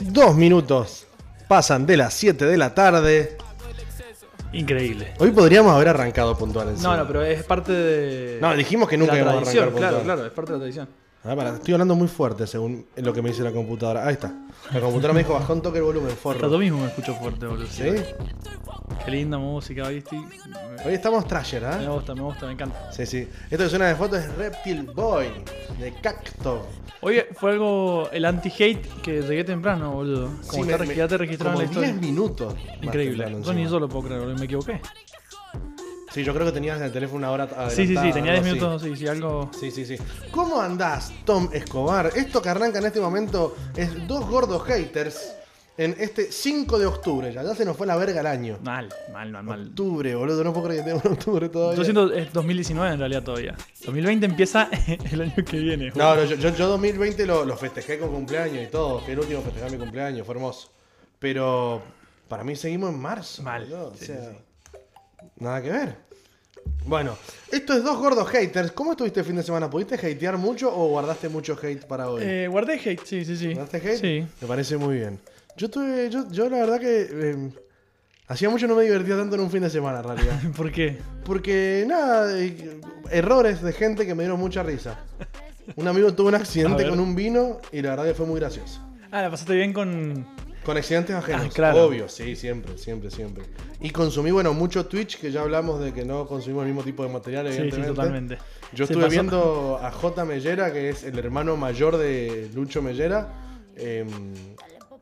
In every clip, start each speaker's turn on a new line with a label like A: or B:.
A: Dos minutos pasan de las 7 de la tarde.
B: Increíble.
A: Hoy podríamos haber arrancado puntual encima.
C: No, no, pero es parte de.
A: No, dijimos que nunca
C: la
A: íbamos a
C: tradición,
A: arrancar
C: Claro,
A: puntual.
C: claro, es parte de la tradición.
A: Ah, pará, estoy hablando muy fuerte según lo que me dice la computadora. Ahí está. La computadora me dijo, bajó un toque el volumen,
B: Hasta tú
A: forro.
B: mismo me escucho fuerte, boludo.
A: ¿Sí?
B: Qué linda música, ¿viste? Me
A: Hoy estamos trasher,
B: me
A: ¿ah?
B: gusta, me gusta, me encanta.
A: Sí, sí. Esto que suena de foto es Reptil Boy, de Cacto.
B: Oye, fue algo. El anti-hate que llegué temprano, boludo.
A: Sí,
B: Como
A: me-
B: ya te-
A: me-
B: ya te registraron
A: como
B: la
A: 10
B: historia.
A: minutos. más
B: Increíble.
A: temprano
B: Yo ni
A: encima.
B: yo lo puedo creer, boludo. Me equivoqué.
A: Sí, yo creo que tenías el teléfono una hora adelantada.
B: Sí, sí, sí, tenía 10
A: algo así.
B: minutos, sí, sí, algo.
A: Sí, sí, sí. ¿Cómo andás, Tom Escobar? Esto que arranca en este momento es dos gordos haters en este 5 de octubre. Ya, ya se nos fue la verga el año.
B: Mal, mal, mal, mal.
A: Octubre, boludo, no puedo creer que tengamos octubre todavía.
B: Yo siento es 2019 en realidad todavía. 2020 empieza el año que viene.
A: No, no, yo, yo, yo 2020 lo, lo festejé con cumpleaños y todo. Fui el último a festejar mi cumpleaños, fue hermoso. Pero para mí seguimos en marzo.
B: Mal,
A: boludo, o
B: sí,
A: sea,
B: sí,
A: Nada que ver. Bueno, esto es dos gordos haters. ¿Cómo estuviste el fin de semana? ¿Pudiste hatear mucho o guardaste mucho hate para hoy?
B: Eh, guardé hate, sí, sí, sí.
A: ¿Guardaste hate?
B: Sí.
A: Me parece muy bien. Yo tuve, yo, yo la verdad que eh, hacía mucho no me divertía tanto en un fin de semana en realidad.
B: ¿Por qué?
A: Porque nada, eh, errores de gente que me dieron mucha risa. Un amigo tuvo un
B: A
A: accidente
B: ver.
A: con un vino y la verdad que fue muy gracioso.
B: Ah, la pasaste bien con.
A: Con accidentes ajenos,
B: Ah, claro.
A: obvio, sí, siempre, siempre, siempre. Y consumí, bueno, mucho Twitch, que ya hablamos de que no consumimos el mismo tipo de material,
B: Sí, sí,
A: evidentemente.
B: totalmente.
A: Yo
B: Se
A: estuve
B: pasó-
A: viendo a J. Mellera, que es el hermano mayor de Lucho Mellera, eh,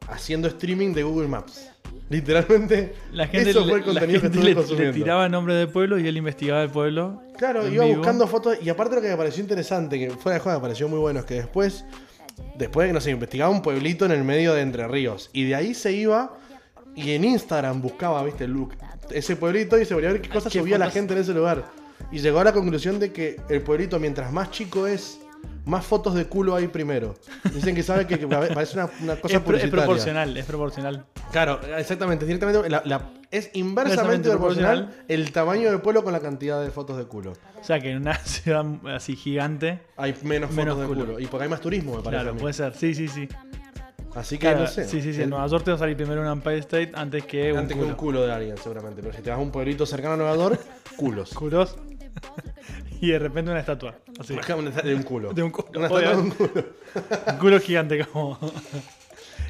A: haciendo streaming de Google Maps. Literalmente,
B: La gente,
A: eso fue
B: le,
A: el
B: la
A: contenido que
B: gente
A: estuve
B: le- le,
A: consumiendo.
B: tiraba nombres de pueblo y él investigaba el pueblo.
A: Claro,
B: en
A: iba
B: vivo.
A: buscando fotos y aparte lo que me pareció interesante, que fuera de juego me pareció muy bueno, es que después, después de que no sé, investigaba un pueblito en el medio de Entre Ríos y de ahí se iba y en Instagram buscaba, viste, Luke, ese pueblito y se volvía a ver qué cosas
B: Ah, qué
A: subía la
B: fotos.
A: gente en ese lugar. Y llegó a la conclusión de que el pueblito, mientras más chico es, más fotos de culo hay primero. Dicen que sabe que, que parece una, una cosa
B: Es, pro- es
A: publicitaria.
B: proporcional, es proporcional.
A: Claro, exactamente, directamente, la- la- es inversamente
B: Inversamente
A: proporcional,
B: proporcional.
A: el tamaño del pueblo con la cantidad de fotos de culo.
B: O sea que en una ciudad así gigante.
A: Hay menos,
B: Menos
A: fotos de
B: culo.
A: culo. Y porque hay más turismo, me parece.
B: Claro,
A: a mí.
B: puede ser. Sí, sí, sí.
A: Así que
B: Claro,
A: no sé.
B: Sí, sí, sí.
A: El-
B: En Nueva York te va a salir primero un Empire State antes que
A: antes
B: un
A: que un culo de alguien, seguramente. Pero si te vas a un pueblito cercano a Nueva York, culos.
B: culos. y de repente una estatua. Así.
A: Acá una estatua De un culo.
B: De un culo,
A: Una estatua de un culo.
B: Un culo gigante como.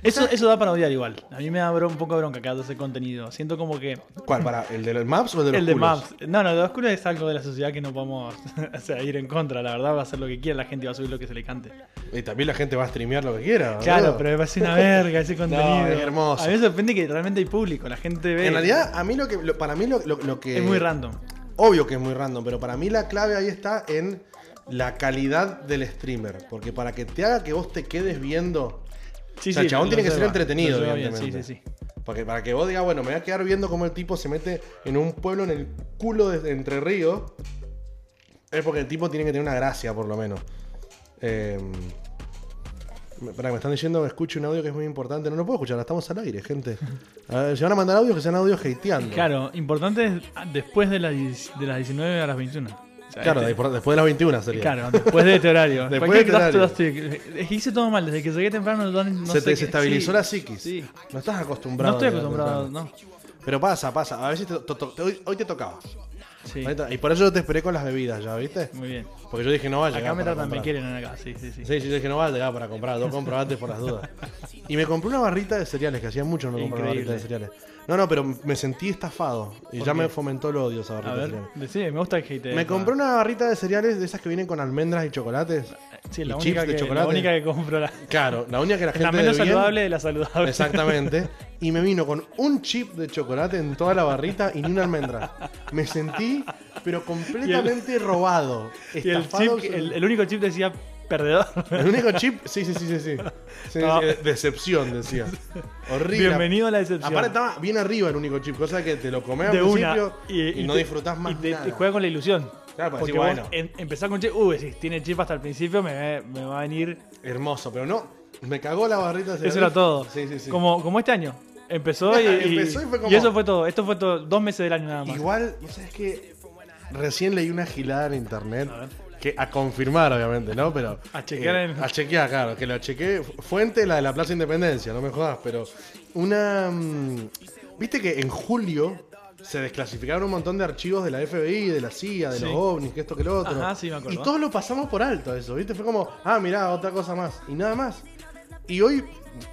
B: Eso, eso da para odiar igual. A mí me da bro- un poco de bronca cada ese contenido. Siento como que.
A: ¿Cuál? ¿Para el de los maps o el de los
B: el de
A: culos?
B: Maps. No, no, de los culos es algo de la sociedad que no podemos o sea, ir en contra. La verdad, va a hacer lo que quiera, la gente va a subir lo que se le cante.
A: Y también la gente va a streamear lo que quiera. Ah, boludo.
B: Claro, pero me parece una verga ese contenido.
A: es hermoso.
B: A mí me sorprende que realmente hay público, la gente ve.
A: En realidad, eh, a mí lo que. lo- para mí lo, lo- lo que.
B: es muy random.
A: Obvio que es muy random, pero para mí la clave ahí está en la calidad del streamer. Porque para que te haga que vos te quedes viendo
B: Sí,
A: O sea, el chabón
B: lo
A: tiene que ser
B: lleva,
A: entretenido,
B: lo lleva bien, Sí, sí,
A: evidentemente.
B: sí.
A: Porque para que vos digas, bueno, me voy a quedar viendo cómo el tipo se mete en un pueblo en el culo de Entre Ríos. Es porque el tipo tiene que tener una gracia, por lo menos. Eh, para que me están diciendo que escuche un audio que es muy importante. No lo puedo escuchar, estamos al aire, gente. A ver, si van a mandar audios, que sean audios hateando.
B: Claro, importante es ah, después de las, 10 de las 19 a las 21. O sea,
A: Claro,
B: este-
A: de- por- después de las 21 sería.
B: Claro, después de este horario.
A: Después
B: Cualquier
A: de este
B: cosa estoy- es que hice todo mal, desde que llegué temprano no, no
A: se
B: sé
A: te
B: qué-
A: desestabilizó
B: sí,
A: la psiquis.
B: Sí.
A: No estás acostumbrado.
B: No estoy
A: a llegar
B: acostumbrado,
A: temprano.
B: no.
A: Pero pasa, pasa. A veces te- to- to- hoy, hoy te tocaba.
B: Sí,
A: Ahí está. Y por eso yo te esperé con las bebidas ya, ¿viste?
B: muy bien.
A: Porque yo dije, no vaya.
B: Acá me tratan, me quieren acá, sí, sí, sí.
A: Sí, sí, dije, no va a llegar para comprar, dos compro antes por las dudas. Y me compré una barrita de cereales, que hacía mucho no compraba una barrita de
B: Increíble.
A: cereales. No, no, pero me sentí estafado y ya me fomentó el odio esa barrita
B: A
A: de
B: ver,
A: cereales.
B: decime, me gusta el hate. eh,
A: Me compré una barrita de cereales de esas que vienen con almendras y chocolates.
B: Sí,
A: y
B: la
A: chips
B: única,
A: de
B: que, la
A: chocolate.
B: única que compro. La,
A: Claro, la única que la gente
B: la
A: de
B: menos
A: bien-
B: saludable de la saludable.
A: Exactamente. Y me vino con un chip de chocolate en toda la barrita y ni una almendra. Me sentí, pero completamente robado.
B: Y el,
A: estafado
B: chip, el, el único chip decía perdedor.
A: El único chip, sí, sí, sí, sí, sí. Sí,
B: No.
A: sí, eh, Decepción, decía. Horrible.
B: Bienvenido a la decepción.
A: Aparte estaba bien arriba el único chip, cosa que te lo comés al
B: de una.
A: principio y, no
B: te-
A: disfrutás más
B: y te,
A: nada.
B: Y juega con la ilusión.
A: Claro, pues,
B: Porque
A: sí,
B: vos
A: bueno.
B: en- empezás con chip, uy, si tiene chip hasta el principio, me, me va a venir.
A: Hermoso, pero no, me cagó la barrita. de
B: Eso era
A: cereal.
B: todo.
A: Sí, sí, sí.
B: Como, como este año. Empezó y, y-
A: Empezó y fue como-
B: y eso fue todo. Esto fue todo. Dos meses del año nada más.
A: Igual, ¿sabes qué? Recién leí una gilada en internet
B: A ver.
A: que a confirmar, obviamente, ¿no? Pero.
B: A chequear
A: eh,
B: en-
A: A chequear, claro. Que lo chequeé. Fuente la de la Plaza Independencia, no me jodas, pero. Una. mm, Viste que en julio se desclasificaron un montón de archivos de la FBI, de la CIA, de
B: Sí.
A: los ovnis, que esto, que lo otro.
B: Ajá, sí, me acuerdo.
A: Y todos lo pasamos por alto eso, ¿viste? Fue como, ah, mirá, otra cosa más. Y nada más. Y hoy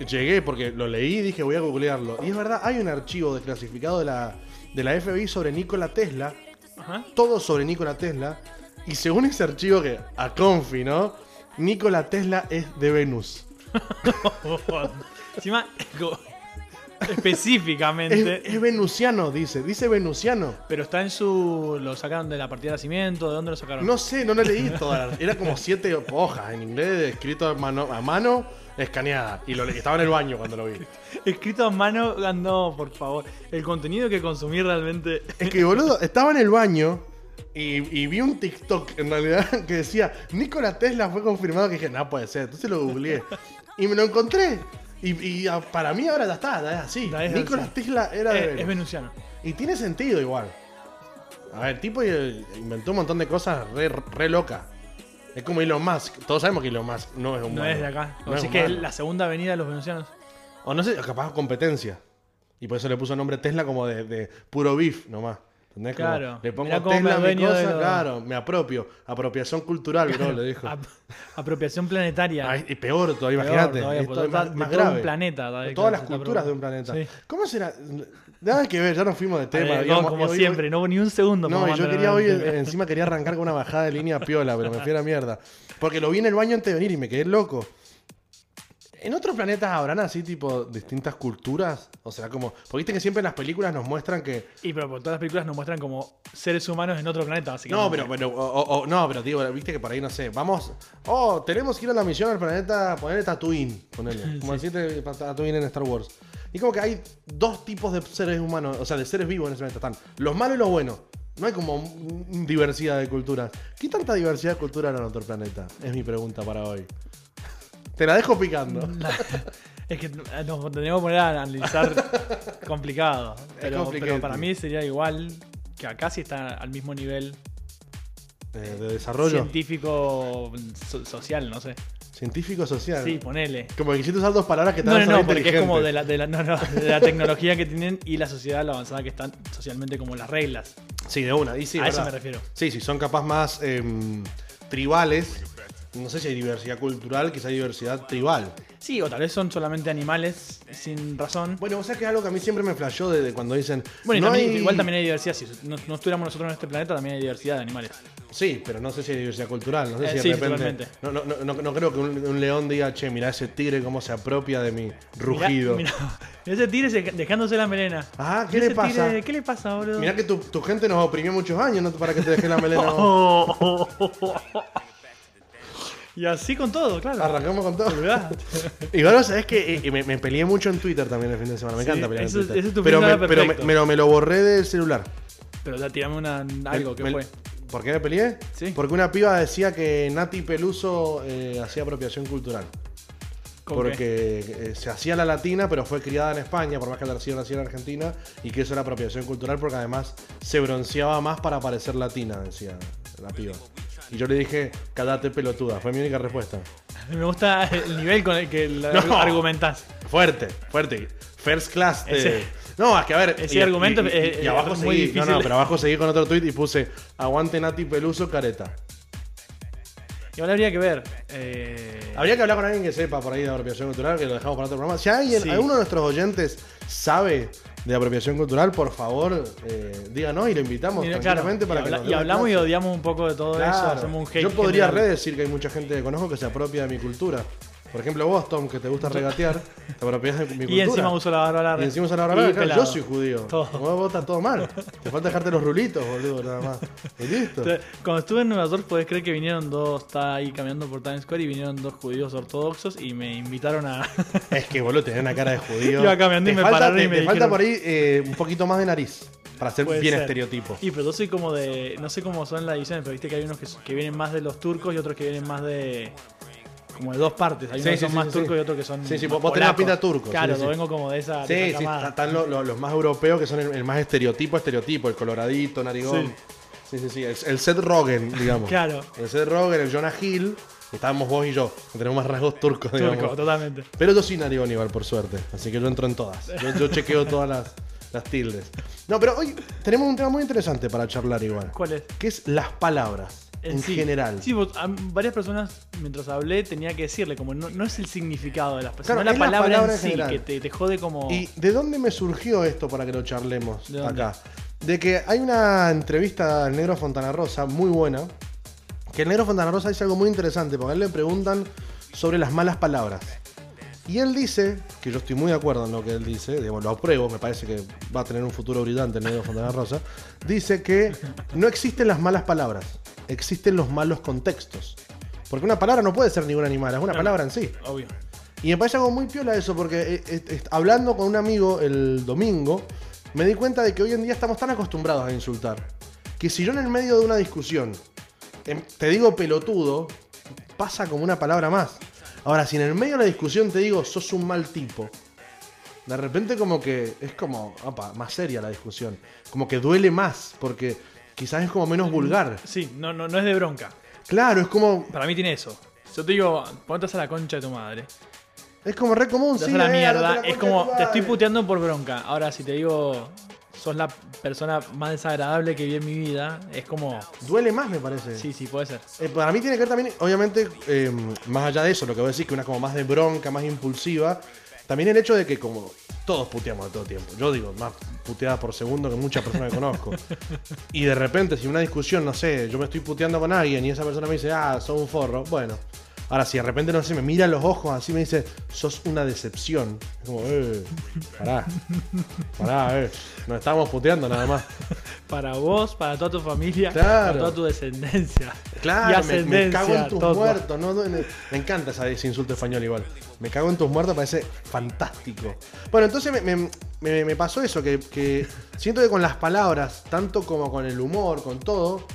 A: llegué porque lo leí y dije, voy a googlearlo. Y es verdad, hay un archivo desclasificado de la, de la FBI sobre Nikola Tesla
B: Ajá.
A: todo sobre Nikola Tesla. Y según ese archivo que a Confi, ¿no? Nikola Tesla es de Venus.
B: Encima, como-
A: Es,
B: específicamente.
A: es venusiano, dice. Dice venusiano.
B: Pero está en su. Lo sacaron de la partida de nacimiento. ¿De dónde lo sacaron?
A: No sé, no le leí toda la- Era como siete hojas en inglés, escrito a mano, a mano escaneada. Y lo le- estaba en el baño cuando lo vi.
B: Escrito a mano, ah, no, por favor. El contenido que consumí realmente.
A: Es que, boludo, estaba en el baño y, y vi un TikTok, en realidad, que decía, Nikola Tesla fue confirmado, que dije, no puede ser. Entonces lo googleé. Y me lo encontré. Y, y, ah, para mí ahora ya está, ya es así.
B: Ya es
A: Nikola
B: así.
A: Tesla era de
B: eh,
A: Venus.
B: es venusiano.
A: Y tiene sentido igual. A ver, el tipo eh, inventó un montón de cosas re, re locas. Es como Elon Musk. Todos sabemos que Elon Musk no es humano.
B: No es de acá.
A: No es
B: Así que es
A: humano.
B: la segunda avenida de los venusianos.
A: O no sé, capaz competencia. Y por eso le puso el nombre Tesla como de, de puro beef nomás. ¿Entendés? Como,
B: Claro.
A: le
B: Mirá
A: pongo
B: cómo me
A: Tesla a mi
B: adueño de
A: cosa,
B: lo-
A: claro, me apropio. Apropiación cultural, bro, le dijo.
B: Ap- apropiación planetaria. Ah,
A: Ay, y peor todavía,
B: Peor
A: imagínate.
B: todavía,
A: es
B: porque
A: todavía más,
B: está- de
A: más
B: todo un
A: grave.
B: planeta, todavía,
A: De
B: claro,
A: todas las
B: está
A: culturas de un
B: probando.
A: planeta.
B: Sí.
A: ¿Cómo será? Nada que ver, ya nos fuimos de
B: Eh,
A: tema.
B: no,
A: digamos,
B: como
A: hoy- hoy-
B: siempre, no hubo ni un segundo.
A: No,
B: para
A: y yo
B: mandar
A: quería hoy,
B: adelante.
A: eh, encima quería arrancar con una bajada de línea piola, pero me fui a la mierda. Porque lo vi en el baño antes de venir y me quedé loco. ¿En otros planetas habrán así, tipo, distintas culturas? O sea, como. Porque viste que siempre en las películas nos muestran que.
B: Y pero por todas las películas nos muestran como seres humanos en otro planeta, básicamente.
A: No, pero, pero- o- o- o- no, pero digo, viste que por ahí no sé. Vamos. Oh, tenemos que ir a la misión al planeta. Ponerle Tatooine. Ponele. Como decirte pa- Tatooine en Star Wars. Y como que hay dos tipos de seres humanos, o sea, de seres vivos en ese planeta. Están los malos y los buenos. No hay como mm, diversidad de culturas. ¿Qué tanta diversidad de cultura era en otro planeta? Es mi pregunta para hoy. Te la dejo picando.
B: Mm. Es que eh, nos tendríamos que poner a analizar complicado. Pero,
A: complicado,
B: pero para
A: tío.
B: mí sería igual que acá si está al mismo nivel
A: Eh, de desarrollo
B: científico so- social, no sé.
A: científico-social.
B: Sí, ponele.
A: Como que quisiste usar dos palabras que te
B: No, no,
A: hacen
B: no,
A: sonar
B: porque es como
A: inteligente.
B: de la, de la- no, no, de la tecnología que tienen y la sociedad lo avanzada que están socialmente como las reglas.
A: Sí, de una. Y sí,
B: a
A: verdad.
B: eso me refiero.
A: Sí, sí, son capaz más em, tribales. No sé si hay diversidad cultural, quizá hay diversidad tribal.
B: Sí, o tal vez son solamente animales sin razón.
A: Bueno, o sea que es algo que a mí siempre me flashó desde cuando dicen.
B: Bueno, y
A: no
B: también-
A: hay-
B: igual también hay diversidad. Si no, no estuviéramos nosotros en este planeta, también hay diversidad de animales.
A: Sí, pero no sé si hay diversidad cultural. No sé
B: Eh,
A: si de
B: sí,
A: repente.
B: totalmente.
A: No, no, no, no, no creo que un, un león diga, che, mirá ese tigre cómo se apropia de mi
B: Mirá-
A: rugido. Mirá,
B: Mirá, ese tigre se- dejándose la melena.
A: Ah, ¿qué
B: Ese
A: le pasa?
B: tigre, ¿Qué le pasa, boludo?
A: que tu, tu gente nos oprimió muchos años ¿no? para que te dejes la melena. vos.
B: Oh. Y así con todo, claro.
A: Arrancamos con todo.
B: ¿Verdad?
A: Igual vos sabés que eh, me, me peleé mucho en Twitter también el fin de semana. Me
B: Sí,
A: encanta pelear
B: eso
A: en
B: es-
A: Twitter.
B: ese es tu
A: pero
B: fin de
A: me,
B: semana
A: pero me-
B: perfecto.
A: me lo, me lo borré del celular.
B: Pero ya tirame una, algo, ¿qué
A: Me-
B: fue?
A: ¿Por qué me peleé?
B: Sí.
A: Porque una piba decía que Nati Peluso eh, hacía apropiación cultural.
B: ¿Con
A: Porque eh, se hacía la latina, pero fue criada en España, por más que haya sido nacida en Argentina, y que eso era apropiación cultural porque además se bronceaba más para parecer latina, decía la piba. Y yo le dije, cállate pelotuda, fue mi única respuesta.
B: Me gusta el nivel con el que la-
A: No.
B: argumentás.
A: Fuerte, fuerte. First class. te-
B: Ese-
A: no, es que a ver.
B: ese argumento,
A: Y, y-
B: eh,
A: y
B: eh,
A: abajo
B: es muy
A: seguí. No, no,
B: difícil.
A: pero abajo seguí con otro tweet y puse: Aguante Nati Peluso, careta.
B: Igual habría que ver. eh,
A: Habría que hablar con alguien que sepa por ahí de apropiación cultural, que lo dejamos para otro programa. Si alguien,
B: Sí.
A: alguno de nuestros oyentes sabe de apropiación cultural, por favor, eh, díganos y lo invitamos
B: mira, claro,
A: tranquilamente para
B: y,
A: que
B: habla-
A: nos
B: y
A: dé una
B: hablamos y
A: clase.
B: odiamos un poco de todo eso.
A: Claro.
B: Hacemos un hate.
A: Yo podría
B: general.
A: redecir que hay mucha gente que conozco que se apropia de mi cultura. Por ejemplo, vos, Tom, que te gusta regatear, te apropias de mi cultura.
B: Y encima uso la barba larga.
A: Y encima usan la
B: Y
A: palabra, claro,
B: pelado.
A: yo soy judío.
B: Todo.
A: Vos vos estás todo mal. Te falta dejarte los rulitos, boludo, nada más. Y listo.
B: Te- Cuando estuve en Nueva York, podés creer que vinieron dos, estaba ahí caminando por Times Square y vinieron dos judíos ortodoxos y me invitaron a...
A: Es que, boludo, tenés una cara de judío.
B: Iba caminando y
A: Te
B: me
A: falta,
B: pararon y
A: te-
B: me
A: te falta
B: dijeron-
A: por ahí eh, un poquito más de nariz. Para ser
B: Puede
A: bien
B: ser.
A: estereotipo.
B: Y pero yo soy como de... No sé cómo son las divisiones, pero viste que hay unos que, que vienen más de los turcos y otros que vienen más de... Como de dos partes. Hay unos
A: Sí,
B: que
A: sí,
B: son
A: sí,
B: más
A: sí,
B: turcos
A: sí.
B: y otros que son
A: Sí, sí,
B: más
A: vos- vos tenés la
B: polacos.
A: pinta turco,
B: Claro,
A: sí,
B: yo
A: sí.
B: vengo como de esa, de
A: Sí,
B: esa
A: sí,
B: camada.
A: están los, los- los más europeos que son el, el más estereotipo, estereotipo, el coloradito, narigón.
B: Sí.
A: Sí, sí, sí. El, el Seth Rogen, digamos.
B: Claro.
A: El Seth Rogen, el Jonah Hill. Estábamos vos y yo. que Tenemos más rasgos turcos, digamos.
B: Turco, totalmente.
A: Pero yo soy Nari Bolívar, por suerte. Así que yo entro en todas. Yo, yo chequeo todas las, las tildes. No, pero hoy tenemos un tema muy interesante para charlar igual.
B: ¿Cuál es?
A: Que es las palabras en
B: sí.
A: general.
B: Sí, vos- a varias personas, mientras hablé, tenía que decirle, como no, no es el significado de las
A: Claro,
B: personas, sino
A: es
B: la
A: la
B: palabra,
A: palabra en
B: en sí,
A: general.
B: que te, te jode como.
A: ¿Y de dónde me surgió esto para que lo charlemos
B: ¿De dónde?
A: acá? De que hay una entrevista al negro Fontana Rosa muy buena. Que el negro Fontana Rosa dice algo muy interesante, porque a él le preguntan sobre las malas palabras. Y él dice, que yo estoy muy de acuerdo en lo que él dice, digamos, lo apruebo, me parece que va a tener un futuro brillante el negro Fontana Rosa, dice que no existen las malas palabras, existen los malos contextos. Porque una palabra no puede ser ni buena ni mala, es una
B: Claro.
A: palabra en sí.
B: Obvio.
A: Y me parece algo muy piola eso, porque eh, eh, est- hablando con un amigo el domingo, me di cuenta de que hoy en día estamos tan acostumbrados a insultar, que si yo en el medio de una discusión em, te digo pelotudo, pasa como una palabra más. Ahora, si en el medio de la discusión te digo sos un mal tipo, de repente como que es como, apa, más seria la discusión, como que duele más, porque quizás es como menos vulgar.
B: Sí, no, no, no es de bronca.
A: Claro, es como,
B: Para mí tiene eso. Yo te digo, ponte a la concha de tu madre.
A: es como re común,
B: Te
A: sí.
B: hace la
A: eh,
B: mierda.
A: andate a la
B: es
A: concha de
B: como,
A: tu
B: te estoy
A: madre.
B: puteando por bronca. Ahora, si te digo, sos la persona más desagradable que vi en mi vida, es como.
A: Duele más, me parece.
B: Sí, sí, puede ser.
A: Eh, para mí tiene que ver también, obviamente, eh, más allá de eso, lo que voy a decir, que una es como más de bronca, más impulsiva, también el hecho de que como todos puteamos de todo tiempo, yo digo, más puteadas por segundo que muchas personas que conozco, y de repente si en una discusión, no sé, yo me estoy puteando con alguien y esa persona me dice, ah, sos un forro, bueno, ahora si de repente, no sé, me mira a los ojos así, me dice, sos una decepción, es como, eh, pará, pará, eh, nos estábamos puteando nada más.
B: Para vos, para toda tu familia,
A: Claro.
B: para toda tu descendencia. y
A: Claro, me, me
B: ascendencia,
A: cago en tus
B: todo.
A: muertos. No, duele. me encanta esa- ese insulto español igual. Me cago en tus muertos, parece fantástico. Bueno, entonces me, me- me- me pasó eso, que, que siento que con las palabras, tanto como con el humor, con todo,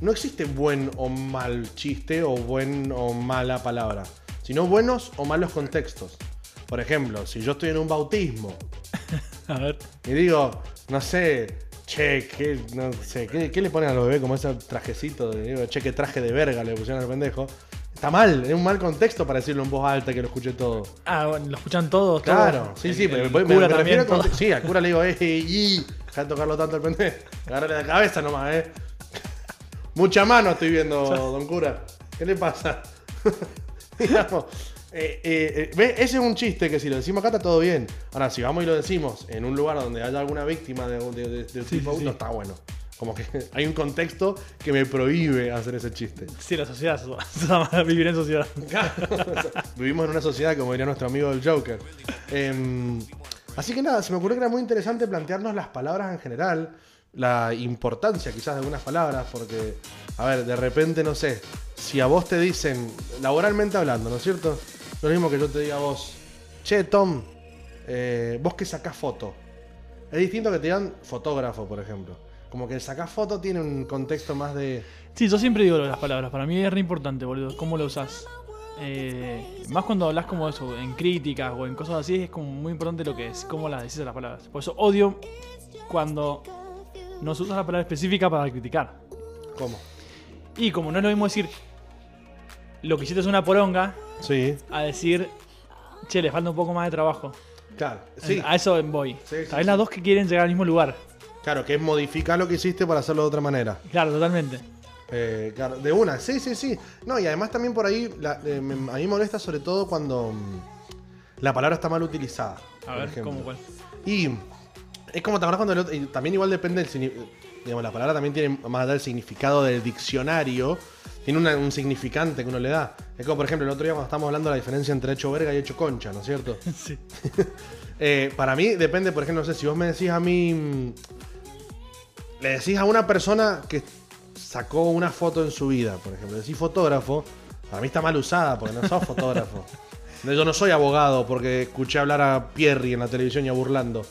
A: no existe buen o mal chiste o buen o mala palabra, sino buenos o malos contextos. Por ejemplo, si yo estoy en un bautismo
B: A ver.
A: y digo, no sé, che, que, no sé, ¿qué, qué le ponen a los bebés como ese trajecito? de- digo, che, qué traje de verga le pusieron al pendejo. Está mal, es un mal contexto para decirlo en voz alta que lo escuché todo.
B: Ah, bueno, lo escuchan todos.
A: Claro,
B: todos?
A: sí,
B: El-
A: sí,
B: el
A: pero me, me-
B: cura
A: me refiero a
B: también,
A: conte-
B: todos.
A: Sí, al cura le digo, eh, y, deja de tocarlo tanto al pendejo. Agárrale la cabeza nomás, eh. Mucha mano estoy viendo, don cura. ¿Qué le pasa? Digamos, eh, eh, eh, ¿ves? Ese es un chiste que si lo decimos acá está todo bien. Ahora, si vamos y lo decimos en un lugar donde haya alguna víctima de, de- de- del tipo,
B: sí, sí.
A: no está bueno. Como que hay un contexto que me prohíbe hacer ese chiste.
B: Sí, la sociedad. so- so- Vivir en sociedad.
A: Vivimos en una sociedad, como diría nuestro amigo el Joker. Em, así que nada, se me ocurrió que era muy interesante plantearnos las palabras en general, la importancia quizás de algunas palabras, porque, a ver, de repente, no sé, si a vos te dicen, laboralmente hablando, ¿no es cierto? Lo mismo que yo te diga a vos, che, Tom, eh, vos que sacás foto. Es distinto que te digan fotógrafo, por ejemplo. Como que el sacar foto tiene un contexto más de...
B: Sí, yo siempre digo lo de las palabras. Para mí es re importante, boludo. ¿Cómo lo usás? Eh, más cuando hablas como eso, en críticas o en cosas así, es como muy importante lo que es, cómo las decís a las palabras. Por eso odio cuando no se usa la palabra específica para criticar.
A: ¿Cómo?
B: Y como no es lo mismo decir lo que hiciste es una poronga,
A: Sí,
B: a decir, che, le falta un poco más de trabajo.
A: claro. Sí.
B: A eso voy.
A: Sí, sí,
B: Tal vez las dos que quieren llegar al mismo lugar.
A: Claro, que es modificar lo que hiciste para hacerlo de otra manera.
B: Claro, totalmente.
A: Eh, claro, de una, sí, sí, sí. No, y además también por ahí, la- eh, me- a mí me molesta sobre todo cuando mm, la palabra está mal utilizada.
B: A
A: por
B: ver,
A: ejemplo.
B: ¿cómo cuál?
A: Y es como te acuerdas cuando el otro- y también igual depende del signi- digamos, la palabra también tiene más allá del significado del diccionario, tiene una- un significante que uno le da. Es como por ejemplo el otro día cuando estábamos hablando de la diferencia entre hecho verga y hecho concha, ¿no es cierto?
B: Sí.
A: Eh, para mí depende, por ejemplo, no sé, si vos me decís a mí, mm, le decís a una persona que sacó una foto en su vida, por ejemplo, decís fotógrafo, para mí está mal usada porque no sos fotógrafo. No, Yo no soy abogado porque escuché hablar a Pierri en la televisión y a Burlando.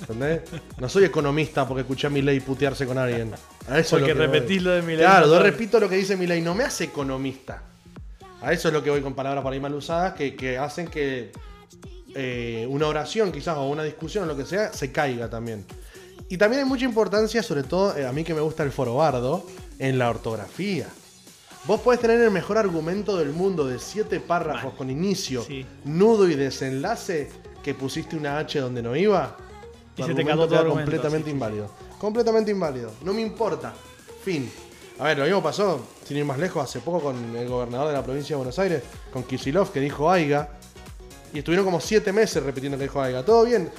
A: ¿Entendés? No soy economista porque escuché a Milei putearse con alguien. A eso es lo
B: Porque
A: que voy.
B: repetís lo de Milei.
A: Claro, yo repito lo que dice Milei, no me hace economista. A eso es lo que voy con palabras para ahí mal usadas que, que hacen que eh, una oración quizás o una discusión o lo que sea se caiga también. Y también hay mucha importancia, sobre todo eh, a mí que me gusta el forobardo, en la ortografía. Vos podés tener el mejor argumento del mundo de siete párrafos con inicio,
B: Sí.
A: nudo y desenlace que pusiste una H donde no iba.
B: Y
A: tu
B: se te
A: argumento
B: cagó todo
A: queda
B: el argumento,
A: completamente
B: sí, sí,
A: inválido. Completamente inválido. No me importa. Fin. A ver, lo mismo pasó, sin ir más lejos, hace poco con el gobernador de la provincia de Buenos Aires, con Kisilov, que dijo Aiga. Y estuvieron como siete meses repitiendo que dijo Aiga. Todo bien.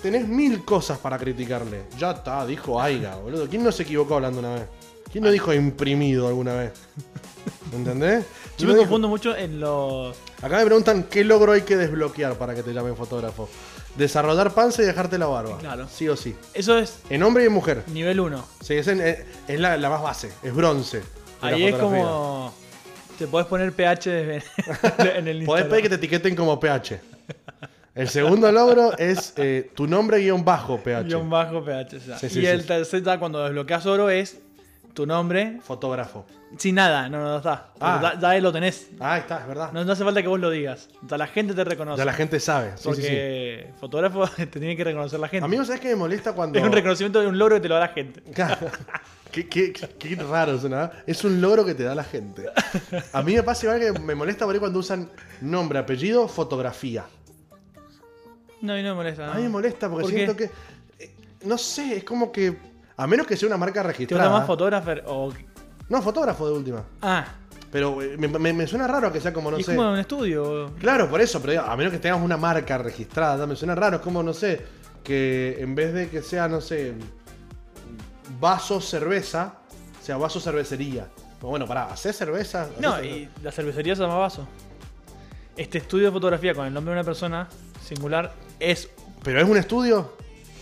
A: Tenés mil cosas para criticarle. Ya está, dijo Aiga, boludo. ¿Quién no se equivocó hablando una vez? ¿Quién no
B: Ah.
A: dijo imprimido alguna vez? ¿Entendés?
B: Yo
A: No
B: me
A: dijo-
B: confundo mucho en los.
A: Acá me preguntan qué logro hay que desbloquear para que te llamen fotógrafo. Desarrollar panza y dejarte la barba.
B: Claro.
A: Sí o sí.
B: Eso es
A: En hombre y en mujer.
B: nivel 1.
A: Sí, es, en- eh, es la, la más base. Es bronce. de la
B: Ahí es
A: fotografía.
B: como. Te podés poner pH de- en el
A: Podés
B: Instagram.
A: pedir que te etiqueten como PH. El segundo logro es eh, tu nombre guión bajo PH.
B: Guión bajo pH. o sea.
A: Sí, sí,
B: y el
A: sí.
B: tercer ya cuando desbloqueas oro es tu nombre.
A: Fotógrafo.
B: Sin nada, no, no, está.
A: Ah.
B: Ya, ya lo tenés.
A: Ah, ahí está, es verdad.
B: No, no hace falta que vos lo digas. Ya la gente te reconoce.
A: ya la gente sabe. Sí, sí, sí.
B: porque fotógrafo te tiene que reconocer la gente.
A: A mí, ¿sabes que me molesta cuando.
B: Es un reconocimiento de un logro que te lo da la gente.
A: Claro. Qué, qué- qué raro suena. ¿eh? Es un logro que te da la gente. A mí me pasa igual que me molesta por ahí cuando usan nombre, apellido, fotografía.
B: No, y no me molesta.
A: A mí me molesta porque
B: Ah. ¿Por qué?
A: siento que. eh, No sé, es como que. A menos que sea una marca
B: ¿Te gusta
A: registrada.
B: más fotógrafo o.?
A: no, fotógrafo de última.
B: Ah,
A: Pero eh, me, me- me suena raro que sea como, no
B: y es
A: sé.
B: como en un estudio.
A: Claro, por eso, pero digo, a menos que tengamos una marca registrada, me suena raro, es como, no sé, que en vez de que sea, no sé, vaso cerveza, sea vaso cervecería. Pero bueno, pará, ¿hacés cerveza? ¿Hacés
B: No,
A: cerveza?
B: y la cervecería se llama Vaso. Este estudio de fotografía con el nombre de una persona singular es.
A: ¿Pero es un estudio?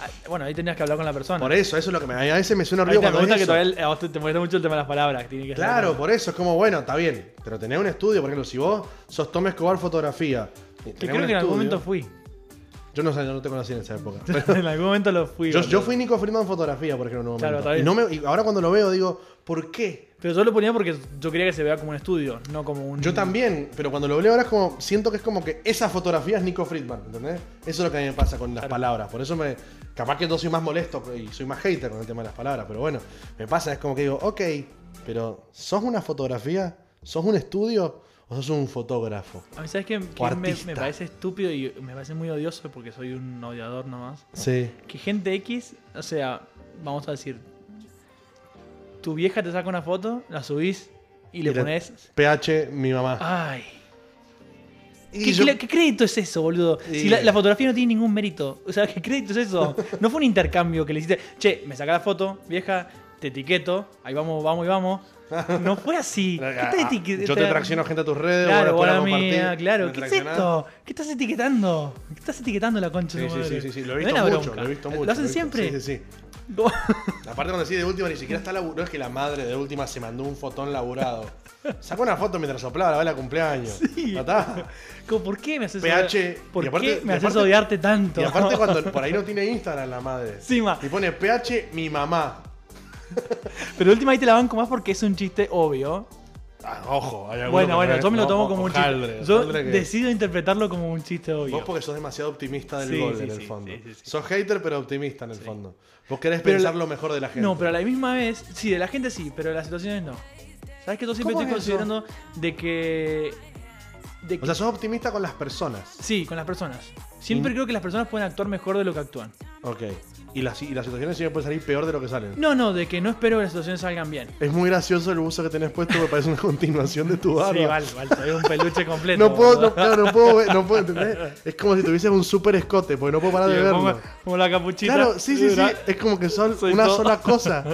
B: ah, Bueno, ahí tenías que hablar con la persona.
A: Por eso, eso es lo que me, a veces me suena
B: Ahí
A: ruido
B: te me
A: cuando
B: gusta
A: es
B: que
A: eso.
B: todavía el- a vos te, te molesta mucho el tema de las palabras. que Tiene que ser-
A: Claro, por eso, es como, bueno, está bien, pero tenés un estudio, por ejemplo, si vos sos Tom Escobar Fotografía, y
B: Que
A: tenés
B: creo
A: un
B: que en algún
A: estudio-
B: momento fui.
A: Yo no sé, yo no te conocí en esa época.
B: en algún momento lo fui.
A: Yo,
B: boludo.
A: yo fui Nico Friedman Fotografía, por ejemplo, en un
B: Claro,
A: momento.
B: está
A: y,
B: bien.
A: no me- y ahora cuando lo veo digo, ¿por qué?
B: Pero yo lo ponía porque yo quería que se vea como un estudio, no como un.
A: Yo también, pero cuando lo leo ahora es como, siento que es como que esa fotografía es Nico Friedman, ¿entendés? Eso es lo que a mí me pasa con las palabras. Por eso me. Capaz que yo soy más molesto y soy más hater con el tema de las palabras, pero bueno, me pasa, es como que digo, ok, pero ¿sos una fotografía? ¿Sos un estudio? ¿O sos un fotógrafo?
B: A mí, ¿sabes qué? Que me,
A: artista.
B: me parece estúpido y me parece muy odioso porque soy un odiador nomás.
A: Sí.
B: Que gente X, o sea, vamos a decir, tu vieja te saca una foto, la subís y le
A: Mira.
B: pones.
A: PH, mi mamá.
B: ¡Ay!
A: Y
B: Ah, ¿Qué,
A: yo-
B: cla- qué crédito es eso, boludo?
A: Y-
B: Si la, la fotografía no tiene ningún mérito. O sea, ¿qué crédito es eso? No fue un intercambio que le hiciste, che, me saca la foto, vieja, te etiqueto, ahí vamos, vamos y vamos. No fue así. ¿Qué estás etiquetando?
A: Ah, yo te tracciono gente a tus redes,
B: Claro,
A: vos después
B: vos
A: la
B: la
A: compartís,
B: mía, claro.
A: me
B: ¿Qué es
A: traccionás.
B: esto? ¿Qué estás etiquetando? ¿Qué estás etiquetando la concha? de
A: Sí,
B: tu
A: sí, sí,
B: madre?
A: sí, sí, lo he
B: Me
A: visto
B: da una
A: mucho,
B: bronca.
A: lo he visto mucho.
B: ¿Lo hacen
A: he visto- Sí,
B: siempre?
A: sí, sí. Aparte cuando decís de última ni siquiera está laburado, no es que la madre de última se mandó un fotón laburado. Sacó una foto mientras soplaba la bala de cumpleaños.
B: Sí.
A: Ya está.
B: Como, ¿Por qué me haces
A: PH,
B: odiar- ¿Por
A: y aparte-
B: qué me
A: y
B: haces
A: aparte-
B: odiarte tanto?
A: Y aparte cuando por ahí no tiene Instagram la madre.
B: Sí, ma.
A: Y pone PH mi mamá.
B: Pero última ahí te la banco más porque es un chiste obvio.
A: Ah, ojo, hay alguno
B: Bueno,
A: que
B: bueno,
A: no-
B: yo me lo
A: no,
B: tomo
A: o-
B: como un
A: hojaldre,
B: chiste. Yo
A: hojaldre que-
B: decido interpretarlo como un chiste
A: Vos
B: obvio.
A: porque sos demasiado optimista del
B: Sí,
A: gol
B: sí,
A: en el
B: sí,
A: fondo.
B: sí, sí, sí.
A: Sos hater pero optimista en el fondo. Vos querés
B: Pero la-
A: pensar lo mejor de la gente.
B: No, pero a la misma vez, sí, de la gente sí, pero de las situaciones no. ¿Sabes que yo siempre
A: ¿Cómo
B: estoy
A: es eso?
B: considerando de que. de que-
A: O sea, sos optimista con las personas.
B: sí, con las personas.
A: Mm.
B: Siempre creo que las personas pueden actuar mejor de lo que actúan.
A: Ok. Y las, y las situaciones siempre pueden salir peor de lo que salen.
B: No, no, de que no espero que las situaciones salgan bien.
A: Es muy gracioso el buzo que tenés puesto, me parece una continuación de tu barba.
B: Sí, vale, vale, soy un peluche completo.
A: No puedo, no,
B: boludo.
A: claro, no puedo, ver- no puedo entender. Es como si tuvieses un super escote, porque no puedo parar
B: Y
A: de
B: me pongo-
A: verlo.
B: pongo la capuchita.
A: Claro, sí, sí, sí.
B: ¿verdad?
A: Es como que son
B: Soy
A: una
B: todo.
A: sola cosa.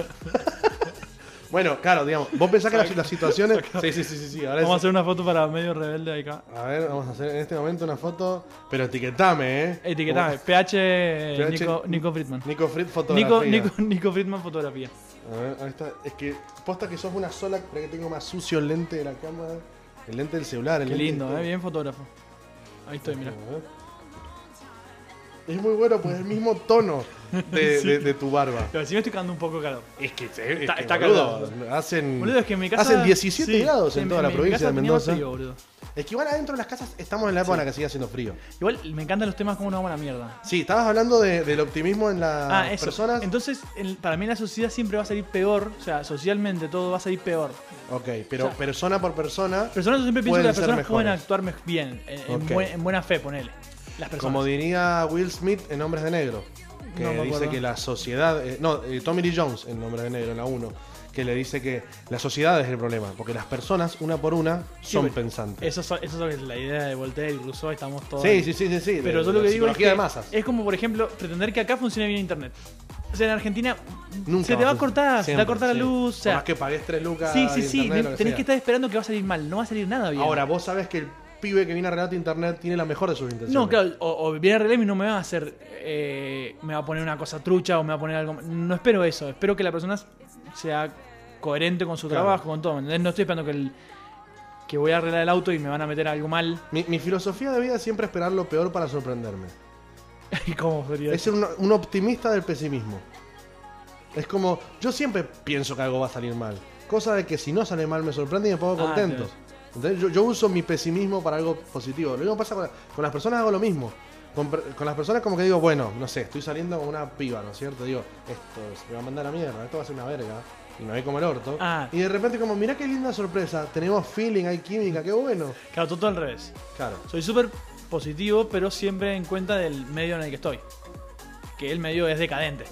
A: Bueno, claro, digamos, vos pensás que las, las situaciones. Sí, sí, sí, sí, sí. Ahora
B: Vamos a
A: es-
B: hacer una foto para medio rebelde de acá.
A: a ver, vamos a hacer en este momento una foto. Pero etiquetame, eh.
B: Etiquetame, PH,
A: PH,
B: eh, Nico, Nico Friedman.
A: Como- Nico Fritz
B: Nico,
A: fotografía.
B: Nico, Nico Friedman fotografía.
A: A ver, ahí está. Es que posta que sos una sola, para que tengo más sucio el lente de la cámara. El lente del celular, el
B: Qué
A: lente de
B: lindo,
A: todo.
B: eh, bien fotógrafo. Ahí estoy, mira.
A: Es muy bueno, pues es el mismo tono. de, de- de tu barba.
B: Pero si me estoy quedando un poco calor.
A: Es que, eh, es que,
B: Está- está
A: boludo, hacen,
B: Boludo, es que en mi casa.
A: Mm. hacen 17
B: sí,
A: grados en, toda la
B: mi
A: provincia
B: casa
A: de
B: tenía
A: Mendoza.
B: frío, boludo.
A: Es que igual adentro de las casas estamos en la época en la que sigue haciendo frío.
B: Igual me encantan los temas como una buena mierda.
A: Sí, estabas hablando de- del optimismo en las
B: Ah, eso.
A: personas.
B: Entonces, el- para mí la sociedad siempre va a salir peor. O sea, socialmente todo va a salir peor.
A: Ok, pero
B: O sea,
A: persona por persona,
B: Personas, yo siempre pienso
A: Pueden
B: que las
A: ser
B: personas pueden
A: mejores.
B: actuar mej- bien, en, en
A: Ok.
B: buen- en buena fe, ponele. Las personas.
A: como diría Will Smith en Hombres de Negro, que
B: No me
A: dice
B: acuerdo.
A: que la sociedad, eh, no, eh, Tommy Lee Jones en Hombres de Negro, en la 1, que le dice que la sociedad es el problema, porque las personas, una por una, son
B: pero-
A: pensantes.
B: Eso, so- eso es la idea de Voltaire y Rousseau, estamos todos.
A: Sí, sí, sí, sí, sí.
B: Pero
A: de-
B: yo
A: de
B: lo que digo es
A: psicología
B: que
A: de masas.
B: es como, por ejemplo, pretender que acá funcione bien Internet. O sea, en Argentina
A: Nunca
B: se te va a
A: funcionar.
B: cortar, se te va a
A: Siempre,
B: cortar la
A: sí.
B: luz. O
A: Por
B: sea,
A: más que pagues tres lucas.
B: sí,
A: de
B: sí, sí.
A: internet, lo
B: ne-
A: que
B: tenés que
A: sea.
B: estar esperando que va a salir mal. No va a salir nada bien.
A: Ahora, vos sabés que el pibe que viene a relato internet tiene la mejor de sus intenciones.
B: No, claro, o, o viene Relem y no me va a hacer. eh, me va a poner una cosa trucha o me va a poner algo. No espero eso. Espero que la persona sea coherente con su
A: Claro.
B: trabajo, con todo. ¿me entendés? No estoy esperando que el. Que voy a arreglar el auto y me van a meter algo mal.
A: Mi, mi filosofía de vida es siempre esperar lo peor para sorprenderme.
B: ¿Cómo sería?
A: Es ser un, un optimista del pesimismo. Es como, yo siempre pienso que algo va a salir mal. Cosa de que si no sale mal me sorprende y me pongo
B: Ah,
A: contento. ¿Entendés? Yo, yo uso mi pesimismo para algo positivo. Lo mismo pasa con, la- con las personas, hago lo mismo. Con, per- con las personas como que digo, bueno, no sé, estoy saliendo con una piba, ¿no es cierto? Digo, esto se me va a mandar a mierda, esto va a ser una verga. Y me ve como el orto.
B: Ah.
A: Y de repente como, mirá qué linda sorpresa, tenemos feeling, hay química, qué bueno.
B: Claro, todo al revés.
A: Claro.
B: Soy súper positivo, pero siempre en cuenta del medio en el que estoy. Que el medio es decadente.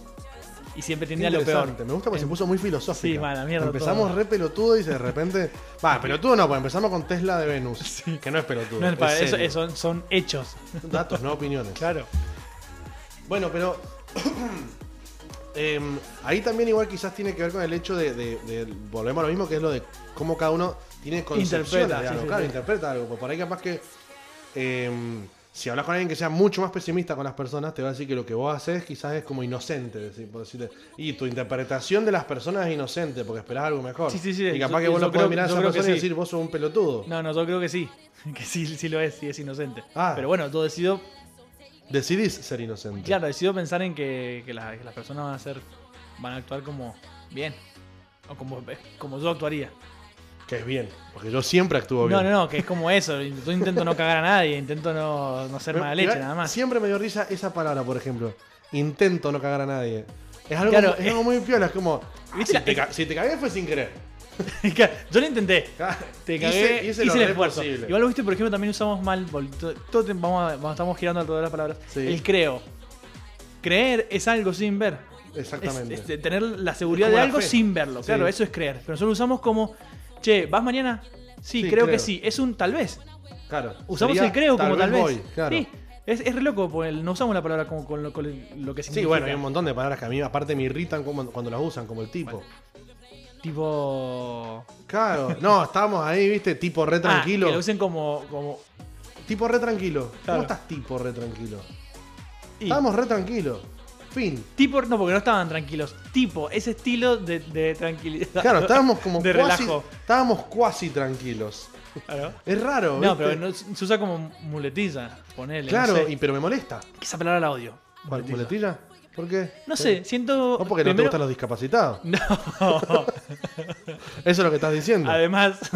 B: Y siempre tiende a lo peor.
A: Interesante, Me gusta porque se
B: En-
A: puso muy filosófico.
B: Sí, mala mierda
A: Empezamos
B: todo.
A: re pelotudo y de repente. Va, pelotudo no, pues empezamos con Tesla de Venus. Que no es pelotudo.
B: No,
A: es
B: para- eso-
A: serio.
B: eso son hechos.
A: Datos, no opiniones.
B: Claro.
A: Bueno, pero. em, ahí también, igual, quizás tiene que ver con el hecho de, de- de- Volvemos a lo mismo, que es lo de cómo cada uno tiene concepciones de
B: Interpreta, sí,
A: algo.
B: sí,
A: claro,
B: sí.
A: interpreta algo. Pues por ahí, capaz que. em, si hablas con alguien que sea mucho más pesimista con las personas, te va a decir que lo que vos haces quizás es como inocente. decir- por decirte. Y tu interpretación de las personas es inocente porque esperás algo mejor.
B: Sí, sí, sí,
A: Y capaz
B: yo-
A: que vos
B: yo
A: lo podés
B: creo-
A: mirar a
B: yo
A: esa
B: creo que
A: persona y
B: sí.
A: decir, vos sos un pelotudo.
B: No, no, yo creo que sí. Que sí, sí lo es, sí es inocente.
A: Ah.
B: Pero bueno, todo decido.
A: Decidís ser inocente.
B: Claro, decido pensar en que, que la- que las personas van a ser. van a actuar como. bien. O como, como yo actuaría.
A: Que es bien. Porque yo siempre actúo bien.
B: No, no, no, que es como eso. Yo intento no cagar a nadie, intento no, no ser
A: Me-
B: mala leche,
A: igual,
B: nada más.
A: Siempre me dio risa esa palabra, por ejemplo. Intento no cagar a nadie. Es algo,
B: Claro,
A: es
B: eh.
A: algo muy piola, es como. ah,
B: ¿Viste
A: Si
B: la-
A: te, ca- si te cagué fue sin querer. Ah,
B: Yo lo intenté. Te cagué, hice,
A: lo
B: el
A: re
B: esfuerzo.
A: posible.
B: Igual lo viste, por ejemplo, también usamos mal. vol- to- Todo, tem- vamos a- vamos- estamos girando alrededor de las palabras.
A: Sí.
B: El creo. Creer es algo sin ver. Es, este,
A: Exactamente.
B: es de tener la seguridad
A: Es como
B: de
A: la
B: algo
A: fe.
B: sin verlo.
A: Sí.
B: Claro, eso es creer. Pero nosotros lo usamos como, che, ¿vas mañana?
A: Sí,
B: Sí, creo,
A: creo.
B: que sí. Es un tal vez.
A: claro.
B: Usamos
A: Sería,
B: el creo como tal vez.
A: voy, claro.
B: Sí,
A: Sí.
B: es, es re loco, porque no usamos la palabra como con lo, con lo que significa.
A: bueno, hay un montón de palabras que a mí aparte me irritan como- cuando las usan, como el tipo.
B: Tipo.
A: Claro, no, estábamos ahí, viste, tipo re tranquilo.
B: Ah, que lo usen como. como
A: Tipo re tranquilo. ¿Cómo
B: Claro.
A: estás tipo re tranquilo?
B: y-
A: Estábamos re tranquilo. Fin.
B: Tipo, no, porque no estaban tranquilos. Tipo, ese estilo de, de tranquilidad.
A: Claro, estábamos como
B: De
A: cuasi-
B: relajo.
A: Estábamos cuasi tranquilos.
B: Claro.
A: Es raro,
B: No,
A: ¿viste?
B: pero no- se usa como muletilla, ponele.
A: Claro,
B: no sé.
A: y, pero me molesta.
B: esa palabra la odio.
A: ¿Cuál?
B: Muletilla.
A: ¿Muletilla? ¿Por qué?
B: No sé, siento.
A: No, porque no te
B: primero-
A: gustan los discapacitados.
B: No.
A: Eso es lo que estás diciendo.
B: Además.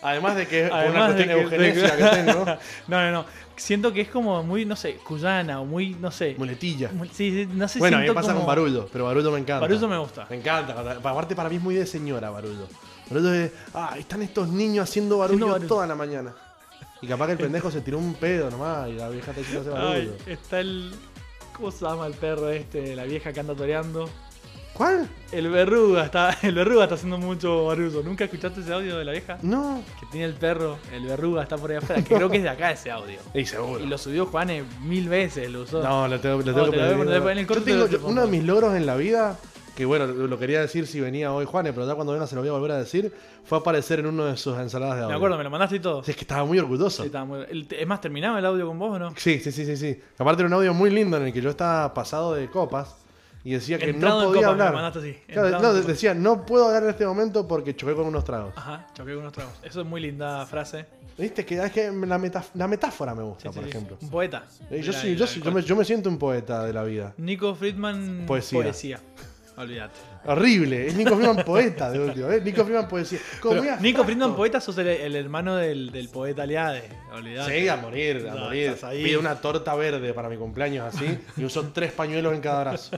A: Además de que es
B: además
A: una cuestión
B: de que- de que-
A: eugenesia que tengo.
B: no, no, no. Siento que es como muy, no sé, cuyana o muy, no sé.
A: Muletilla.
B: Mul- Sí, sí, no sé
A: bueno, a mí me
B: siento
A: pasa con
B: como-
A: Baruldo, pero Baruldo me encanta.
B: Baruldo me gusta.
A: Me encanta. cuando- Aparte, para mí es muy de señora Baruldo. Baruldo es. Ah, están estos niños haciendo barullo
B: Haciendo barullo.
A: toda la mañana. Y capaz que el pendejo se tiró un pedo nomás y la vieja está diciendo hace baruldo.
B: Ay, está el. ¿Cómo se llama el perro este? La vieja que anda toreando.
A: ¿Cuál?
B: El verruga está, el verruga está haciendo mucho barullo. ¿Nunca escuchaste ese audio de la vieja?
A: No.
B: Que tiene el perro, el verruga está por ahí afuera. Que creo que es de acá ese audio.
A: Y seguro.
B: Y lo subió Juanes mil veces, lo usó.
A: No, lo tengo, lo tengo
B: No, te
A: que
B: lo voy a
A: pedir.
B: poner en el
A: Yo
B: corte y te lo
A: tengo-
B: te pongo.
A: uno de mis logros en la vida, que bueno, lo lo quería decir si venía hoy Juanes, pero ya cuando venga se lo voy a volver a decir, fue aparecer en uno de sus ensaladas de audio.
B: Me acuerdo, me lo mandaste y todo.
A: Sí, Es que estaba muy orgulloso.
B: Sí, estaba muy- el- Es más, ¿terminaba el audio con vos o no?
A: Sí, sí, sí, sí, sí. Aparte era un audio muy lindo en el que yo estaba pasado de copas y decía que
B: Entrado
A: no
B: en
A: podía
B: copa, me
A: hablar.
B: mandaste así.
A: Claro,
B: Entrado
A: no,
B: en
A: de-
B: copa.
A: decía, no puedo hablar en este momento porque choqué con unos tragos.
B: Ajá, choqué con unos tragos. Eso es muy linda frase.
A: ¿Viste? Que, es que la, metaf- la metáfora me
B: Sí,
A: gusta,
B: sí,
A: por
B: sí.
A: ejemplo.
B: Un poeta.
A: Eh, Yo,
B: Del-
A: sí,
B: del
A: yo, sí, yo
B: alcohol.
A: me, yo me siento un poeta de la vida.
B: Nico Friedman.
A: Poesía. Oh,
B: Olvídate.
A: Horrible. Es Nico Freeman poeta de último. ¿eh? Nico Freeman poesía.
B: Pero,
A: Comía
B: Nico
A: frasco.
B: Friedman, poeta, sos el, el hermano del, del poeta Aliade. Olvídate.
A: Sí, a morir, a
B: No,
A: morir.
B: estás ahí.
A: Pide una torta verde para mi cumpleaños así y uso tres pañuelos en cada brazo.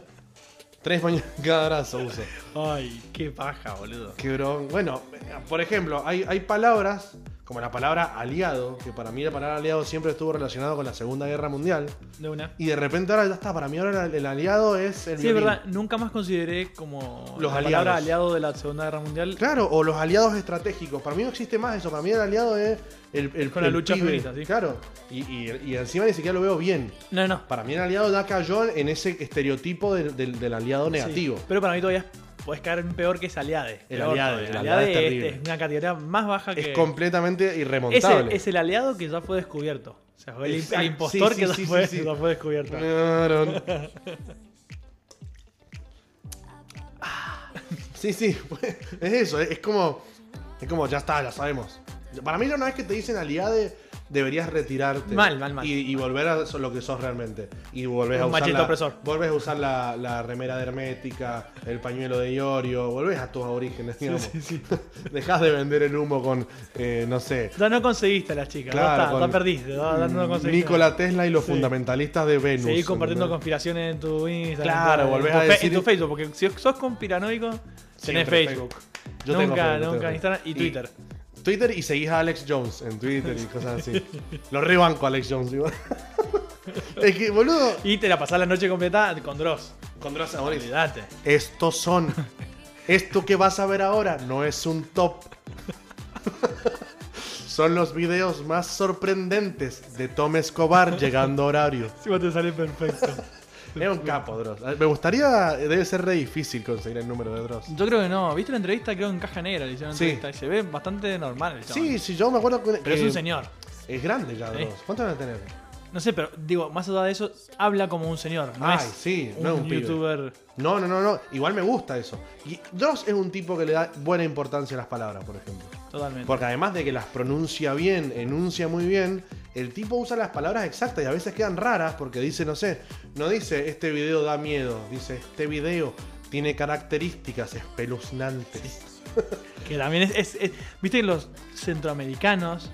A: Tres pañuelos en cada brazo uso.
B: Ay, qué paja, boludo.
A: Qué bron- Bueno, por ejemplo, hay, hay palabras como la palabra aliado, que para mí la palabra aliado siempre estuvo relacionada con la Segunda Guerra Mundial.
B: De una.
A: Y de repente ahora ya está, para mí ahora el, el aliado es el
B: Sí,
A: violín.
B: es verdad, nunca más consideré como
A: Los
B: la
A: aliados.
B: palabra aliado de la Segunda Guerra Mundial
A: Claro, o los aliados estratégicos. Para mí no existe más eso. Para mí el aliado es el, el
B: Con la
A: el
B: lucha
A: pibe.
B: feminista, sí.
A: Claro. Y, y- y encima ni siquiera lo veo bien.
B: No, no.
A: Para mí el aliado ya cayó en ese estereotipo del, del- del aliado negativo.
B: Sí, Pero para mí todavía puedes caer en peor que es Aliade.
A: El
B: Peor
A: Aliade,
B: todavía.
A: el Aliade
B: Aliade
A: es
B: es,
A: terrible.
B: es una categoría más baja que.
A: Es completamente
B: es, el,
A: irremontable.
B: es el aliado que ya fue descubierto. O sea, fue el, el
A: Exacto.
B: impostor
A: Sí, sí,
B: que ya,
A: sí,
B: fue,
A: sí, sí.
B: ya fue descubierto.
A: Claro. Sí, sí, es eso, es como, es como, ya está, ya sabemos. Para mí, una vez que te dicen aliade, deberías retirarte.
B: Mal, mal, mal.
A: Y, y volver a so- lo que sos realmente. Y volvés a
B: Un
A: usar.
B: machito
A: la,
B: opresor.
A: Volvés a usar la, la remera de hermética, el pañuelo de Iorio, volvés a tus orígenes, digamos. Dejás de vender el humo con, eh, no sé,
B: Ya no conseguiste a las chicas, ya
A: Claro,
B: está,
A: con
B: ya perdiste, ya, ya no conseguiste.
A: Nikola Tesla y los
B: Sí.
A: fundamentalistas de Venus.
B: Seguís compartiendo
A: ¿entendés?
B: conspiraciones en tu Instagram.
A: Claro,
B: en tu-
A: volvés
B: en tu
A: a
B: fe-
A: decir-
B: En tu Facebook, porque si sos conspiranoico,
A: Siempre
B: tenés Facebook.
A: Yo tengo
B: nunca,
A: Facebook,
B: nunca,
A: tengo
B: Instagram y
A: Facebook.
B: Twitter.
A: Twitter y seguís a Alex Jones en Twitter y cosas así. Lo rebanco a Alex Jones, igual. es que, boludo.
B: Y te la pasás la noche completa con Dross.
A: Con Dross Amoris.
B: Olvídate.
A: Estos son. Esto que vas a ver ahora no es un top. son los videos más sorprendentes de Tom Escobar llegando a horario.
B: Si vos te sale perfecto.
A: Es un capo, Dross. Ah, Me gustaría. Debe ser re difícil conseguir el número de Dross.
B: Yo creo que no. ¿Viste la entrevista? Creo en Caja Negra le hicieron
A: Sí.
B: entrevista. Y se ve bastante normal el chabón.
A: Sí, Eh, sí, yo me acuerdo que.
B: Pero es un
A: que
B: señor.
A: Es grande ya,
B: Sí.
A: Dross. ¿Cuánto van a tener?
B: No sé, pero digo, más allá de eso, habla como un señor. No
A: Ay,
B: es
A: sí,
B: un,
A: no es un pibe.
B: youtuber.
A: No, no, no, no. Igual me gusta eso. Y Dross es un tipo que le da buena importancia a las palabras, por ejemplo.
B: Totalmente.
A: Porque además de que las pronuncia bien, enuncia muy bien, el tipo usa las palabras exactas y a veces quedan raras porque dice, no sé, no dice este video da miedo, dice este video tiene características espeluznantes.
B: Que también es, es- es- Viste que los centroamericanos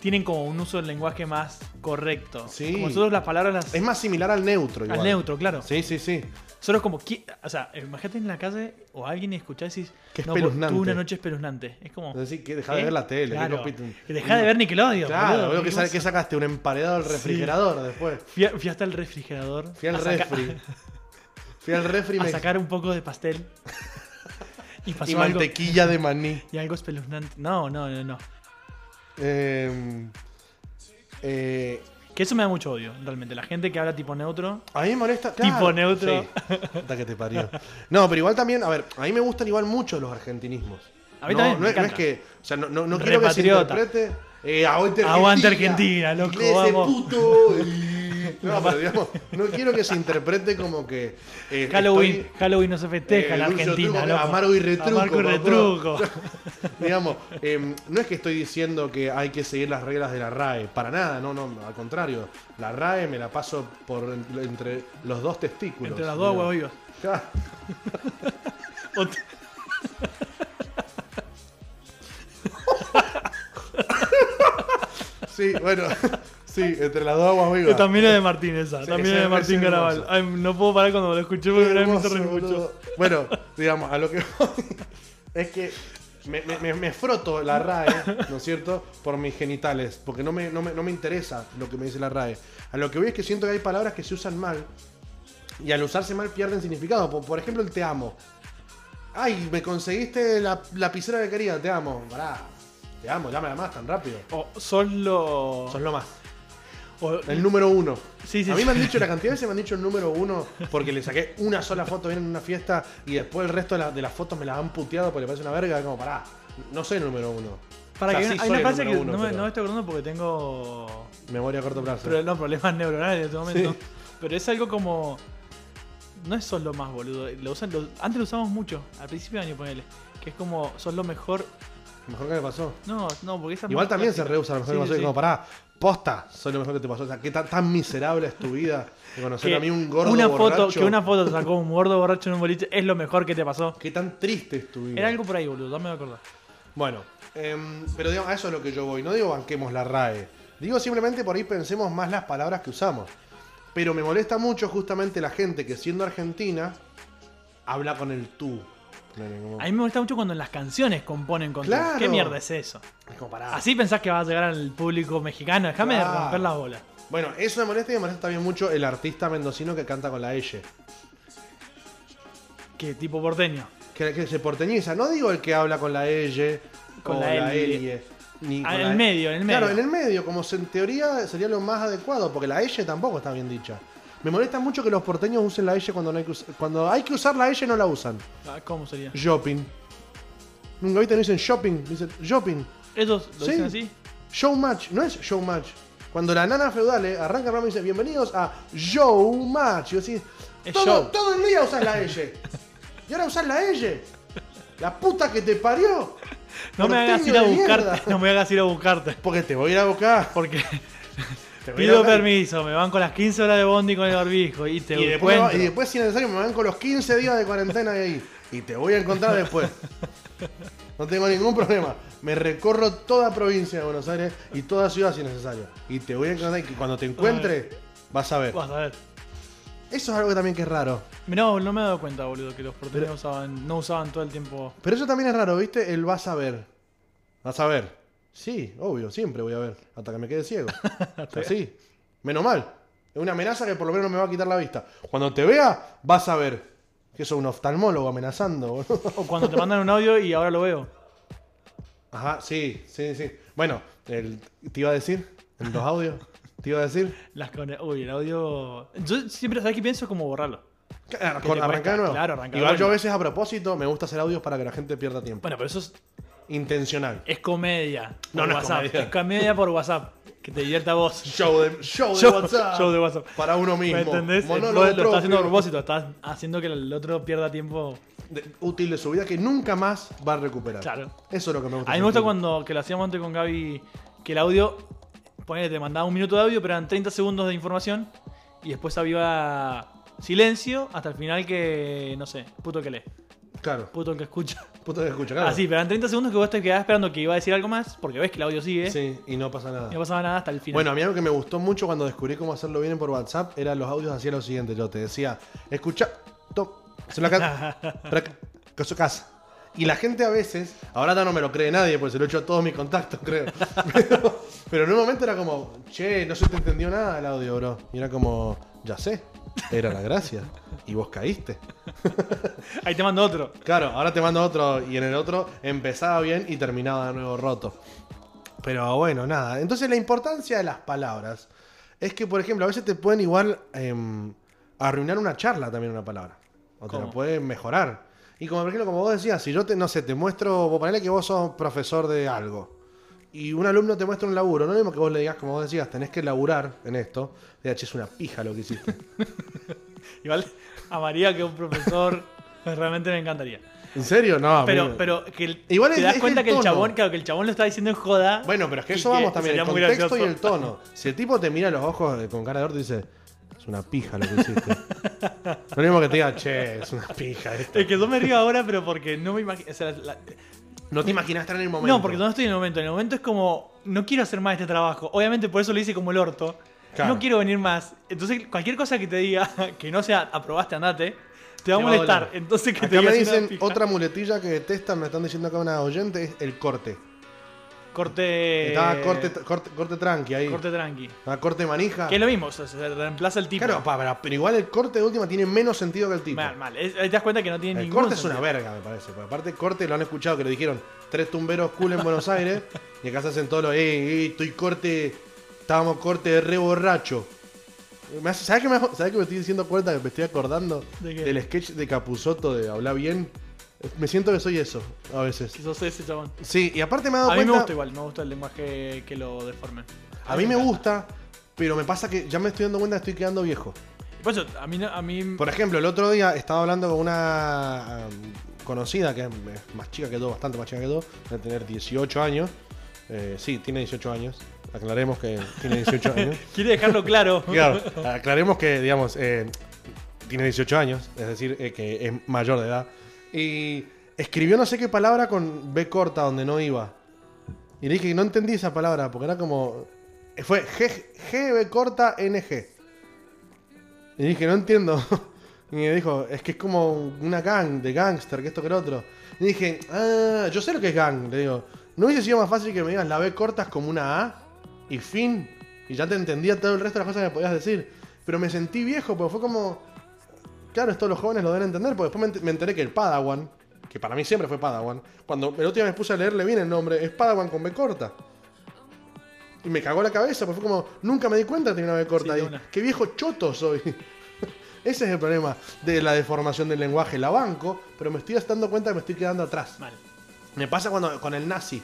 B: tienen como un uso del lenguaje más correcto.
A: Sí.
B: Como nosotros las palabras las.
A: Es más similar al neutro, igual.
B: al neutro, claro.
A: Sí, sí, sí.
B: Nosotros como. qui- O sea, imagínate en la calle o alguien y escuchás y decís.
A: Qué
B: no, pues,
A: espeluznante".
B: tuve una noche espeluznante. Es como.
A: Es decir, que deja de
B: ¿eh?
A: ver la tele.
B: Claro.
A: que compiten-
B: Que Dejá de ver Nickelodeon.
A: Claro,
B: boludo.
A: veo que,
B: ¿Qué
A: sa-
B: cosa?
A: que sacaste un emparedado al refrigerador después.
B: Fui, a- fui hasta el refrigerador.
A: Fui al
B: a saca-
A: refri. Fui al refri y
B: a
A: me-
B: sacar un poco de pastel. Y pasó
A: y
B: algo.
A: mantequilla de maní.
B: Y algo espeluznante. No, no, no, no.
A: Eh, eh,
B: Que eso me da mucho odio, realmente. La gente que habla tipo neutro.
A: a mí me molesta. claro,
B: Tipo neutro.
A: sí, puta que te parió. No, pero igual también, a ver, a mí me gustan igual mucho los argentinismos.
B: A mí
A: no,
B: también,
A: No,
B: me
A: es- no es
B: encanta.
A: que. O sea, no, no, no quiero que se
B: Repatriota.
A: interprete. Eh, aguante Argentina.
B: Aguante Argentina, loco,
A: Inglés,
B: vamos.
A: puto. eh. No, pero digamos, no quiero que se interprete como que. eh,
B: Halloween,
A: estoy-
B: Halloween no se festeja
A: Eh,
B: en la
A: dulce
B: Argentina,
A: truco,
B: loco.
A: amargo y retruco,
B: Amargo y
A: papá.
B: retruco.
A: Digamos, em, no es que estoy diciendo que hay que seguir las reglas de la RAE, para nada, no, no, al contrario. La RAE me la paso por en- entre los dos testículos.
B: Entre las dos
A: digamos.
B: huevos vivos.
A: Claro.
B: Ot-
A: Sí, bueno, sí, entre las dos aguas
B: que
A: vivas.
B: también es de Martín esa.
A: Sí,
B: también
A: ese-
B: es de
A: ese
B: Martín
A: es
B: Caraval.
A: hermoso.
B: Ay, no puedo parar cuando lo escuché porque una vez me hizo
A: Hermoso,
B: reír mucho.
A: boludo. Bueno, digamos, a lo que voy es que me, me- me- me froto la RAE, ¿no es cierto?, por mis genitales, porque no me, no me- no me interesa lo que me dice la RAE. A lo que voy es que siento que hay palabras que se usan mal y al usarse mal pierden significado. Por, por ejemplo, el te amo. Ay, me conseguiste la lapicera que quería, te amo. Pará, te amo, llámala más tan rápido.
B: O sos lo.
A: Sos lo más.
B: o-
A: El número uno.
B: Sí, sí,
A: a mí
B: sí.
A: me han dicho, la cantidad de veces me han dicho el número uno porque le saqué una sola foto bien en una fiesta y después el resto de, la- de las fotos me las han puteado porque le parece una verga. Como, pará, no soy el número uno.
B: Para
A: O sea,
B: que
A: sí
B: hay
A: soy
B: una
A: el
B: frase que
A: número uno,
B: no, me,
A: pero
B: no me estoy acordando porque tengo
A: Memoria a corto plazo.
B: pro- no, problemas neuronales en este momento. Pero es algo como. no es sos lo más, boludo. Lo usan- lo- antes lo usamos mucho, al principio de año, ponele. Que es como, sos lo mejor.
A: Mejor que me pasó.
B: No, no, porque esa es
A: Igual
B: más
A: también se
B: clásica.
A: rehúsa lo mejor que me
B: Sí,
A: pasó. y
B: sí,
A: como,
B: sí.
A: pará, posta, soy lo mejor que te pasó. O sea, qué tan, tan miserable es tu vida de conocer
B: Que
A: a mí un gordo
B: una
A: borracho.
B: foto, que una foto te sacó un gordo borracho en un boliche es lo mejor que te pasó.
A: Qué tan triste es tu vida.
B: Era algo por ahí, boludo, no me voy a acordar.
A: Bueno, em, pero digamos, a eso es lo que yo voy. No digo banquemos la RAE. Digo simplemente por ahí pensemos más las palabras que usamos. Pero me molesta mucho justamente la gente que siendo argentina habla con el tú.
B: A mí me gusta mucho cuando en las canciones componen con tu-
A: Claro.
B: ¿Qué mierda es eso?
A: Es como, pará.
B: Así pensás que vas a llegar al público mexicano, déjame de
A: Claro.
B: romper las bolas.
A: Bueno, eso me molesta y me molesta también mucho el artista mendocino que canta con la L.
B: Que tipo porteño.
A: Que, que se porteñiza. No digo el que habla con la L.
B: Con
A: o
B: la L.
A: ni
B: Ah,
A: con
B: en
A: la- E.
B: el medio, en el medio.
A: Claro, en el medio, como se- en teoría sería lo más adecuado, porque la L tampoco está bien dicha. Me molesta mucho que los porteños usen la L cuando, no hay, que us- cuando hay que usar la L no la usan.
B: Ah, ¿Cómo sería?
A: Shopping. Nunca viste, no dicen shopping, dicen shopping.
B: ¿Ellos lo
A: Sí.
B: dicen así?
A: Showmatch, no es showmatch. Cuando la nana feudal eh, arranca el programa y dice, bienvenidos a Showmatch. Y vos decís,
B: Es
A: todo,
B: show.
A: todo el día usás la L. y ahora usás la L. La puta que te parió.
B: No me hagas ir
A: Porteño
B: a
A: de mierda.
B: buscarte, no me hagas ir a buscarte.
A: Porque te voy a ir a buscar.
B: Porque
A: Te voy a ir a
B: pido
A: buscar.
B: permiso, me van con las 15 horas de bondi con el barbijo y te
A: Y después,
B: encuentro.
A: y después, si es necesario, me van con los 15 días de cuarentena de ahí. Y te voy a encontrar después. No tengo ningún problema. Me recorro toda provincia de Buenos Aires y toda ciudad si es necesario. Y te voy a encontrar. Y cuando te encuentre, vas a ver.
B: Vas a ver.
A: Eso es algo que también que es raro.
B: No, no me he dado cuenta, boludo, que los porteños
A: Pero-
B: usaban, no usaban todo el tiempo.
A: Pero eso también es raro, ¿viste? El vas a ver. Vas a ver. Sí, obvio, siempre voy a ver. Hasta que me quede ciego. Así. Menos mal. Es una amenaza que por lo menos no me va a quitar la vista. Cuando te vea, vas a ver. Que eso un oftalmólogo amenazando, boludo.
B: O cuando te mandan un audio y ahora lo veo.
A: Ajá, sí, sí, sí. Bueno, el- te iba a decir, en los audios, te iba a decir,
B: Las con... Uy, el audio. Yo siempre, ¿sabes qué pienso? Como borrarlo.
A: que-
B: te
A: con- arrancar
B: cuesta,
A: de nuevo.
B: claro, arrancar
A: Igual
B: de
A: yo a
B: nuevo.
A: veces a propósito me gusta hacer audios para que la gente pierda tiempo.
B: Bueno, pero eso es,
A: Intencional.
B: es comedia.
A: No,
B: por
A: no es
B: WhatsApp.
A: comedia.
B: comedia por WhatsApp. Que te divierta a vos.
A: Show de, show de
B: Show-
A: WhatsApp.
B: show de WhatsApp.
A: Para uno mismo.
B: ¿Me entendés?
A: Monólogo
B: Vos lo estás haciendo a
A: propio,
B: propósito, estás haciendo que el otro pierda tiempo.
A: de- útil de su vida que nunca más va a recuperar.
B: Claro.
A: Eso es lo que me gusta.
B: A mí me gusta
A: sentir.
B: cuando que lo hacíamos antes con Gaby, que el audio, ponele, te mandaba un minuto de audio, pero eran 30 segundos de información. Y después había silencio hasta el final que, no sé, puto el que lee,
A: Claro.
B: puto el que escucha.
A: Puta que escucha, claro.
B: Así, pero eran 30 segundos que vos te quedabas esperando que iba a decir algo más, porque ves que el audio sigue.
A: Sí, y no pasa nada.
B: ¿eh? Y no pasaba nada hasta el final.
A: Bueno, a mí algo que me gustó mucho cuando descubrí cómo hacerlo bien por WhatsApp eran los audios hacía lo siguiente, yo te decía, escucha, to, se la ca- pra- que su casa. Y la gente a veces, ahora ya no me lo cree nadie, porque se lo he hecho a todos mis contactos, creo. Pero, pero en un momento era como, che, no se te entendió nada el audio, bro. Y era como, ya sé, era la gracia. Y vos caíste.
B: Ahí te mando otro.
A: Claro, ahora te mando otro y en el otro empezaba bien y terminaba de nuevo roto. Pero bueno, nada. Entonces la importancia de las palabras es que, por ejemplo, a veces te pueden igual em, arruinar una charla también una palabra. O te la
B: ¿Cómo?
A: pueden mejorar. Y como por ejemplo, como vos decías, si yo te, no sé, te muestro, vos ponele que vos sos profesor de algo. Y un alumno te muestra un laburo, no es lo mismo que vos le digas, como vos decías, tenés que laburar en esto. De che, es una pija lo que hiciste.
B: Igual a María, que es un profesor, pues realmente me encantaría.
A: ¿En serio? No, a mí
B: Pero,
A: me-
B: pero que el-
A: Igual
B: te
A: es-
B: das
A: es el
B: cuenta que el
A: tono.
B: chabón, claro, que el chabón lo está diciendo en joda.
A: Bueno, pero es que
B: y
A: eso vamos también, el
B: sería muy
A: contexto y
B: gracioso.
A: el tono. Si el tipo te mira a los ojos con cara de orto y dice, es una pija lo que hiciste. No es lo mismo que te diga, che, es una pija esto.
B: Es que yo me río ahora, pero porque no me imagino. o sea, la-
A: No te imaginas estar en el momento.
B: no, porque no estoy en el momento. En el momento es como, no quiero hacer más este trabajo. Obviamente, por eso lo hice como el orto.
A: Claro.
B: No quiero venir más. Entonces, cualquier cosa que te diga que no sea aprobaste, andate, te
A: Te va
B: va a
A: a
B: molestar.
A: doler.
B: Entonces, que te
A: Acá me
B: digas una
A: dicen
B: pija.
A: otra muletilla que detestan, me están diciendo acá una oyente, es el corte.
B: Corte.
A: Estaba corte, corte, corte tranqui ahí.
B: Eh, Corte tranqui.
A: Estaba corte manija.
B: Que es lo mismo, o sea, se reemplaza el tipo.
A: Claro, pa, pero, pero igual el corte de última tiene menos sentido que el tipo.
B: mal, mal. Es- ahí te das cuenta que no tiene
A: El
B: ningún
A: Eh, corte es una
B: sentido.
A: verga, me parece. Porque aparte, corte lo han escuchado que le dijeron tres tumberos cool en Buenos Aires. y acá se hacen todos los, eh, eh, estoy corte, estábamos corte de re borracho. Me hace- ¿Sabes que me, hago- sabés que me estoy diciendo cuenta que me estoy acordando
B: ¿De qué?
A: del sketch de Capuzoto de hablar bien? Me siento que soy eso a veces.
B: Que sos ese chabón.
A: Sí, y aparte me he dado
B: A mí
A: cuenta.
B: me gusta igual, me gusta el lenguaje que lo deforme.
A: a mí me
B: encanta.
A: gusta, pero me pasa que ya me estoy dando cuenta que estoy quedando viejo.
B: Por eso, a mí. no- A mí
A: Por ejemplo, el otro día estaba hablando con una um, conocida que es es más chica que todo, bastante más chica que todo, de tener 18 años. Eh, sí, tiene 18 años. Aclaremos que tiene 18 años.
B: Quiere dejarlo claro.
A: Claro, aclaremos que, digamos, eh, tiene 18 años, es decir, eh, que es mayor de edad. Y escribió no sé qué palabra con B corta donde no iba. Y le dije que no entendí esa palabra, porque era como. eh, Fue G, G B corta NG. Y dije, no entiendo. Y me dijo, es que es como una gang, de gangster, que esto que lo otro. Y dije, ah, yo sé lo que es gang. Le digo, ¿no hubiese sido más fácil que me digas la B cortas como una A y fin? Y ya te entendía todo el resto de las cosas que podías decir. Pero me sentí viejo, porque fue como. Claro, esto los jóvenes lo deben entender, porque después me ent- me enteré que el Padawan, que para mí siempre fue Padawan, cuando el otro día me puse a leerle bien el nombre, es Padawan con B corta. Y me cagó la cabeza, porque fue como, nunca me di cuenta que tenía una B corta
B: Sí, de
A: ahí.
B: una.
A: Qué viejo choto soy. Ese es el problema de la deformación del lenguaje. La banco, pero me estoy dando cuenta que me estoy quedando atrás.
B: Mal.
A: Me pasa cuando con el nazi.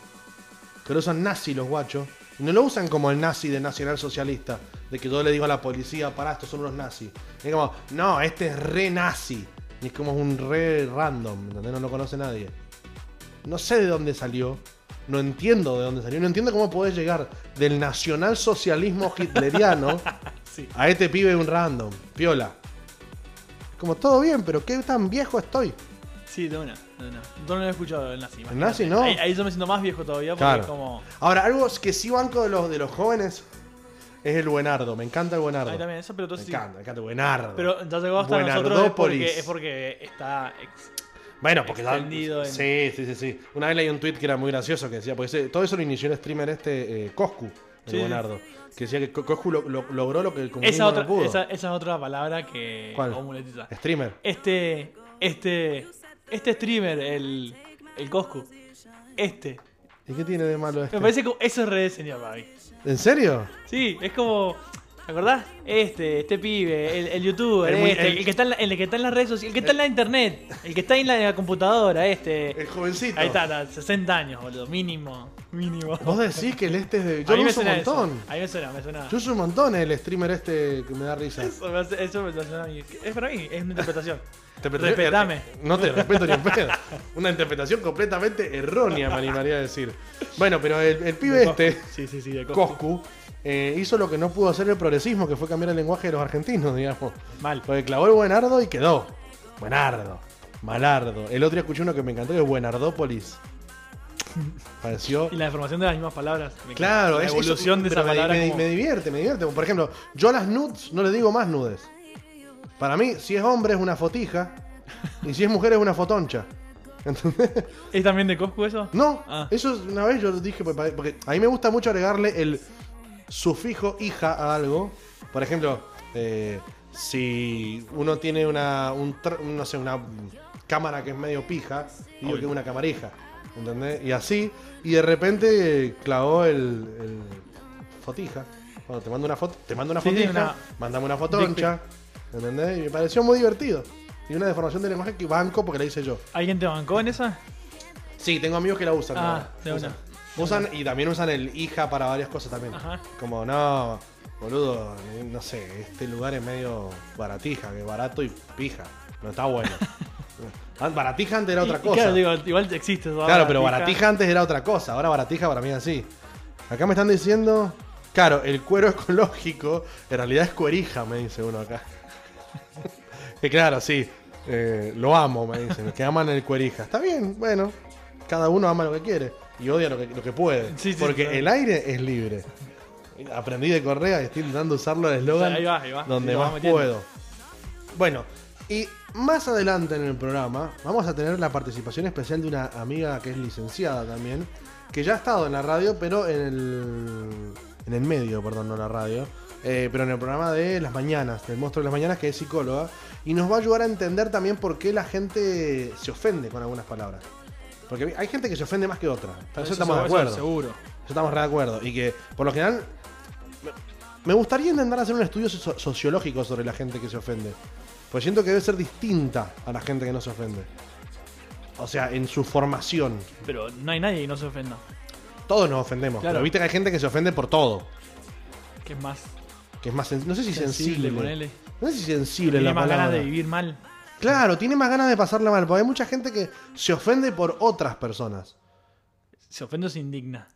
A: Que lo usan nazi los guachos. Y no lo usan como el nazi de nacionalsocialista. De que yo le digo a la policía, pará, estos son unos nazis. Y es como, no, este es re nazi. Y es como un re random, donde no lo conoce nadie. No sé de dónde salió. No entiendo de dónde salió. No entiendo cómo podés llegar del nacionalsocialismo hitleriano
B: Sí.
A: a este pibe un random. Piola. Como todo bien, pero qué tan viejo estoy.
B: Sí, de una, de una. Yo no lo he escuchado el nazi. imagínate.
A: nazi no?
B: Ahí, ahí yo me siento más viejo todavía porque
A: Claro.
B: es como.
A: Ahora, algo que sí banco de los, de los jóvenes es el buenardo. Me encanta el buenardo.
B: Ahí también, eso, pero
A: Me
B: tú sí.
A: encanta, me encanta el buenardo.
B: Pero ya llegó hasta nosotros es
A: Buenardópolis.
B: porque, es porque está. ex-
A: bueno, porque da-
B: eh, extendido en-
A: Sí, sí, sí, sí. Una vez leí un tweet que era muy gracioso que decía, porque ese- todo eso lo inició el streamer este, eh, Coscu, el
B: Sí.
A: buenardo. Que decía que Co- Coscu lo- lo- logró lo que el comunismo
B: Esa, otra,
A: no pudo.
B: esa, esa es otra palabra que.
A: ¿Cuál?
B: o muletita.
A: Streamer.
B: Este. Este. Este streamer, el. El Coscu. Este.
A: ¿Y qué tiene de malo este?
B: Me parece que eso es rediseñar para mí.
A: ¿En serio?
B: Sí, es como. ¿Te acordás? Este, este pibe, el, el youtuber,
A: El muy-
B: este,
A: el-
B: el, que está en la- el que está en las redes sociales, el que está en la internet, el que está en la, en la computadora, este.
A: El jovencito.
B: Ahí está, está, 60 años, boludo, mínimo, mínimo.
A: Vos decís que el este es de.
B: A
A: Yo
B: mí
A: lo
B: me
A: uso un
B: suena eso,
A: montón.
B: A mí me suena, me suena.
A: Yo uso un montón el streamer este que me da risa.
B: Eso me, hace- eso me suena a mí. Es para mí, es una interpretación.
A: Te- te-
B: Respetame.
A: No te respeto ni en pedo. Una interpretación completamente errónea, me animaría a decir. Bueno, pero el, el pibe este,
B: Sí, sí, sí, de Coscu.
A: Coscu, eh, hizo lo que no pudo hacer el progresismo, que fue cambiar el lenguaje de los argentinos, digamos.
B: Mal.
A: Porque clavó el buenardo y quedó. Buenardo. Malardo. El otro día escuché uno que me encantó, que es Buenardópolis. Pareció...
B: Y la deformación de las mismas palabras. me encanta.
A: Claro,
B: la
A: es-
B: evolución
A: eso-
B: de esa
A: pero me-
B: palabra.
A: Me,
B: como-
A: me divierte, me divierte. Por ejemplo, yo a las nudes no le digo más nudes. Para mí, si es hombre es una fotija y si es mujer es una fotoncha. ¿Entendés?
B: ¿Es también de Coscu eso?
A: No,
B: Ah.
A: eso es- una vez yo dije, pues, pa- porque a mí me gusta mucho agregarle el sufijo hija a algo. Por ejemplo, eh, si uno tiene una, un tr- no sé, una cámara que es medio pija, digo
B: Obvio.
A: que es una camarija, ¿entendés? Y así, y de repente eh, clavó el, el fotija. Bueno, te mando una foto, te mando una
B: Sí, sí,
A: fotija,
B: una-
A: mandame una fotoncha, ¿entendés? Y me pareció muy divertido. Y una deformación de lenguaje que banco porque la hice yo.
B: ¿Alguien te bancó en esa?
A: Sí, tengo amigos que la usan.
B: Ah,
A: ¿no?
B: de una.
A: usan, usan y también usan el hija para varias cosas también.
B: Ajá.
A: Como, no, boludo, no sé, este lugar es medio baratija, que barato y pija. No está bueno. Ah, baratija antes era otra
B: Y- y
A: cosa.
B: Claro,
A: Claro,
B: digo, igual existe. esa
A: pero baratija antes era otra cosa. Ahora baratija para mí es así. Acá me están diciendo. Claro, el cuero ecológico en realidad es cuerija, me dice uno acá. Que claro, sí. eh, lo amo, me dicen. Que aman el cuerija. Está bien, bueno. Cada uno ama lo que quiere y odia lo que, lo que puede.
B: Sí, sí,
A: porque
B: claro.
A: el aire es libre. Aprendí de Correa y estoy intentando usarlo el eslogan
B: Ahí va, ahí va.
A: donde
B: Lo vas
A: más
B: metiendo.
A: puedo. Bueno, y más adelante en el programa vamos a tener la participación especial de una amiga que es licenciada también, que ya ha estado en la radio, pero en el, en el medio, perdón, no en la radio, eh, pero en el programa de las mañanas, del monstruo de las mañanas, que es psicóloga, y nos va a ayudar a entender también por qué la gente se ofende con algunas palabras. Porque hay gente que se ofende más que otra. Eso, estamos de acuerdo.
B: Seguro.
A: Eso estamos re de acuerdo. Y que, por lo general, me- me gustaría intentar hacer un estudio so- sociológico sobre la gente que se ofende. Pues siento que debe ser distinta a la gente que no se ofende. O sea, en su formación.
B: Pero no hay nadie que no se ofenda.
A: Todos nos ofendemos.
B: Claro.
A: Pero viste que hay gente que se ofende por todo.
B: Que es más
A: Que es más. sen- No sé si sensible.
B: sensible, ponele.
A: No sé si sensible
B: Tiene
A: la
B: más ganas
A: palabra.
B: de vivir mal.
A: Claro, tiene más ganas de pasarla mal. Porque hay mucha gente que se ofende por otras personas.
B: Se ofende o se indigna.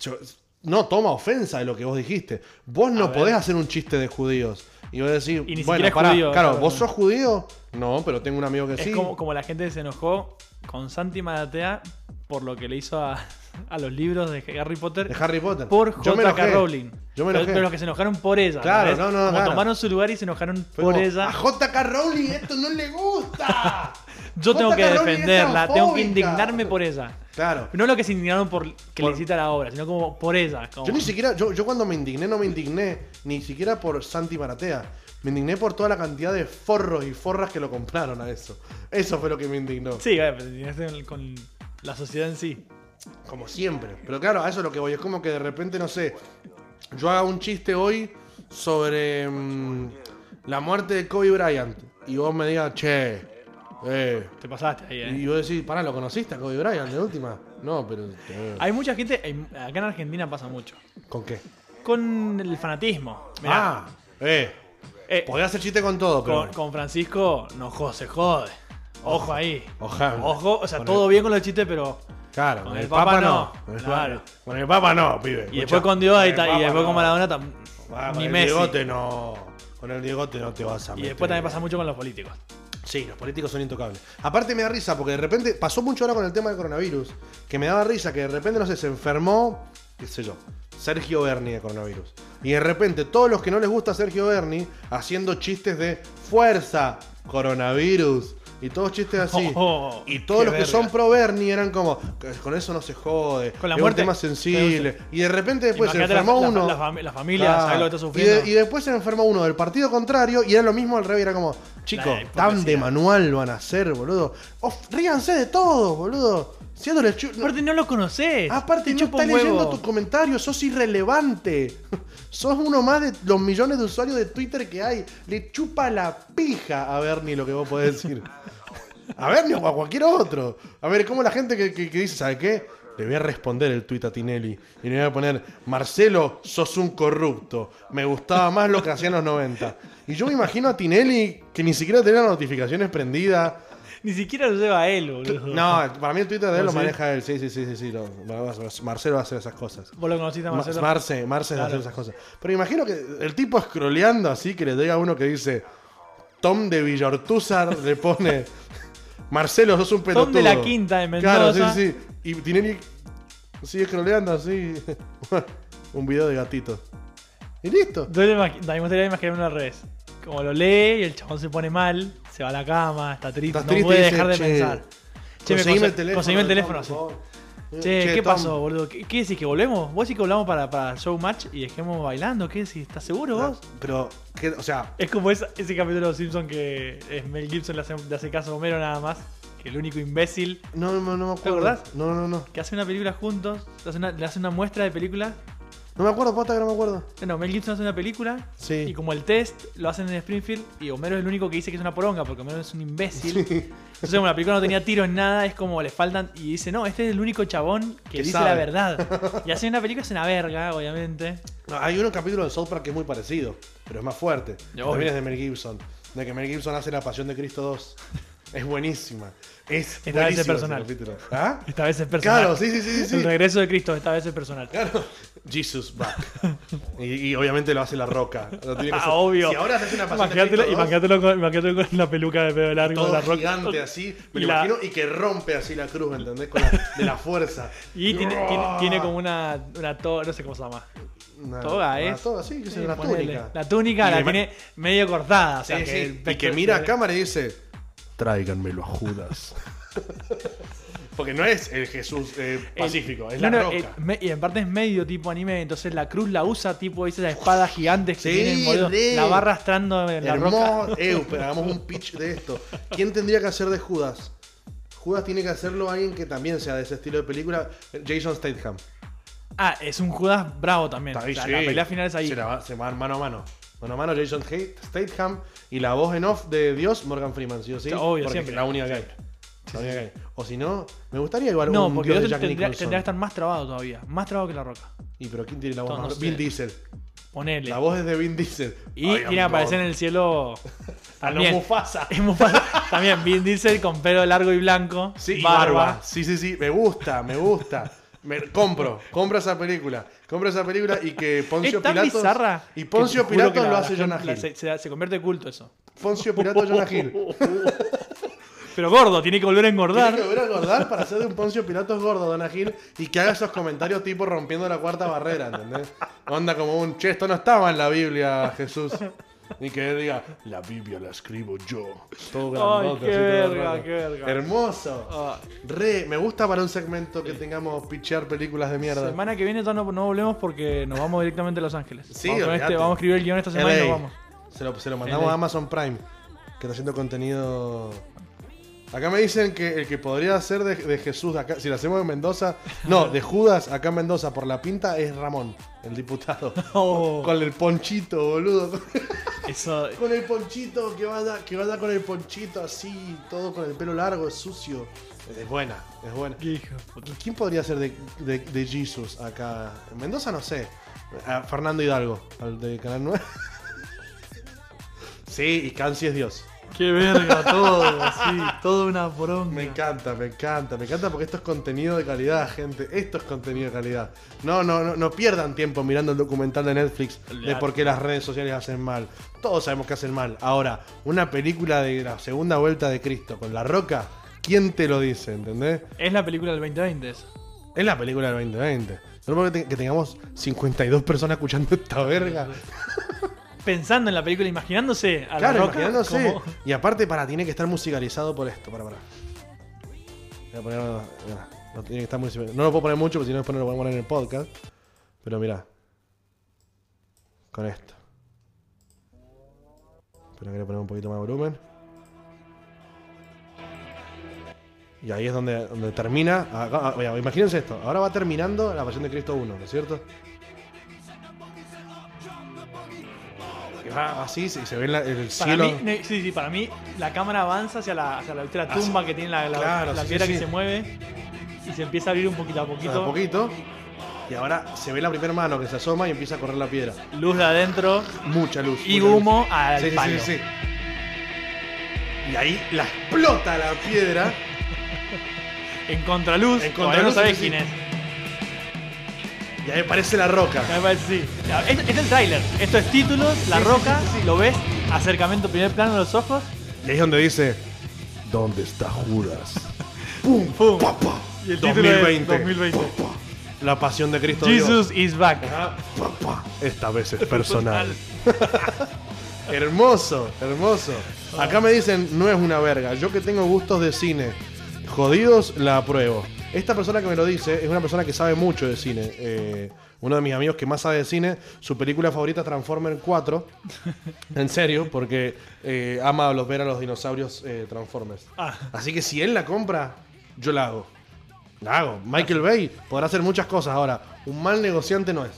A: Yo- no toma ofensa de lo que vos dijiste. Vos no
B: ver.
A: podés hacer un chiste de judíos. Y vos decís,
B: Y ni siquiera
A: bueno,
B: es
A: pará,
B: judío,
A: claro,
B: claro.
A: ¿vos sos judío? No, pero tengo un amigo que sí.
B: Es como, como la gente que se enojó con Santi Maratea por lo que le hizo a, a los libros de Harry Potter
A: De Harry Potter.
B: por
A: Yo me
B: J.K.
A: enojé.
B: Rowling.
A: Yo me
B: Pero-
A: enojé.
B: Pero los que se enojaron por ella.
A: Claro,
B: ¿entendés?
A: no, no,
B: Como
A: claro.
B: tomaron su lugar y se enojaron
A: Fue
B: por
A: como, "Ah,
B: ella.
A: A J.K. Rowling esto no le gusta.
B: Yo tengo que
A: J.K. Rowling es
B: defenderla, tengo que
A: transfóbica.
B: indignarme por ella.
A: claro.
B: No lo que se indignaron por que
A: Por-
B: le cita la obra, sino como por ella. como-
A: Yo ni siquiera, yo, yo cuando me indigné, no me indigné ni siquiera por Santi Maratea. Me indigné por toda la cantidad de forros y forras que lo compraron a eso. Eso fue lo que me indignó.
B: Sí, eh, pero indignaste con la sociedad en sí.
A: Como siempre. Pero claro, a eso es lo que voy. Es como que de repente, no sé, yo haga un chiste hoy sobre mm, la muerte de Kobe Bryant. Y vos me digas, che, eh.
B: Te pasaste ahí, eh.
A: Y vos decís, pará, ¿lo conociste a Kobe Bryant de última? No, pero... eh,
B: Hay mucha gente, en- acá en Argentina pasa mucho,
A: ¿Con qué?
B: con el fanatismo. Mirá,
A: Ah, eh.
B: eh,
A: Podés hacer chiste con todo, pero...
B: con, con Francisco no jode, se jode. Ojo ahí.
A: Ojalá.
B: Ojo, o sea,
A: Con
B: todo bien con los chistes, pero...
A: Claro,
B: Con el Papa no. Claro.
A: Con el Papa no, pibe.
B: Y
A: Escuchá. Eh,
B: después con Dios ahí
A: el
B: está,
A: Papa
B: y después con
A: no.
B: Maradona tam-
A: Ah, con
B: ni
A: el
B: Messi.
A: Diegote no. Con el Diegote no te vas a
B: Y
A: meter.
B: después también pasa mucho con los políticos.
A: Sí, los políticos son intocables. Aparte me da risa porque de repente pasó mucho ahora con el tema del coronavirus, que me daba risa que de repente no sé, se enfermó, qué sé yo, Sergio Berni de coronavirus. Y de repente todos los que no les gusta Sergio Berni haciendo chistes de fuerza coronavirus y todos chistes así.
B: Oh,
A: y todos
B: qué
A: los que
B: verga.
A: son pro Berni eran como con eso no se jode,
B: Con la
A: es
B: muerte,
A: un tema sensible. Y de repente después se
B: Imagínate la-
A: enfermó
B: la,
A: uno.
B: La, fami- la familia, ¿sabes lo que está
A: Claro. Y de-
B: sufriendo?
A: Y, después se enfermó uno del partido contrario y era lo mismo al revés. Era como, chico,
B: La
A: tan de
B: hipocresía.
A: manual van a ser, boludo. Of- ríanse de todo, boludo. Siéndole chu- no-
B: Aparte no lo conoces.
A: Ah, Aparte,
B: Te
A: no
B: chupa
A: está
B: un huevo.
A: leyendo tus comentarios, sos irrelevante. sos uno más de los millones de usuarios de Twitter que hay. Le chupa la pija a Bernie lo que vos podés decir. a Bernie o a cualquier otro. A ver, como la gente que, que- que dice, ¿sabe qué? Le voy a responder el tuit a Tinelli y le voy a poner, Marcelo, sos un corrupto. Me gustaba más lo que hacían los 90. Y yo me imagino a Tinelli que ni siquiera tenía las notificaciones prendidas.
B: Ni siquiera lo lleva a él, boludo.
A: No, para mí el Twitter de él
B: ¿Ah,
A: lo
B: sí?
A: maneja él. Sí, sí, sí, sí. sí lo- Marcelo va a hacer esas cosas.
B: Vos lo conociste a
A: Ma-
B: Marcelo.
A: Marce, Marce va a hacer esas cosas. Pero imagino que el tipo scrolleando así, que le llega uno que dice Tom de Villortúzar, le pone Marcelo, sos un pelotudo.
B: Tom de la Quinta de
A: Claro, sí,
B: Mendoza.
A: sí. Y Tinelli sigue scrolleando así. un video de gatito. Y listo.
B: Yo le imagi- a mí me gustaría imaginarme al revés. Como lo lee y el chabón se pone mal, se va a la cama, está triste,
A: Estás
B: no
A: triste y
B: puede
A: dice,
B: dejar de
A: "Che, eh,
B: pensar. Che, me
A: conseguime
B: conse-
A: el teléfono.
B: conseguime el
A: de Tom,
B: teléfono,
A: por favor.
B: Che, ¿qué
A: Tom,
B: pasó, boludo? ¿Qué, qué decís? ¿Que volvemos? ¿Vos decís que volvamos para, para Showmatch y dejemos bailando? ¿Qué decís? ¿Estás seguro vos?
A: Pero, ¿qué- o sea,
B: Es como esa- ese capítulo de Los Simpsons que es Mel Gibson le hace, le hace caso a Homero nada más, que el único imbécil
A: no, no, no me acuerdo.
B: acordás?
A: No, no, no.
B: que hace una película juntos, le hace una, le hace una muestra de película.
A: No me acuerdo, posta que no me acuerdo.
B: No, Mel Gibson hace una película
A: Sí.
B: y como el test lo hacen en Springfield y Homero es el único que dice que es una poronga porque Homero es un imbécil. Entonces como la película no tenía tiros, nada, es como le faltan y dice, no, este es el único chabón que,
A: Que
B: dice
A: sabe.
B: la verdad. Y hace una película, es una verga, obviamente.
A: No, hay un capítulo de South Park que es muy parecido, pero es más fuerte.
B: Obvio.
A: También es de Mel Gibson. De que Mel Gibson hace La Pasión de Cristo 2. Es buenísima. Es
B: Esta vez es
A: buenísimo ese
B: personal.
A: capítulo. ¿Ah?
B: Esta vez es personal.
A: Claro, sí, sí, sí, sí.
B: El regreso de Cristo, esta vez es personal.
A: Claro. Jesus back. Y, y obviamente lo hace La Roca. Lo tiene que
B: Ah,
A: hacer.
B: obvio.
A: Si ahora haces una Pasión de Cristo
B: Imagínatelo,
A: 2,
B: imagínatelo con, imagínatelo con la peluca de pedo largo,
A: todo
B: la roca.
A: gigante así, me
B: Y
A: lo
B: la-
A: imagino, y que rompe así la cruz, ¿entendés? Con la- de la fuerza.
B: Y tiene, tiene,
A: ¡Uah!
B: tiene como una, una to- no sé cómo se llama.
A: Una-
B: toga,
A: una
B: ¿eh?
A: Toga, sí, que es
B: Sí,
A: una
B: ponele.
A: túnica.
B: La túnica
A: Y
B: la
A: le ma-
B: tiene medio cortada. O sea,
A: Sí,
B: que
A: sí.
B: el
A: Y que
B: pectoral-
A: mira a cámara y dice, tráiganmelo a Judas. Porque no es el Jesús eh,
B: el-
A: pacífico, es la
B: no, no,
A: roca.
B: el- me- y en parte es medio tipo anime, entonces la cruz la usa tipo dice las espadas gigantes que
A: Sí,
B: tienen, boludo,
A: re.
B: la va arrastrando en la roca.
A: Hermoso. Eh, pero hagamos un pitch de esto. ¿Quién tendría que hacer de Judas? Judas tiene que hacerlo alguien que también sea de ese estilo de película. Jason Statham.
B: Ah, es un Judas bravo también.
A: Está ahí,
B: O sea,
A: sí.
B: La pelea final es ahí.
A: Se, la va- se van mano a mano. Mano a mano Jason Hay- Statham y la voz en off de Dios, Morgan Freeman, ¿sí o sí?
B: Obvio,
A: porque
B: siempre.
A: es la única que hay. La única que hay. O si no, me gustaría igual
B: No,
A: un
B: porque
A: Dios
B: el
A: de
B: otro
A: Jack
B: tendría,
A: Nicholson.
B: tendría que estar más trabado todavía. Más trabado que la roca.
A: ¿Y pero quién tiene la voz
B: No,
A: más
B: no
A: Vin
B: sé.
A: Diesel.
B: Ponele.
A: La voz es de Vin Diesel.
B: Y
A: I am
B: tiene que aparecer en
A: God.
B: el cielo.
A: A lo
B: también.
A: Mufasa.
B: Es muy fácil. También Vin Diesel con pelo largo y blanco.
A: Sí, y barba.
B: barba.
A: Sí, sí, sí. Me gusta, me gusta. Me, compro, compro esa película. Compro esa película y que Poncio
B: Es tan
A: Pilatos.
B: bizarra.
A: Y
B: que
A: Poncio
B: te juro que
A: Pilatos
B: la-
A: lo
B: la
A: hace
B: gente-
A: Jonah
B: la-
A: Hill.
B: Se, se- se convierte en culto eso.
A: Poncio Pilatos Jonah Hill.
B: Pero gordo, tiene que volver a engordar.
A: Tiene que volver a engordar para hacer de un Poncio Pilatos gordo, Jonah Hill, y que haga esos comentarios tipo rompiendo la cuarta barrera, ¿entendés? Onda como un che, esto no estaba en la Biblia, Jesús. Ni que él diga, la Biblia la escribo yo. Todo grandote,
B: qué
A: así, todo
B: verga,
A: raro.
B: qué verga.
A: Hermoso.
B: Ah,
A: Re, me gusta para un segmento que tengamos pichear películas de mierda.
B: semana que viene ya no, no volvemos porque nos vamos directamente a Los Ángeles.
A: Sí,
B: vamos, con
A: olvídate.
B: este- vamos a escribir el guión esta semana y
A: LA.
B: nos vamos.
A: Se lo, se lo mandamos
B: LA.
A: a Amazon Prime, que está haciendo contenido. Acá me dicen que el que podría ser de, de Jesús, de acá, si lo hacemos en Mendoza, no, de Judas, acá en Mendoza, por la pinta, es Ramón, el diputado.
B: Oh,
A: Con el ponchito, boludo.
B: eso,
A: Con el ponchito, que vaya, que vaya con el ponchito así, todo con el pelo largo, sucio. Es buena, es buena.
B: qué hijo de puta.
A: ¿Y Pues, ¿Quién podría ser de, de, de Jesus acá? En Mendoza no sé. Ah, Fernando Hidalgo, al de Canal 9. sí, y Cansi es Dios.
B: Qué verga todo, sí, toda una poronga.
A: Me encanta, me encanta, me encanta porque esto es contenido de calidad, gente. Esto es contenido de calidad. No, no, no, no pierdan tiempo mirando el documental de Netflix de por qué las redes sociales hacen mal. Todos sabemos que hacen mal. Ahora, una película de la segunda vuelta de Cristo con La Roca, ¿quién te lo dice, entendés?
B: Es la película del 2020 esa.
A: Es la película del 2020. No puedo que, te- que tengamos 52 personas escuchando esta verga.
B: Pensando en la película, imaginándose a la
A: Claro,
B: roca.
A: imaginándose.
B: como-
A: Y aparte, para, tiene que estar musicalizado por esto. Para, para. Voy a poner- mirá, lo tiene que estar musical- No lo puedo poner mucho, porque si no, después no lo voy a poner en el podcast. Pero mirá. Con esto. Pero quiero poner un poquito más de volumen. Y ahí es donde, donde termina. Acá- ah, mira, imagínense esto. Ahora va terminando la pasión de Cristo 1, ¿no es cierto? Que va así, se, se ve la- el
B: Para
A: cielo.
B: mí, ne- sí, sí, para mí la cámara avanza hacia la, hacia la, viste la
A: Hacia-
B: tumba que tiene la, la,
A: Ah, Claro,
B: la
A: sí,
B: piedra
A: sí,
B: que
A: sí.
B: se mueve y se empieza a abrir un poquito a poquito.
A: a poquito. Y ahora se ve la primera mano que se asoma y empieza a correr la piedra.
B: Luz de adentro
A: Mucha luz.
B: y
A: mucha luz.
B: humo al
A: Sí, sí,
B: palo.
A: sí, sí. Y ahí la explota la piedra.
B: En contraluz,
A: En
B: en
A: contraluz,
B: no sabes
A: sí, sí.
B: quién es.
A: Y ahí aparece la roca.
B: Me parece, sí. Es, es el tráiler. Esto es títulos, la
A: Sí, sí,
B: roca,
A: sí, sí, sí.
B: lo ves, acercamiento, primer plano de los ojos.
A: Y ahí es donde dice: ¿Dónde está Judas? ¡Pum!
B: ¡Pum!
A: pa, pa.
B: Y el título es
A: 2020.
B: 2020.
A: Pa, pa. La pasión de Cristo.
B: Jesus is back.
A: Dios. Ah, pa, pa. Esta vez es personal. Hermoso, hermoso. Acá me dicen, no es una verga. Yo que tengo gustos de cine, jodidos, la apruebo. Esta persona que me lo dice es una persona que sabe mucho de cine. Eh, uno de mis amigos que más sabe de cine, su película favorita es Transformer 4. En serio, porque eh, ama a los ver a los dinosaurios eh, Transformers.
B: Ah.
A: Así que si él la compra, yo la hago. La hago. Michael Bay podrá hacer muchas cosas ahora. Un mal negociante no es.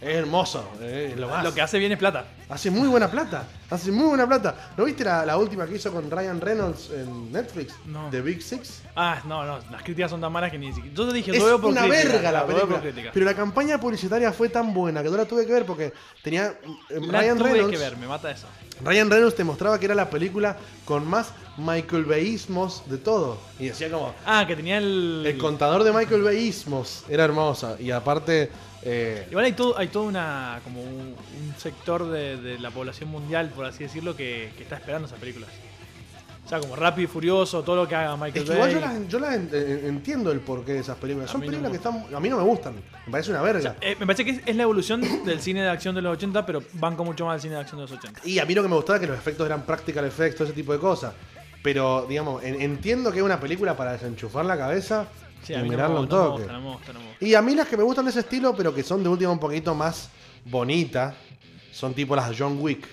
A: Es hermoso. eh, lo, más.
B: Lo que hace bien es plata.
A: Hace muy buena plata. Hace muy buena plata. ¿No viste la, la última que hizo con Ryan Reynolds en Netflix?
B: No.
A: The Big Six.
B: Ah, no, no, las críticas son tan malas que ni siquiera. Yo te dije,
A: Es
B: yo veo por
A: una
B: crítica,
A: verga la
B: yo veo por
A: película.
B: crítica.
A: Pero la campaña publicitaria fue tan buena que yo la tuve que ver porque tenía eh,
B: La
A: Ryan
B: tuve
A: Reynolds.
B: que ver, me mata eso.
A: Ryan Reynolds te mostraba que era la película con más Michael Bayismos de todo. Y decía como
B: Ah, que tenía el.
A: el contador de Michael Bayismos era hermosa y aparte eh,
B: Igual hay todo, hay todo una, como un, un sector de, de la población mundial, por así decirlo, que, que está esperando esas películas. O sea, como Rápido y Furioso, todo lo que haga Michael
A: Es que igual
B: Bay.
A: yo las, yo las en- en- entiendo el porqué de esas películas.
B: A
A: Son
B: mí no
A: películas
B: me
A: que están. A mí no me gustan. Me parece una verga.
B: Eh, me parece que es, es la evolución del cine de acción de los 80, pero banco mucho más al cine de acción de los 80.
A: Y a mí lo que me gustaba es que los efectos eran practical effects, todo ese tipo de cosas. Pero, digamos, en- entiendo que es una película para desenchufar la cabeza
B: Sí,
A: y
B: a mí no me,
A: mirarla un
B: gusta, no me
A: toque.
B: gusta, no me gusta, no me gusta.
A: Y a mí las que me gustan de ese estilo, pero que son de última un poquito más bonitas, son tipo las John Wick.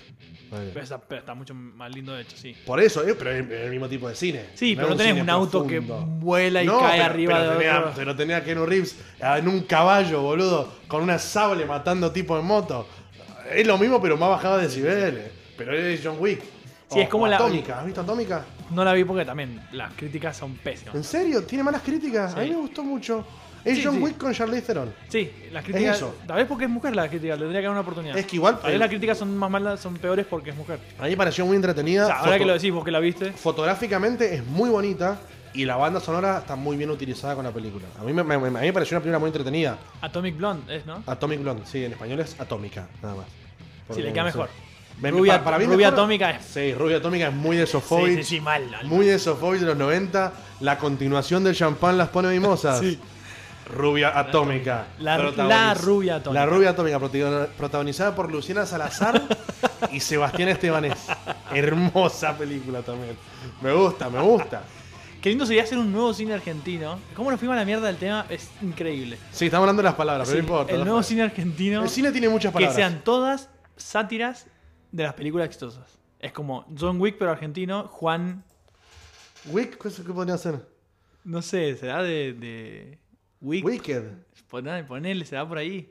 A: Vale.
B: Pero está, pero está mucho más lindo de hecho, sí.
A: Por eso, eh, pero es el mismo tipo de cine.
B: Sí, pero
A: es
B: no tenés
A: cine
B: un auto
A: profundo.
B: que vuela y cae
A: pero-
B: arriba
A: pero
B: de
A: tenía,
B: otro.
A: Pero tenía a Keanu Reeves en un caballo, boludo, con una sable matando tipo en moto. Es lo mismo, pero más bajado de decibeles. Pero es John Wick.
B: Sí, es como la-
A: Atómica. ¿Has visto Atómica?
B: No la vi porque también las críticas son pésimas.
A: ¿En serio? ¿Tiene malas críticas? A mí
B: Sí.
A: me gustó mucho. Es
B: Sí,
A: John
B: sí.
A: Wick con Charlize Theron.
B: Sí, las críticas.
A: eso.
B: Tal vez porque es mujer la crítica, le tendría que dar una oportunidad.
A: Es que igual.
B: Tal vez
A: eh,
B: las críticas son más malas, son peores porque es mujer.
A: a mí me pareció muy entretenida.
B: O sea, ahora
A: foto-
B: que lo decís, vos que la viste.
A: Fotográficamente es muy bonita. Y la banda sonora está muy bien utilizada con la película. A mí me, me- me- a mí me pareció una película muy entretenida.
B: Atomic Blonde es, ¿no?
A: Atomic Blonde, sí, en español es Atómica, nada más.
B: Sí, le
A: Porque,
B: queda
A: no sé.
B: mejor.
A: Me-
B: Rubia-
A: pa- para mí
B: Rubia
A: mejor-
B: Atómica es-
A: Sí, Rubia Atómica es muy de Sofoy.
B: Sí, sí, sí, mal. mal.
A: Muy de Sofoy de los 90. La continuación del champán las pone mimosas.
B: Sí.
A: Rubia Atómica.
B: La-
A: protagoniz-
B: la Rubia Atómica.
A: La Rubia Atómica, protagoni- protagonizada por Luciana Salazar y Sebastián Estebanés. Hermosa película también. Me gusta, me gusta.
B: Qué lindo sería hacer un nuevo cine argentino. ¿Cómo nos fuimos a la mierda del tema? Es increíble.
A: Sí, estamos hablando de las palabras, pero
B: Sí,
A: no importa.
B: el
A: las
B: nuevo
A: palabras.
B: cine argentino.
A: El cine tiene muchas
B: que
A: palabras.
B: sean todas sátiras de las películas exitosas. Es como John Wick, pero argentino. Juan,
A: Wick, ¿qué qué podría ser?
B: no sé, será de. de Wick.
A: Wicked.
B: Poné- Ponele, será por ahí.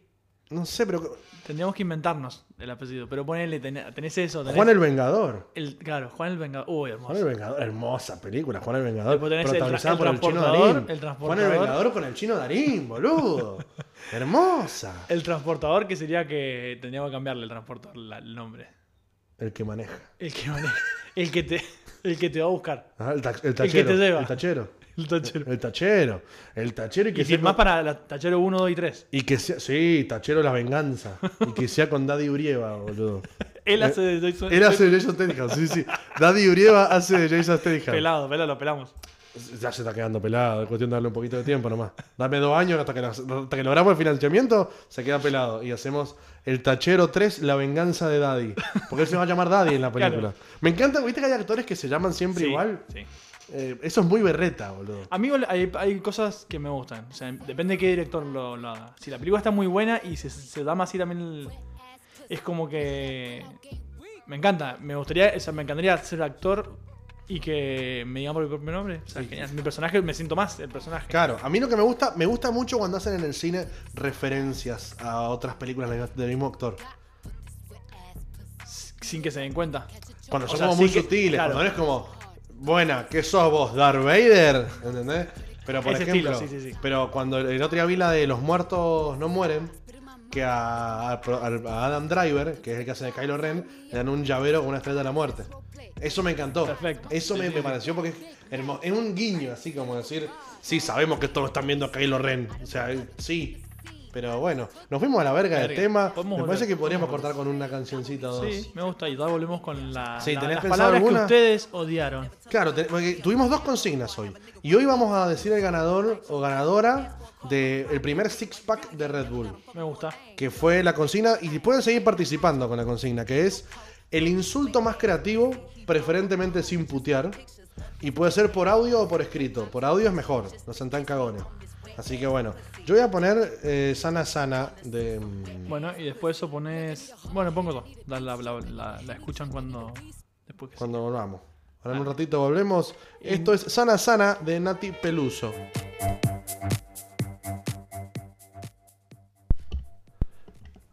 A: No sé, pero.
B: Tendríamos que inventarnos el apellido, pero ponele, ten- tenés eso. Tenés
A: Juan el Vengador.
B: el- Claro, Juan el Vengador. Uy, hermoso.
A: Juan el Vengador, hermosa película, Juan el Vengador.
B: Después tenés el tra-
A: Protagonizada
B: el
A: por el chino
B: transportador,
A: Darín.
B: el
A: Juan el
B: transportador.
A: Vengador con el chino Darín, boludo. hermosa.
B: El transportador, que sería que tendríamos que cambiarle el transportador, la- el nombre.
A: El que maneja.
B: El que maneja- el que te, el que te va a buscar.
A: Ah, el, ta- el
B: que
A: tachero.
B: te lleva.
A: El tachero.
B: El tachero.
A: El tachero. El tachero y que
B: Y
A: sea.
B: firmás
A: con-
B: para la- tachero 1, 2 y 3.
A: Y que sea. Sí, tachero la venganza. y que sea con Daddy Urieva, boludo. Eh,
B: Él hace de Jason.
A: Él hace de Jason Statham, sí, sí. Daddy Urieva hace de Jason Statham.
B: Pelado, pelado, lo pelamos.
A: Ya se está quedando pelado, es cuestión de darle un poquito de tiempo nomás. Dame dos años hasta que, las- hasta que logramos el financiamiento, se queda pelado. Y hacemos el Tachero 3, la venganza de Daddy. Porque él se va a llamar Daddy en la película. Me encanta, viste que hay actores que se llaman siempre
B: Sí,
A: igual.
B: sí.
A: Eh, eso es muy berreta, boludo.
B: A mí igual hay, hay cosas que me gustan. O sea, depende de qué director lo, lo haga. Si la película está muy buena y se, se da más así también el- Es como que... Me encanta. Me gustaría... O sea, me encantaría ser actor y que me digan por mi propio nombre. O sea, genial. Mi personaje, me siento más el personaje.
A: Claro, a mí lo que me gusta, me gusta mucho cuando hacen en el cine referencias a otras películas del- del mismo actor.
B: Sin que se den cuenta.
A: Cuando
B: O
A: son
B: sea,
A: como muy
B: sí que-
A: sutiles,
B: claro.
A: cuando no es como, buena, ¿qué sos vos, Darth Vader? ¿Entendés? Pero por
B: Ese
A: ejemplo,
B: estilo, sí, sí, sí.
A: pero cuando el otro día vi la de Los Muertos No Mueren, que a, a- a Adam Driver, que es el que hace de Kylo Ren, le dan un llavero con una estrella de la muerte. Eso me encantó.
B: Perfecto.
A: Eso
B: Sí,
A: me,
B: sí,
A: me
B: sí.
A: pareció porque es hermoso. Es un guiño, así como decir, sí, sabemos que todos están viendo a Kylo Ren. O sea, sí. Pero bueno, nos fuimos a la verga, del
B: Verga.
A: tema. Me
B: Podemos
A: parece
B: volver,
A: que podríamos cortar con una cancioncita o dos.
B: Sí, me gusta. Y ahora volvemos con la,
A: Sí,
B: la-
A: ¿tenés
B: las
A: pensado
B: palabras
A: alguna?
B: que ustedes odiaron.
A: Claro, te- porque tuvimos dos consignas hoy. Y hoy vamos a decir el ganador o ganadora del primer six pack de Red Bull.
B: Me gusta.
A: Que fue la consigna. Y pueden seguir participando con la consigna, que es el insulto más creativo, preferentemente sin putear. Y puede ser por audio o por escrito. Por audio es mejor, no sean tan cagones. Así que bueno, yo voy a poner eh, Sana Sana de. mm,
B: Bueno, y después eso pones... Bueno, pongo dos. La, la- la- la- la escuchan cuando... Después que
A: cuando volvamos. Ahora en
B: Ah.
A: un ratito volvemos. Esto es Sana Sana de Nati Peluso.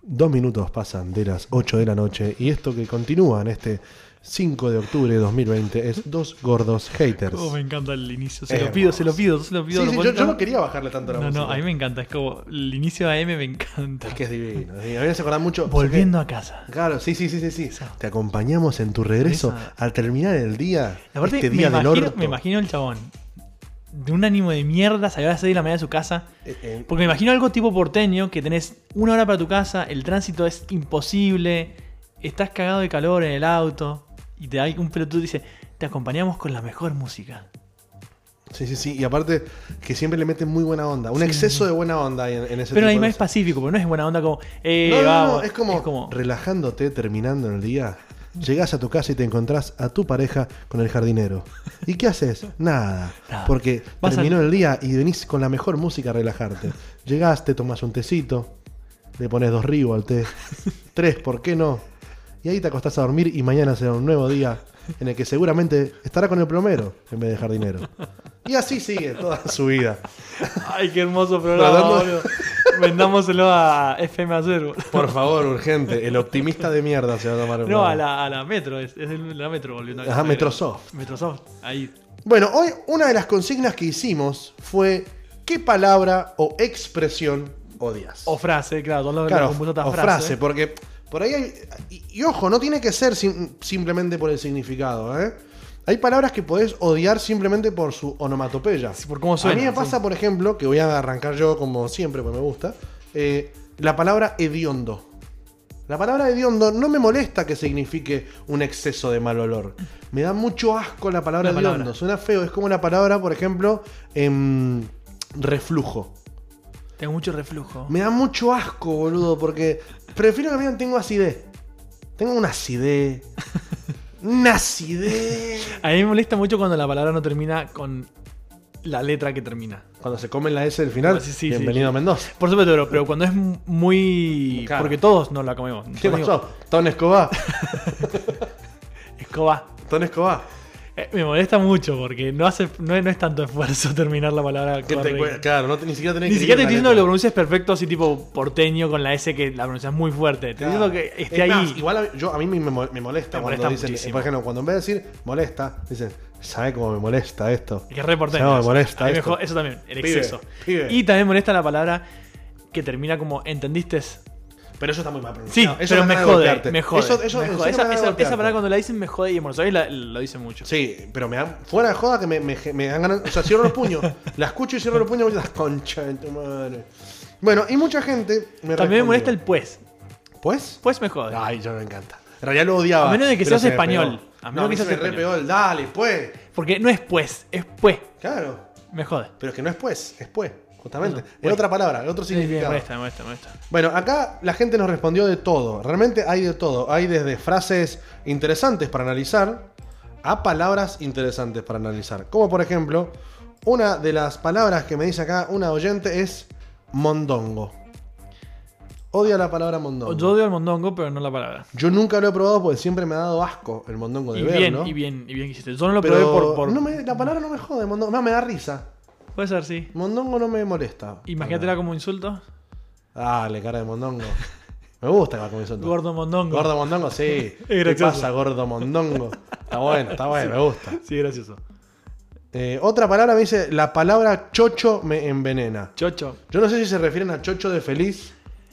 A: Dos minutos pasan de las 8 de la noche y esto que continúa en este 5 de octubre de 2020 es Dos Gordos Haters.
B: Oh, me encanta el inicio. Se lo
A: Hermoso.
B: pido, se lo pido, se lo
A: Sí,
B: pido.
A: Eh, sí,
B: lo
A: yo,
B: puedo-
A: yo no quería bajarle tanto la
B: No,
A: música.
B: no, a mí me encanta. Es como el inicio AM me encanta.
A: Es que es divino. es divino. A mí me hace acordar mucho.
B: Volviendo a casa.
A: Claro, sí, sí, sí, sí, sí. Te acompañamos en tu regreso
B: Esa.
A: al terminar el día.
B: Aparte,
A: este
B: me,
A: día del
B: imagino,
A: orto.
B: me imagino el chabón. De un ánimo de mierda, salió a las 6 de la mañana de su casa.
A: Eh, eh,
B: Porque me imagino algo tipo porteño, que tenés una hora para tu casa, el tránsito es imposible, estás cagado de calor en el auto, y te da un pelotudo y dice, te acompañamos con la mejor música.
A: Sí, sí, sí. Y aparte, que siempre le meten muy buena onda. Un exceso de buena onda ahí en, en ese
B: Pero ahí
A: tipo de
B: más es
A: cosas.
B: pacífico, porque no es buena onda como, eh,
A: No, no, no,
B: vamos.
A: es, como relajándote, terminando el día. Llegás a tu casa y te encontrás a tu pareja con el jardinero. ¿Y qué haces? Nada.
B: Nada.
A: Porque
B: Vas
A: terminó
B: al-
A: el día y venís con la mejor música a relajarte. Llegás, te tomás un tecito, le pones dos ribos al té, tres, ¿por qué no? Y ahí te acostás a dormir y mañana será un nuevo día en el que seguramente estará con el plomero en vez de jardinero. Y así sigue toda su vida.
B: Ay, qué hermoso programa,
A: Tratando-
B: boludo. Vendámoselo a FM Acero.
A: Por favor, urgente. El optimista de mierda se va a tomar un
B: No,
A: programa.
B: a la, a la Metro, es, es el- la Metro, boludo.
A: Ajá, Metrosoft.
B: Metrosoft, ahí.
A: Bueno, hoy una de las consignas que hicimos fue ¿Qué palabra o expresión odias?
D: O frase, claro, todos los
A: Claro,
D: los compuso otra
A: o frase. porque por ahí hay. Y, y ojo, no tiene que ser sim- simplemente por el significado, ¿eh? Hay palabras que podés odiar simplemente por su onomatopeya.
D: Sí, por cómo suena,
A: a mí me
D: sí.
A: pasa, por ejemplo, que voy a arrancar yo como siempre, porque me gusta, eh, la palabra hediondo. La palabra hediondo no me molesta que signifique un exceso de mal olor. Me da mucho asco la palabra
D: La
A: hediondo.
D: palabra.
A: Suena feo. Es como la palabra, por ejemplo, em, reflujo.
D: Tengo mucho reflujo.
A: Me da mucho asco, boludo, porque prefiero que me digan tengo acidez. Tengo una acidez. Una acidez.
D: A mí me molesta mucho cuando la palabra no termina con la letra que termina.
A: Cuando se comen la S del final,
D: Sí, sí,
A: bienvenido a Mendoza.
D: Por supuesto, pero, pero cuando es m- muy...
A: Claro.
D: Porque todos nos la comemos.
A: ¿Qué
D: Yo digo,
A: pasó? Ton Escobar.
D: Escoba.
A: Ton Escobar.
D: Eh, me molesta mucho porque no, hace, no, es- no es tanto esfuerzo terminar la palabra
A: Que te
D: correcta.
A: cu- claro, no te- ni siquiera tenés
D: Ni
A: que
D: siquiera te
A: leer
D: estoy
A: la
D: diciendo que lo
A: letra.
D: pronuncias perfecto, así tipo porteño con la S que la pronuncias muy fuerte. Te estoy diciendo que esté
A: Es
D: ahí.
A: más, igual a mí, yo, a mí me, mo- me molesta
D: Me
A: cuando
D: molesta
A: dicen,
D: muchísimo.
A: por ejemplo, cuando en vez de decir molesta, dicen, ¿sabe cómo me molesta esto?
D: Que es re porteño.
A: No, me
D: eso.
A: molesta
D: A mí me
A: esto.
D: jo- eso también, el
A: Pibe,
D: exceso.
A: pibe.
D: Y también molesta la palabra que termina como ¿entendiste?
A: Pero eso está muy mal
D: Sí,
A: pronunciado. Eso
D: pero
A: me
D: me
A: da ganas de
D: jode,
A: golpearte.
D: me jode.
A: Eso, eso,
D: me
A: en
D: jode.
A: serio
D: Esa,
A: me da ganas
D: esa-
A: de
D: esa
A: golpearte.
D: palabra cuando la dicen me jode y en Buenos Aires la- lo dicen mucho.
A: Sí, pero me dan. Fuera de joda que me, me, me dan ganas. O sea, cierro los puños. la escucho y cierro los puños y las concha de tu madre. Bueno, y mucha gente me
D: también me molesta el
A: respondió,
D: pues.
A: ¿Pues?
D: Pues me jode.
A: Ay, yo me encanta. En realidad lo odiaba.
D: A menos de que
A: pero
D: seas
A: se me
D: español.
A: pegó.
D: A menos
A: no, a
D: que
A: mí se
D: seas
A: me re
D: español.
A: pegó el dale, pues.
D: Porque no es pues, es pues.
A: Claro.
D: Me jode.
A: Pero es que no es pues, es pues, justamente.
D: Bueno,
A: es
D: bueno.
A: otra palabra, es otro
D: Sí, bien,
A: significado.
D: molesta, molesta, molesta.
A: Bueno, acá la gente nos respondió de todo. Realmente hay de todo. Hay desde frases interesantes para analizar a palabras interesantes para analizar. Como por ejemplo, una de las palabras que me dice acá una oyente es mondongo. Odia la palabra mondongo.
D: Yo
A: Yo,
D: odio el mondongo, pero no la palabra.
A: nunca lo he probado porque siempre me ha dado asco el mondongo de
D: Y
A: verlo.
D: bien, y bien, y bien que hiciste. Yo no lo
A: Pero
D: probé por. por-
A: no me- la palabra no me jode, mondongo. No, me da risa.
D: Puede ser, sí.
A: Mondongo no me molesta.
D: Imagínatela como insulto.
A: Dale, cara de mondongo. Me gusta que va con insultos.
D: Gordo mondongo.
A: Gordo Mondongo, sí. ¿Qué
D: gracioso.
A: pasa, Gordo Mondongo? Está bueno, está bueno, me gusta.
D: Sí, gracioso.
A: Eh, otra palabra me dice, la palabra chocho me envenena.
D: Chocho.
A: Yo no sé si se refieren a chocho de feliz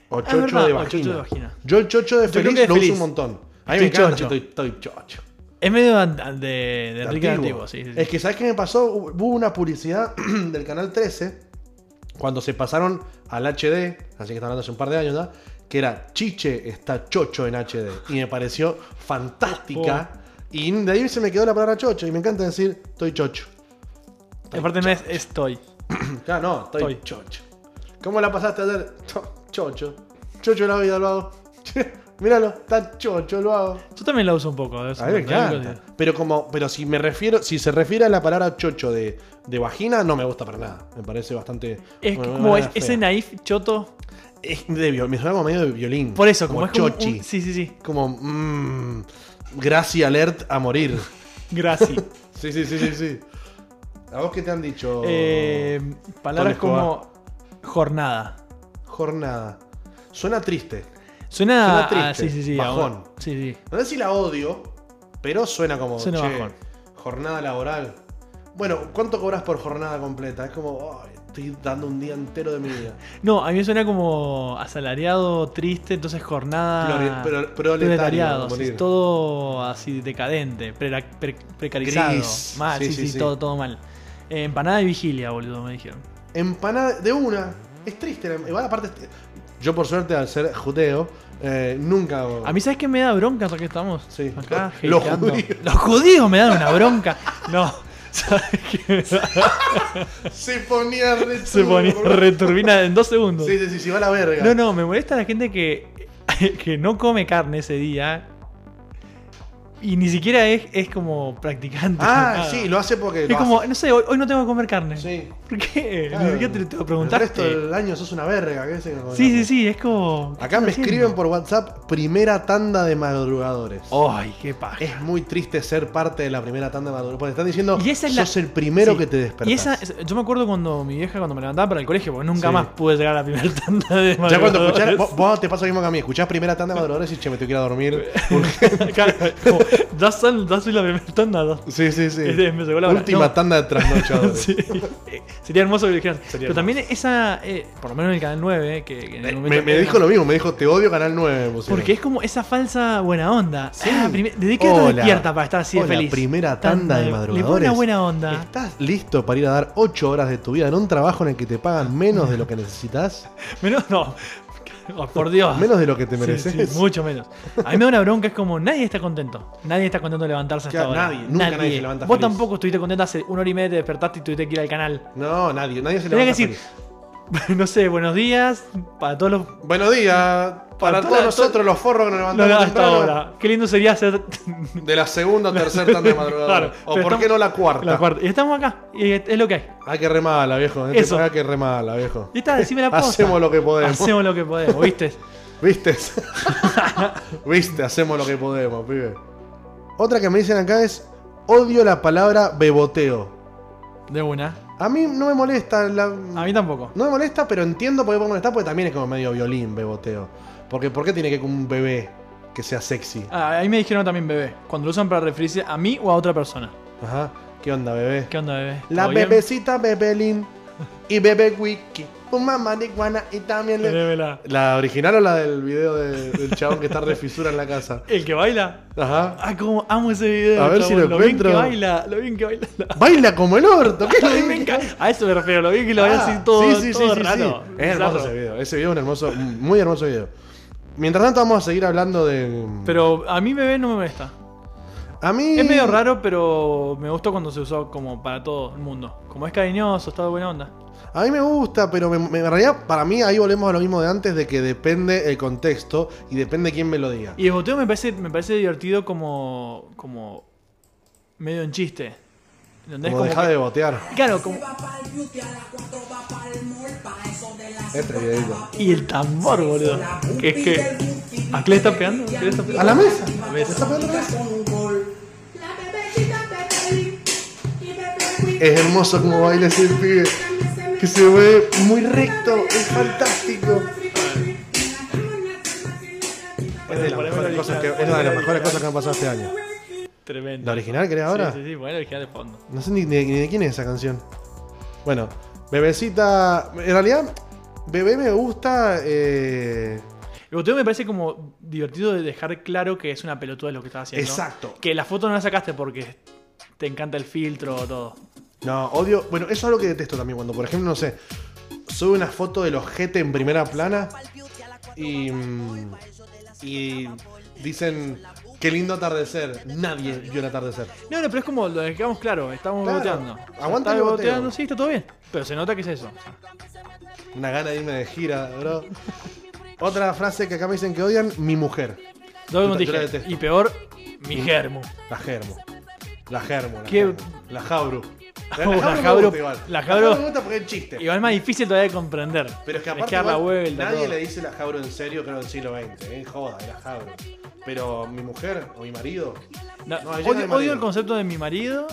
A: o chocho,
D: verdad,
A: de,
D: o
A: vagina.
D: chocho de vagina.
A: Yo el chocho de
D: Yo creo
A: feliz
D: que de
A: lo
D: feliz.
A: uso un montón. A mí
D: Estoy
A: me encanta,
D: chocho.
A: estoy, estoy chocho.
D: Es medio an- an- de, de Enrique de
A: Antiguo.
D: Antiguo, sí. sí, sí.
A: Es que, ¿sabes qué me pasó? Hubo una publicidad del Canal 13 cuando se pasaron al HD, así que están hablando hace un par de años ya, que era Chiche está chocho en HD. Y me pareció fantástica. Y de ahí se me quedó la palabra chocho. Y me encanta decir, estoy chocho.
D: Y Aparte no es estoy.
A: Claro, no, estoy,
D: Estoy.
A: chocho. ¿Cómo la pasaste ayer? To- Chocho. Chocho la vida, lo hago. Míralo, está chocho, lo hago.
D: Yo también la uso un poco. es
A: A mí me
D: un- algo
A: encanta. Pero como, pero si me refiero, si se refiere a la palabra chocho de, de vagina, no me gusta para nada. Me parece bastante.
D: así. Es que
A: bueno,
D: como
A: una
D: es, ese
A: manera
D: naif choto.
A: fea. Es de viol- me suena como medio de violín.
D: Por eso, como, es como. un-
A: chochi.
D: sí, sí, sí.
A: Como mmm, Gracie alert a morir.
D: Graci.
A: sí, sí, sí, sí, sí. ¿A vos qué te han dicho?
D: Eh, palabras
A: Oh. Escobar.
D: como jornada.
A: Jornada. Suena triste.
D: Suena,
A: Suena
D: a-
A: triste,
D: sí, sí, sí,
A: bajón.
D: a un- sí, sí.
A: No sé si la odio, pero suena como
D: Suena
A: che,
D: bajón.
A: jornada laboral. Bueno, ¿cuánto cobras por jornada completa? Es como, "Ay, estoy dando un día entero de mi vida.
D: No, a mí me suena como asalariado, triste, entonces
A: Prole-
D: jornada.
A: pro-
D: proletariado,
A: proletario.
D: Ah, sí,
A: morir.
D: todo así decadente, prera- pre- precarizado,
A: Gris.
D: mal,
A: Sí,
D: sí,
A: sí,
D: sí,
A: sí.
D: Todo, todo mal. Eh, empanada y vigilia, boludo, me dijeron.
A: Empanada de una. Es triste. la- Igual aparte, es- yo por suerte al ser judeo, eh, nunca...
D: A mí, ¿sabes qué me da bronca ya que estamos?
A: Sí.
D: Acá,
A: Los
D: hateando.
A: judíos.
D: Los judíos me dan una bronca. No, ¿sabes qué?
A: Se ponía re
D: Se ponía
A: turbo.
D: returbina en dos segundos.
A: Sí, sí, sí, sí, va a la verga.
D: No, no, me molesta la gente que, que no come carne ese día y ni siquiera es, es como practicante.
A: Ah,
D: nada.
A: sí, lo hace porque...
D: Es
A: lo
D: como,
A: hace.
D: no sé, hoy, hoy no tengo que comer carne.
A: Sí.
D: ¿Por qué?
A: Claro.
D: Ni siquiera te, te lo
A: El resto
D: preguntaste.
A: del año sos una verga. ¿qué sé?
D: Sí, sí, sí, es como. ¿qué
A: Acá me
D: estás haciendo?
A: escriben por WhatsApp primera tanda de madrugadores.
B: Oh.
D: ¡Ay, qué paja!
A: Es muy triste ser parte de la primera tanda de madrugadores. Porque están diciendo
D: Y esa es la-
A: sos el primero
D: Sí.
A: que te despertás.
D: Y esa, es- yo me acuerdo cuando mi vieja, cuando me levantaba para el colegio, porque nunca
A: Sí.
D: más pude llegar a la primera tanda de
A: Ya cuando
D: madrugadores.
A: escuchás, vos, vos te pasa lo mismo que a mí, escuchás primera tanda de madrugadores y che, me tengo que ir a dormir.
D: Claro, como,
B: ya son, ya soy la primera tanda. ya.
A: Sí, sí, sí.
B: Este, me sacó la
A: Última
B: hora. No.
A: tanda de trasnochadores.
B: Sí. Eh, Sería hermoso que lo dijeran.
A: Sería
B: Pero también esa, eh, por lo menos en el canal 9, eh, que, que en
A: Me,
B: el
A: me- me dijo lo mismo, me dijo, te odio Canal 9. me pusieron.
B: Porque es como esa falsa buena onda.
A: Sí.
B: Ah, prime- ¿Desde qué hora
A: Hola.
B: despierta para estar así de
A: Hola,
B: feliz?
A: primera tanda de
B: Le pone
A: madrugadores.
B: una buena onda.
A: ¿Estás listo para ir a dar 8 horas de tu vida en un trabajo en el que te pagan menos de lo que necesitas?
B: Menos, no. Oh, por
D: Ah.
B: Dios.
A: Menos de lo que te
B: Sí,
A: mereces.
B: sí, mucho menos. A mí me da una bronca, es como nadie está contento. Nadie está contento de levantarse hasta
A: Claro,
B: ahora.
A: nadie, nunca nadie se levanta
B: Vos
A: feliz.
B: tampoco estuviste contento hace una hora y media, te despertaste y tuviste que ir al canal.
A: No, nadie, nadie se levanta
B: Tenía que decir,
A: feliz.
B: no sé, buenos días para todos los.
A: Buenos días, para
B: toda-
A: todos
B: to-
A: nosotros los forros que nos
B: los
A: levantamos
B: hasta
A: temprano,
B: ahora. Qué lindo sería hacer
A: De la segunda o tercera tanda de madrugada.
B: Claro,
A: o por
B: pero
A: qué
B: estamos-
A: no la cuarta.
B: la cuarta. Y estamos acá, y es es lo que hay.
A: Hay que remarla, viejo. en este
B: Eso.
A: país Hay que remarla, viejo.
B: Y está, decime la posta.
A: Hacemos lo que podemos.
B: Hacemos lo que podemos, ¿viste?
A: ¿Viste? ¿Viste? Hacemos lo que podemos, pibe. Otra que me dicen acá es: odio la palabra beboteo.
B: De una.
A: A mí no me molesta la.
B: A mí tampoco.
A: No me molesta, pero entiendo por qué puede molestar, porque también es como medio violín, beboteo. Porque ¿por qué tiene que un bebé que sea sexy?
B: Ah, ahí me dijeron también bebé. Cuando lo usan para referirse a mí o a otra persona.
A: Ajá. ¿Qué onda, bebé?
B: ¿Qué onda, bebé?
A: La
B: ¿Todo bien?
A: bebecita Bebelin y Bebe Wiki. Un mamá de iguana y también le-
B: Bebela.
A: ¿La original o la del video de- del chabón que está re fisura en la casa?
B: El que baila.
A: Ajá.
B: Ah, como amo ese video.
A: A ver si lo encuentro.
B: bien que baila, lo bien que baila.
A: Baila como el orto. ¿qué
B: A mí me encanta. A eso me refiero, lo bien que lo baila
A: Ah,
B: así todo, todo raro.
A: Es hermoso
B: Bizarro.
A: ese video. Ese video es un hermoso, un muy hermoso video. Mientras tanto vamos a seguir hablando de...
B: Pero a mí bebé no me molesta.
A: a mí...
B: Es medio raro, pero me gustó cuando se usó como para todo el mundo. Como es cariñoso, está de buena onda.
A: A mí me gusta, pero me- me- en realidad para mí ahí volvemos a lo mismo de antes, de que depende el contexto y depende quién me lo diga.
B: Y el boteo me parece, me parece divertido como. como. medio en chiste. ¿Entendés?
A: Como deja
B: que-
A: de botear.
B: Claro, como.
A: Este videito.
B: Y el tambor, boludo. Que es que. ¿A qué le está pegando? ¿A qué le está
A: A
B: pegando?
A: la mesa. Es hermoso como baila ese pibe. Que se ve muy recto. Es fantástico. Es de las mejores cosas que, es una de las mejores cosas que me han pasado este año.
B: Tremendo.
A: ¿La original crees ahora?
B: Sí, sí, sí, bueno, el original de fondo.
A: No sé ni, ni- ni de quién es esa canción. Bueno, Bebecita. En realidad, Bebé me gusta. eh,
B: El boteo me parece como divertido de dejar claro que es una pelotuda lo que estás haciendo.
A: Exacto.
B: Que la foto no la sacaste porque te encanta el filtro o todo.
A: No, odio. Bueno, eso es algo que detesto también. Cuando, por ejemplo, no sé, sube una foto del ojete en primera plana y. mm, Y dicen. Qué lindo atardecer. Nadie vio el atardecer.
B: No, no, pero es como lo dejamos claro, estamos
A: Claro.
B: boteando.
A: Aguanta
B: Está
A: el boteo.
B: boteando, sí, está todo bien. Pero se nota que es eso. O sea,
A: Una gana de irme de gira, bro. Otra frase que acá me dicen que odian: mi mujer.
B: Yo como
A: Yo
B: te
A: la
B: dije,
A: detesto.
B: y peor, mi germo.
A: La germo. La germo. La,
B: ¿Qué?
A: Germo. la jabru.
B: Oh, la
A: me
B: Jabru-
A: gusta igual.
B: la
A: La
B: Jabru-
A: jabru me gusta porque es chiste.
B: Igual más difícil todavía de comprender.
A: Pero es que
B: Tenés
A: aparte
B: dar la
A: igual,
B: vuelta.
A: nadie
B: todo.
A: le dice la Jabro en serio, creo, en el siglo XX. ¿eh? Joda, era Jabro. Pero mi mujer o mi marido.
B: No,
A: No, yo no
B: odio,
A: de
B: odio
A: marido.
B: el concepto de mi marido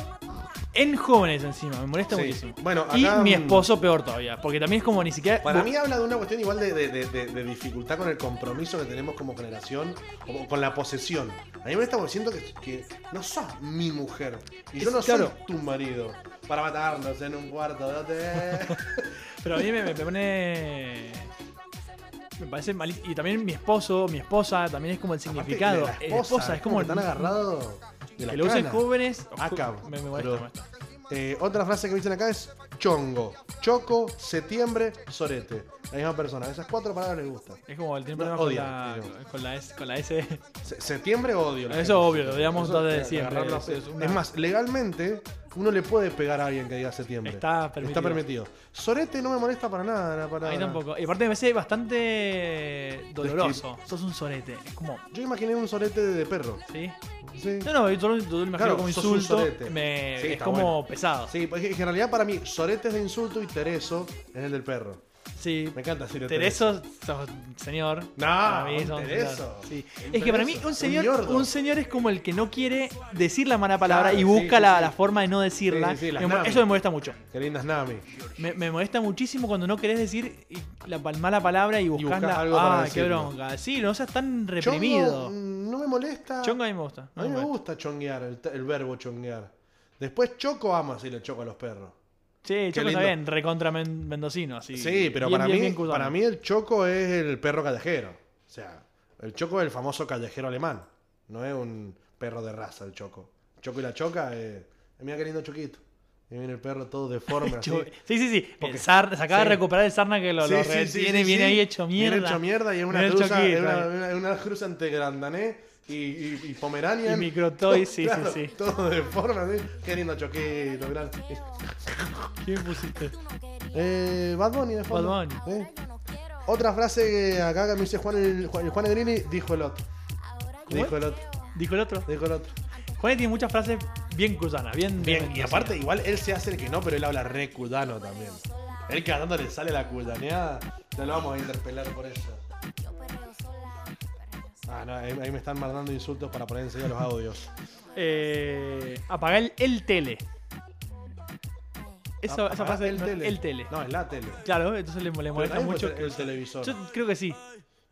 B: en jóvenes encima, me molesta
A: Sí.
B: muchísimo.
A: Bueno,
B: y
A: acá,
B: mi
A: mm,
B: esposo peor todavía, porque también es como ni siquiera...
A: Para
B: bu-
A: mí habla de una cuestión igual de, de- de- de- de dificultad con el compromiso que tenemos como generación, o con la posesión. A mí me está diciendo que, que no sos mi mujer. Y yo
B: Es-
A: no
B: claro.
A: soy tu marido. Para matarnos en un cuarto. ¿no te-
B: Pero a mí me, me pone... Me parece mal. Y también mi esposo, mi esposa, también es como el significado.
A: Aparte de
B: El esposa es como...
A: tan agarrado de la
B: Que lo usen
A: cana.
B: jóvenes...
A: Acá,
B: Me, me molesta,
A: bro.
B: me molesta.
A: Eh, otra frase que me dicen acá es chongo, choco, septiembre, sorete. La misma persona. Esas cuatro palabras les gusta.
B: Es como el tiene
A: No,
B: problemas con,
A: odia,
B: la,
A: digo.
B: con la S. Con la S.
A: Se- septiembre odio. la
B: Eso
A: gente.
B: obvio, lo odiamos
A: Eso,
B: desde
A: eh,
B: siempre,
A: agarrarlo
B: eso
A: a-
B: es
A: es,
B: una-
A: más, legalmente uno le puede pegar a alguien que diga septiembre.
B: Está permitido.
A: permitido. Sorete no me molesta para nada. la
B: A
A: palabra.
B: mí tampoco. Y aparte me parece bastante doloroso. Sos un sorete. Es como...
A: Yo imaginé un sorete de perro.
B: ¿Sí?
A: Sí.
B: No, no, yo lo, yo lo imagino
A: Claro,
B: como
A: sos un
B: insulto.
A: sorete.
B: me-
A: Sí,
B: es
A: está
B: como
A: bueno. pues
B: pesado.
A: Sí, porque en realidad para mí sorete es de insulto y tereso es el del perro.
B: Sí.
A: Me encanta decirle
B: Tereso, sos un señor.
A: No,
B: Para mí
A: un
B: sos un
A: tereso.
B: señor. Sí.
A: Un
B: Es que para mí
A: tereso,
B: un
A: un
B: señor,
A: ñordo.
B: un, señor es como el que no quiere decir la mala palabra
A: Claro,
B: y
A: sí,
B: busca
A: sí,
B: la,
A: sí.
B: la forma de no decirla.
A: Sí, sí, sí, las
B: Me-
A: naves.
B: eso me molesta mucho.
A: Qué lindas Nami.
B: Me, me molesta muchísimo cuando no querés decir la pal- mala palabra y buscás,
A: buscás
B: la-
A: algo
B: ah,
A: para
B: qué
A: decirlo.
B: bronca. Sí, no seas tan reprimido.
A: Chongo, mm, no me molesta.
B: Chonga a mí me gusta.
A: a mí me gusta chonguear, el, el verbo chonguear. Después choco ama si le choco a los perros.
B: Sí, Chonga está
A: lindo.
B: bien, recontra men- mendocino. Así.
A: Sí, pero
B: Bien,
A: para,
B: bien,
A: mí,
B: bien cubano.
A: para mí el choco es el perro callejero. O sea, el choco es el famoso callejero alemán. No es un perro de raza el choco. Choco y la choca, eh, mira qué lindo choquito. Y viene el perro todo deforme así.
B: Yo- Sí, sí, sí.
A: Porque-
B: El Sar- se acaba
A: sí.
B: de recuperar el Sarna que lo,
A: Sí,
B: lo
A: sí,
B: re-
A: sí,
B: tiene,
A: sí,
B: viene
A: sí.
B: ahí hecho mierda.
A: Viene hecho mierda y es una,
B: Viene el
A: cruz
B: choquito,
A: una,
B: ahí.
A: una- una cruz entre Grandané y, y, y Pomeranian.
B: Y Microtoy, sí, sí,
A: Claro,
B: sí.
A: Todo deforme así. Qué lindo choquito, gracias.
B: ¿Quién pusiste?
A: Eh, Bad Bunny de fondo.
B: Bad Bunny.
A: Eh. Otra frase que acá que me dice Juan, el, Juan, el Juan Negrini, dijo el otro. Dijo el otro.
B: Dijo el otro.
A: Dijo el otro.
B: Juan tiene muchas frases bien cusanas, bien.
A: Bien, y aparte, igual él se hace el que no, pero él habla re cudano también. Él cantando le sale la cudaneada. Ya lo vamos a interpelar por eso. Ah, no, ahí, ahí me están mandando insultos para poner enseguida los audios.
B: Eh, apagar el, el tele. Eso,
A: Ah,
B: esa
A: ah,
B: frase no, El tele.
A: No, es la tele.
B: Claro, entonces le, le molesta
A: también puede
B: mucho.
A: ser
B: que-
A: el televisor.
B: Yo creo que sí.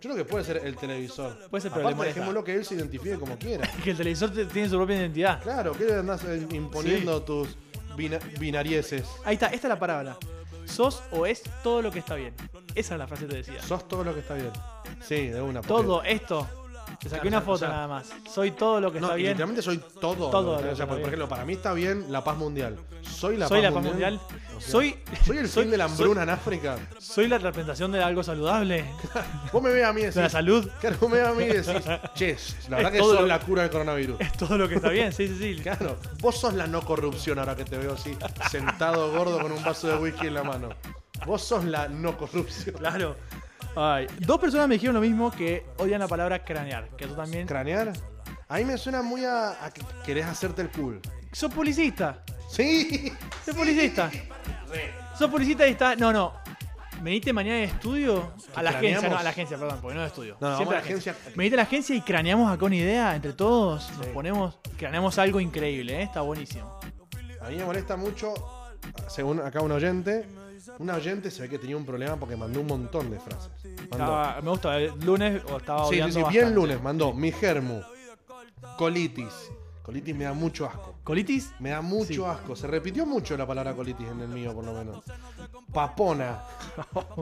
A: Yo creo que puede ser el televisor.
B: Puede ser, pero le
A: Aparte,
B: molesta.
A: dejémoslo que él se identifique como quiera.
B: Que el televisor te- tiene su propia identidad.
A: Claro, que andás eh, imponiendo tus bina- binarieses.
B: Ahí está, esta es la palabra. Sos o es todo lo que está bien. Esa es la frase que te decía.
A: Sos todo lo que está bien. Sí, de una. porque-
B: Todo esto. Te
A: Claro,
B: saqué una
A: o sea,
B: foto
A: o sea,
B: nada más. Soy todo lo que
A: No,
B: está
A: y
B: bien.
A: literalmente soy todo. lo que
B: Todo
A: está bien. O sea,
B: lo que
A: por,
B: está
A: por ejemplo, para mí está bien la paz mundial. Soy la,
B: soy
A: paz,
B: la paz mundial.
A: O sea,
B: soy,
A: soy el fin de la hambruna en África.
B: Soy, soy la representación de algo saludable.
A: Vos me ves a mí y
B: De la
A: decís.
B: salud.
A: Claro, vos me ves a mí y decís. Che, la verdad
B: Es
A: que
B: todo
A: sos
B: lo-
A: la cura del coronavirus.
B: Es todo lo que está bien. Sí, sí, sí.
A: Claro, vos sos la no corrupción ahora que te veo así, sentado gordo con un vaso de whisky en la mano. Vos sos la no corrupción.
B: Claro. Ay, Dos personas me dijeron lo mismo que odian la palabra cranear. Que tú también.
A: ¿Cranear? A mí me suena muy a, a que querés hacerte el cool.
B: Sos publicista.
A: Sí.
B: Sos publicista. Sos publicista y estás. No, no. Venite mañana de estudio a la agencia,
A: craneamos?
B: no, a la agencia, perdón, porque no de estudio.
A: No, no,
B: Siempre
A: vamos a la agencia.
B: Venite a la agencia y craneamos acá una idea entre todos. Nos ponemos, craneamos algo increíble, ¿eh? está buenísimo.
A: A mí me molesta mucho, según acá un oyente, un oyente se ve que tenía un problema porque mandó un montón de frases. Mandó.
B: Estaba- me gusta, el lunes o estaba
A: Sí, sí,
B: odiando
A: sí, bien
B: bastante.
A: lunes, mandó mi germu, colitis. Colitis me da mucho asco.
B: ¿Colitis?
A: Me da mucho
B: Sí.
A: asco. Se repitió mucho la palabra colitis en el mío, por lo menos. Papona.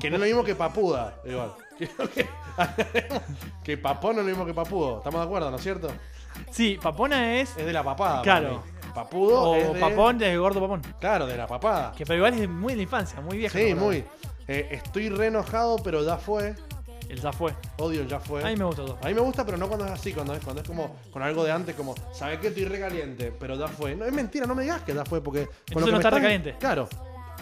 A: Que no es lo mismo que papuda. Igual. que papón no es lo mismo que papudo. ¿Estamos de acuerdo, no es cierto?
B: Sí, papona es.
A: Es de la papada. para
B: Claro.
A: mí. Papudo. es
B: O
A: de-
B: papón es el gordo papón.
A: Claro, de la papada.
B: Que pero igual es muy de la infancia, muy viejo.
A: Sí, muy. Eh, estoy re enojado, pero ya fue.
B: El ya fue.
A: Odio el ya fue.
B: A mí me gusta todo.
A: A mí me gusta, pero no cuando es así, cuando es, cuando es como con algo de antes, como, sabes que estoy recaliente, pero ya fue. No, es mentira, no me digas que ya fue, porque. con
B: Entonces
A: que
B: no
A: me
B: estás
A: estás-
B: recaliente.
A: Claro.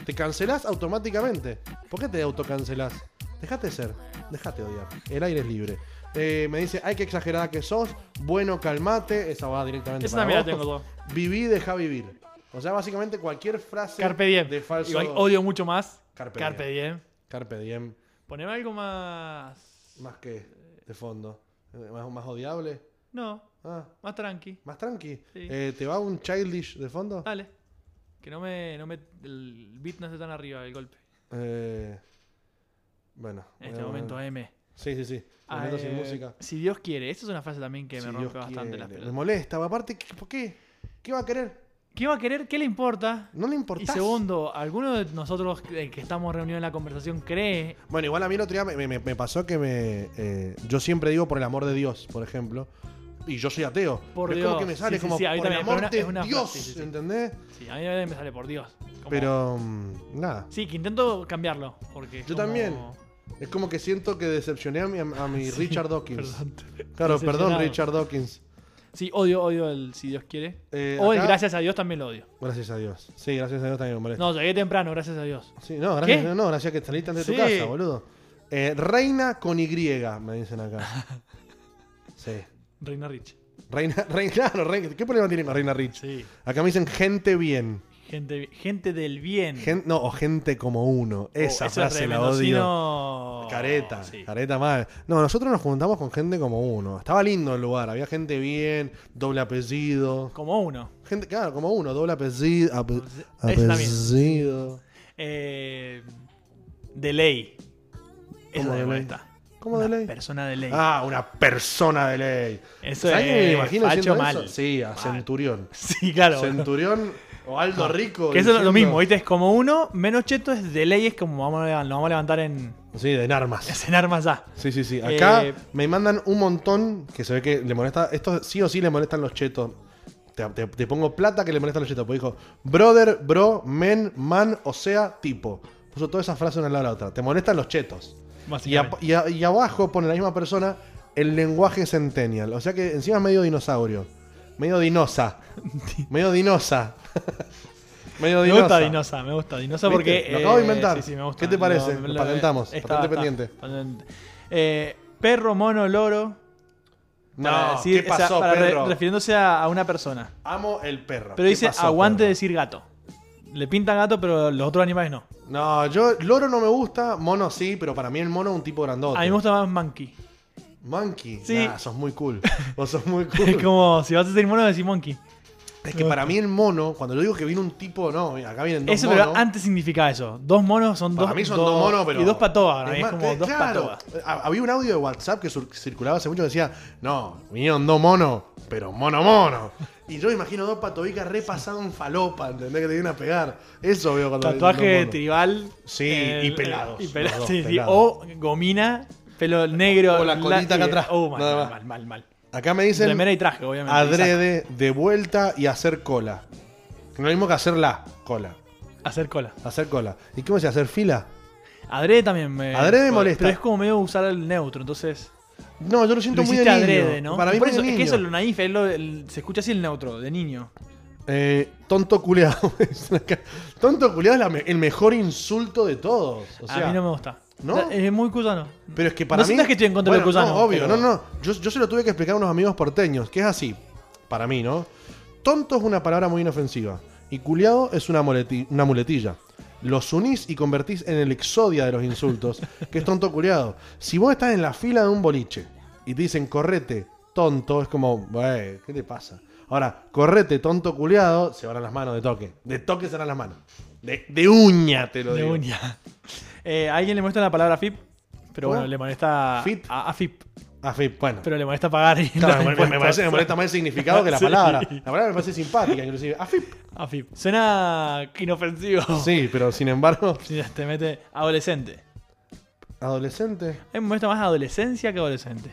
A: Te cancelás automáticamente. ¿Por qué te autocancelás? Dejate ser, dejate odiar. El aire es libre. Eh, me dice, ay, qué exagerada que sos. Bueno, calmate. Esa va directamente
B: Esa
A: para
B: también la
A: vos.
B: tengo todo.
A: Viví, deja vivir. O sea, básicamente cualquier frase
B: Carpe diem.
A: de falso.
B: Igual odio mucho más.
A: Carpe
B: Carpe,
A: diem.
B: diem.
A: Carpe diem.
B: Poneme algo más.
A: Más que de fondo. Eh, Más, más odiable.
B: No,
A: Ah,
B: más tranqui.
A: más tranqui.
B: Sí. Ah.
A: Eh, ¿Te va un childish de fondo?
B: Dale. Que no me, no me. El beat no esté tan arriba el golpe.
A: Eh, bueno.
B: En este
A: bueno,
B: momento,
A: bueno.
B: M.
A: Sí, sí, sí.
B: Ah,
A: Momento sin
B: eh,
A: música.
B: Si Dios quiere. Esa es una frase también que
A: Si
B: me
A: Dios
B: ronca bastante
A: quiere.
B: las
A: Me
B: pelotas.
A: molesta. Aparte, ¿qué- ¿por qué? ¿Qué va a querer?
B: ¿Qué va a querer? ¿Qué le importa?
A: No le
B: Y
A: importás.
B: segundo, ¿alguno de nosotros que que estamos reunidos en la conversación cree?
A: Bueno, igual a mí el otro día me, me- me pasó que me. eh, yo siempre digo por el amor de Dios, por ejemplo. Y yo soy ateo.
B: Por
A: pero Es como
B: Dios.
A: que me sale
B: Sí, sí,
A: como
B: sí, a mí
A: por el
B: también, pero
A: amor
B: una-
A: de
B: es una
A: Dios,
B: frase, sí, sí.
A: ¿entendés?
B: Sí, a mí me sale por Dios. Como-
A: Pero. mm, Nada.
B: Sí, que intento cambiarlo. Porque es
A: Yo
B: como-
A: también. Es como que siento que decepcioné a mi, a mi
B: Sí,
A: Richard Dawkins.
B: perdón.
A: Claro, perdón,
B: Decepcionado.
A: Richard Dawkins.
B: Sí, odio, odio el si Dios quiere.
A: Eh,
B: o el
A: acá-
B: gracias a Dios también lo odio.
A: Gracias a Dios. Sí, gracias a Dios también me molesta.
B: No, llegué temprano, gracias a Dios.
A: Sí, no, gracias,
B: ¿Qué?
A: no, no, gracias que saliste antes de tu
B: Sí.
A: casa, boludo. Eh, reina con Y, me dicen acá. Sí.
B: Reina Rich.
A: Reina, reina, claro, reina- ¿qué problema tienen con Reina Rich?
B: Sí.
A: Acá me dicen gente bien.
D: Gente, gente del bien.
A: Gen- no, o gente como uno.
D: Oh,
A: Esa
D: eso es
A: frase
D: re
A: la odio.
D: mendocino.
A: Careta,
D: Oh, Sí.
A: careta mal. No, nosotros nos juntamos con gente como uno. Estaba lindo el lugar, había gente bien, doble apellido.
D: Como uno.
A: Gente, claro, como uno, doble apellido. ape-
D: Ese también.
A: apellido.
D: Eh, de ley. Esa
A: ¿Cómo de
D: me
A: ley?
D: molesta.
A: ¿Cómo
D: Una
A: de ley?
D: persona de ley.
A: Ah, una persona de ley.
D: Eso
A: ¿Sabés qué
D: es facho
A: haciendo
D: mal.
A: Sí, a Centurión.
D: Sí, claro.
A: Centurión o Aldo Rico.
D: Que eso es lo
A: diciendo-
D: mismo, ¿viste? Es como uno, menos cheto es de ley, es como vamos a, nos vamos a levantar en,
A: Sí, de armas.
D: es en armas A.
A: Sí, sí, sí. Acá
D: Eh,
A: me mandan un montón que se ve que le molesta. Esto sí o sí le molestan los chetos. Te, te- te pongo plata que le molestan los chetos. Porque dijo, brother, bro, men, man, o sea, tipo. Puso todas esas frases una al lado de la otra. Te molestan los chetos. Y,
D: básicamente.
A: ap- y a- y abajo pone la misma persona el lenguaje centennial. O sea que encima es medio dinosaurio. Medio dinosa. medio dinosa. medio
D: Me
A: dinosa.
D: gusta Dinosa, me gusta Dinosa
A: ¿Viste?
D: porque.
A: Lo acabo de
D: eh,
A: inventar.
D: sí, sí, me gusta.
A: ¿Qué te parece?
D: No,
A: Lo patentamos, patente pendiente.
D: patente. Eh, perro, mono, loro.
A: No,
D: para decir-
A: ¿qué
D: o sea,
A: pasó,
D: para re-
A: perro?
D: refiriéndose a, a una persona.
A: Amo el perro.
D: Pero
A: ¿Qué
D: dice,
A: pasó,
D: aguante
A: perro?
D: decir gato. Le pinta gato, pero los otros animales no.
A: No, yo loro no me gusta, mono sí, pero para mí el mono es un tipo grandote.
D: A mí me gusta más monkey.
A: Monkey.
D: Sí.
A: Nah, sos muy cool. Vos sos muy
D: Es
A: cool.
D: como, si vas a decir mono, decís monkey.
A: es que para mí el mono, cuando yo digo que viene un tipo, no, acá vienen dos
D: Eso,
A: monos.
D: pero antes significaba eso. Dos monos son
A: Para
D: dos.
A: mí son dos, monos, pero.
D: Y dos patoas.
A: Es
D: Es,
A: más,
D: como
A: eh,
D: dos
A: claro.
D: patoas.
A: Ha- Había un audio de WhatsApp que sur- circulaba hace mucho que decía: No, vinieron dos monos, pero mono mono. Y yo me imagino dos patobicas repasadas en falopa, ¿entendés? Que te vienen a pegar. Eso veo cuando.
D: Tatuaje
A: dos monos.
D: tribal. eh,
A: Sí, y pelados,
D: y pela-
A: los dos
D: sí, sí,
A: pelados.
D: O gomina, pelo negro.
A: O la colita acá
D: y-
A: atrás,
D: Oh, mal,
A: nada
D: mal,
A: más.
D: mal, mal, mal.
A: Acá me dicen:
D: Remera y traje, obviamente.
A: Adrede, de vuelta y hacer cola. No es lo mismo que hacer la cola.
D: y saca. Hacer cola.
A: Hacer cola. ¿Y cómo se hace? ¿Hacer fila?
D: Adrede también me.
A: Adrede me molesta.
D: Pero es como medio usar el neutro, entonces.
A: No, yo lo siento
D: Lo
A: muy de
D: hiciste
A: niño.
D: adrede, ¿no?
A: Para mí
D: Por
A: muy
D: eso,
A: de
D: es que
A: niño.
D: eso es lo naif, es lo- el- se escucha así el neutro, de niño.
A: Eh, tonto culeado. me dicen acá. tonto culeado es la me- el mejor insulto de todos. O sea,
D: a mí no me gusta.
A: ¿no?
D: Es muy cusano.
A: Pero es que para
D: no
A: mí.
D: sientas que estoy en contra de
A: Bueno,
D: los cusanos.
A: No, obvio,
D: pero-
A: no, no. Yo, yo se lo tuve que explicar a unos amigos porteños, que es así. Para mí, ¿no? Tonto es una palabra muy inofensiva. Y culiado es una, moleti- una muletilla. Los unís y convertís en el exodia de los insultos, que es tonto culiado. Si vos estás en la fila de un boliche y te dicen correte, tonto, es como, "Wey, ¿qué te pasa? Ahora, correte, tonto culiado, se van a las manos de toque. De toque se van a las manos. De, de uña, te lo
D: De
A: digo.
D: uña. Eh, a alguien le molesta la palabra FIP, pero
A: ¿Cómo?
D: bueno, le molesta
A: Fit.
D: A, a FIP,
A: Ah, sí, bueno.
D: pero le molesta pagar. y
A: Claro,
D: los
A: me- me, me
D: impuestos.
A: parece, me molesta más el significado que la
D: Sí.
A: palabra. La palabra me parece simpática, inclusive. Ah, Afip.
D: A FIP. Suena inofensivo.
A: Sí, pero sin embargo,
D: Si te mete adolescente.
A: adolescente.
D: A mí me molesta más adolescencia que adolescente.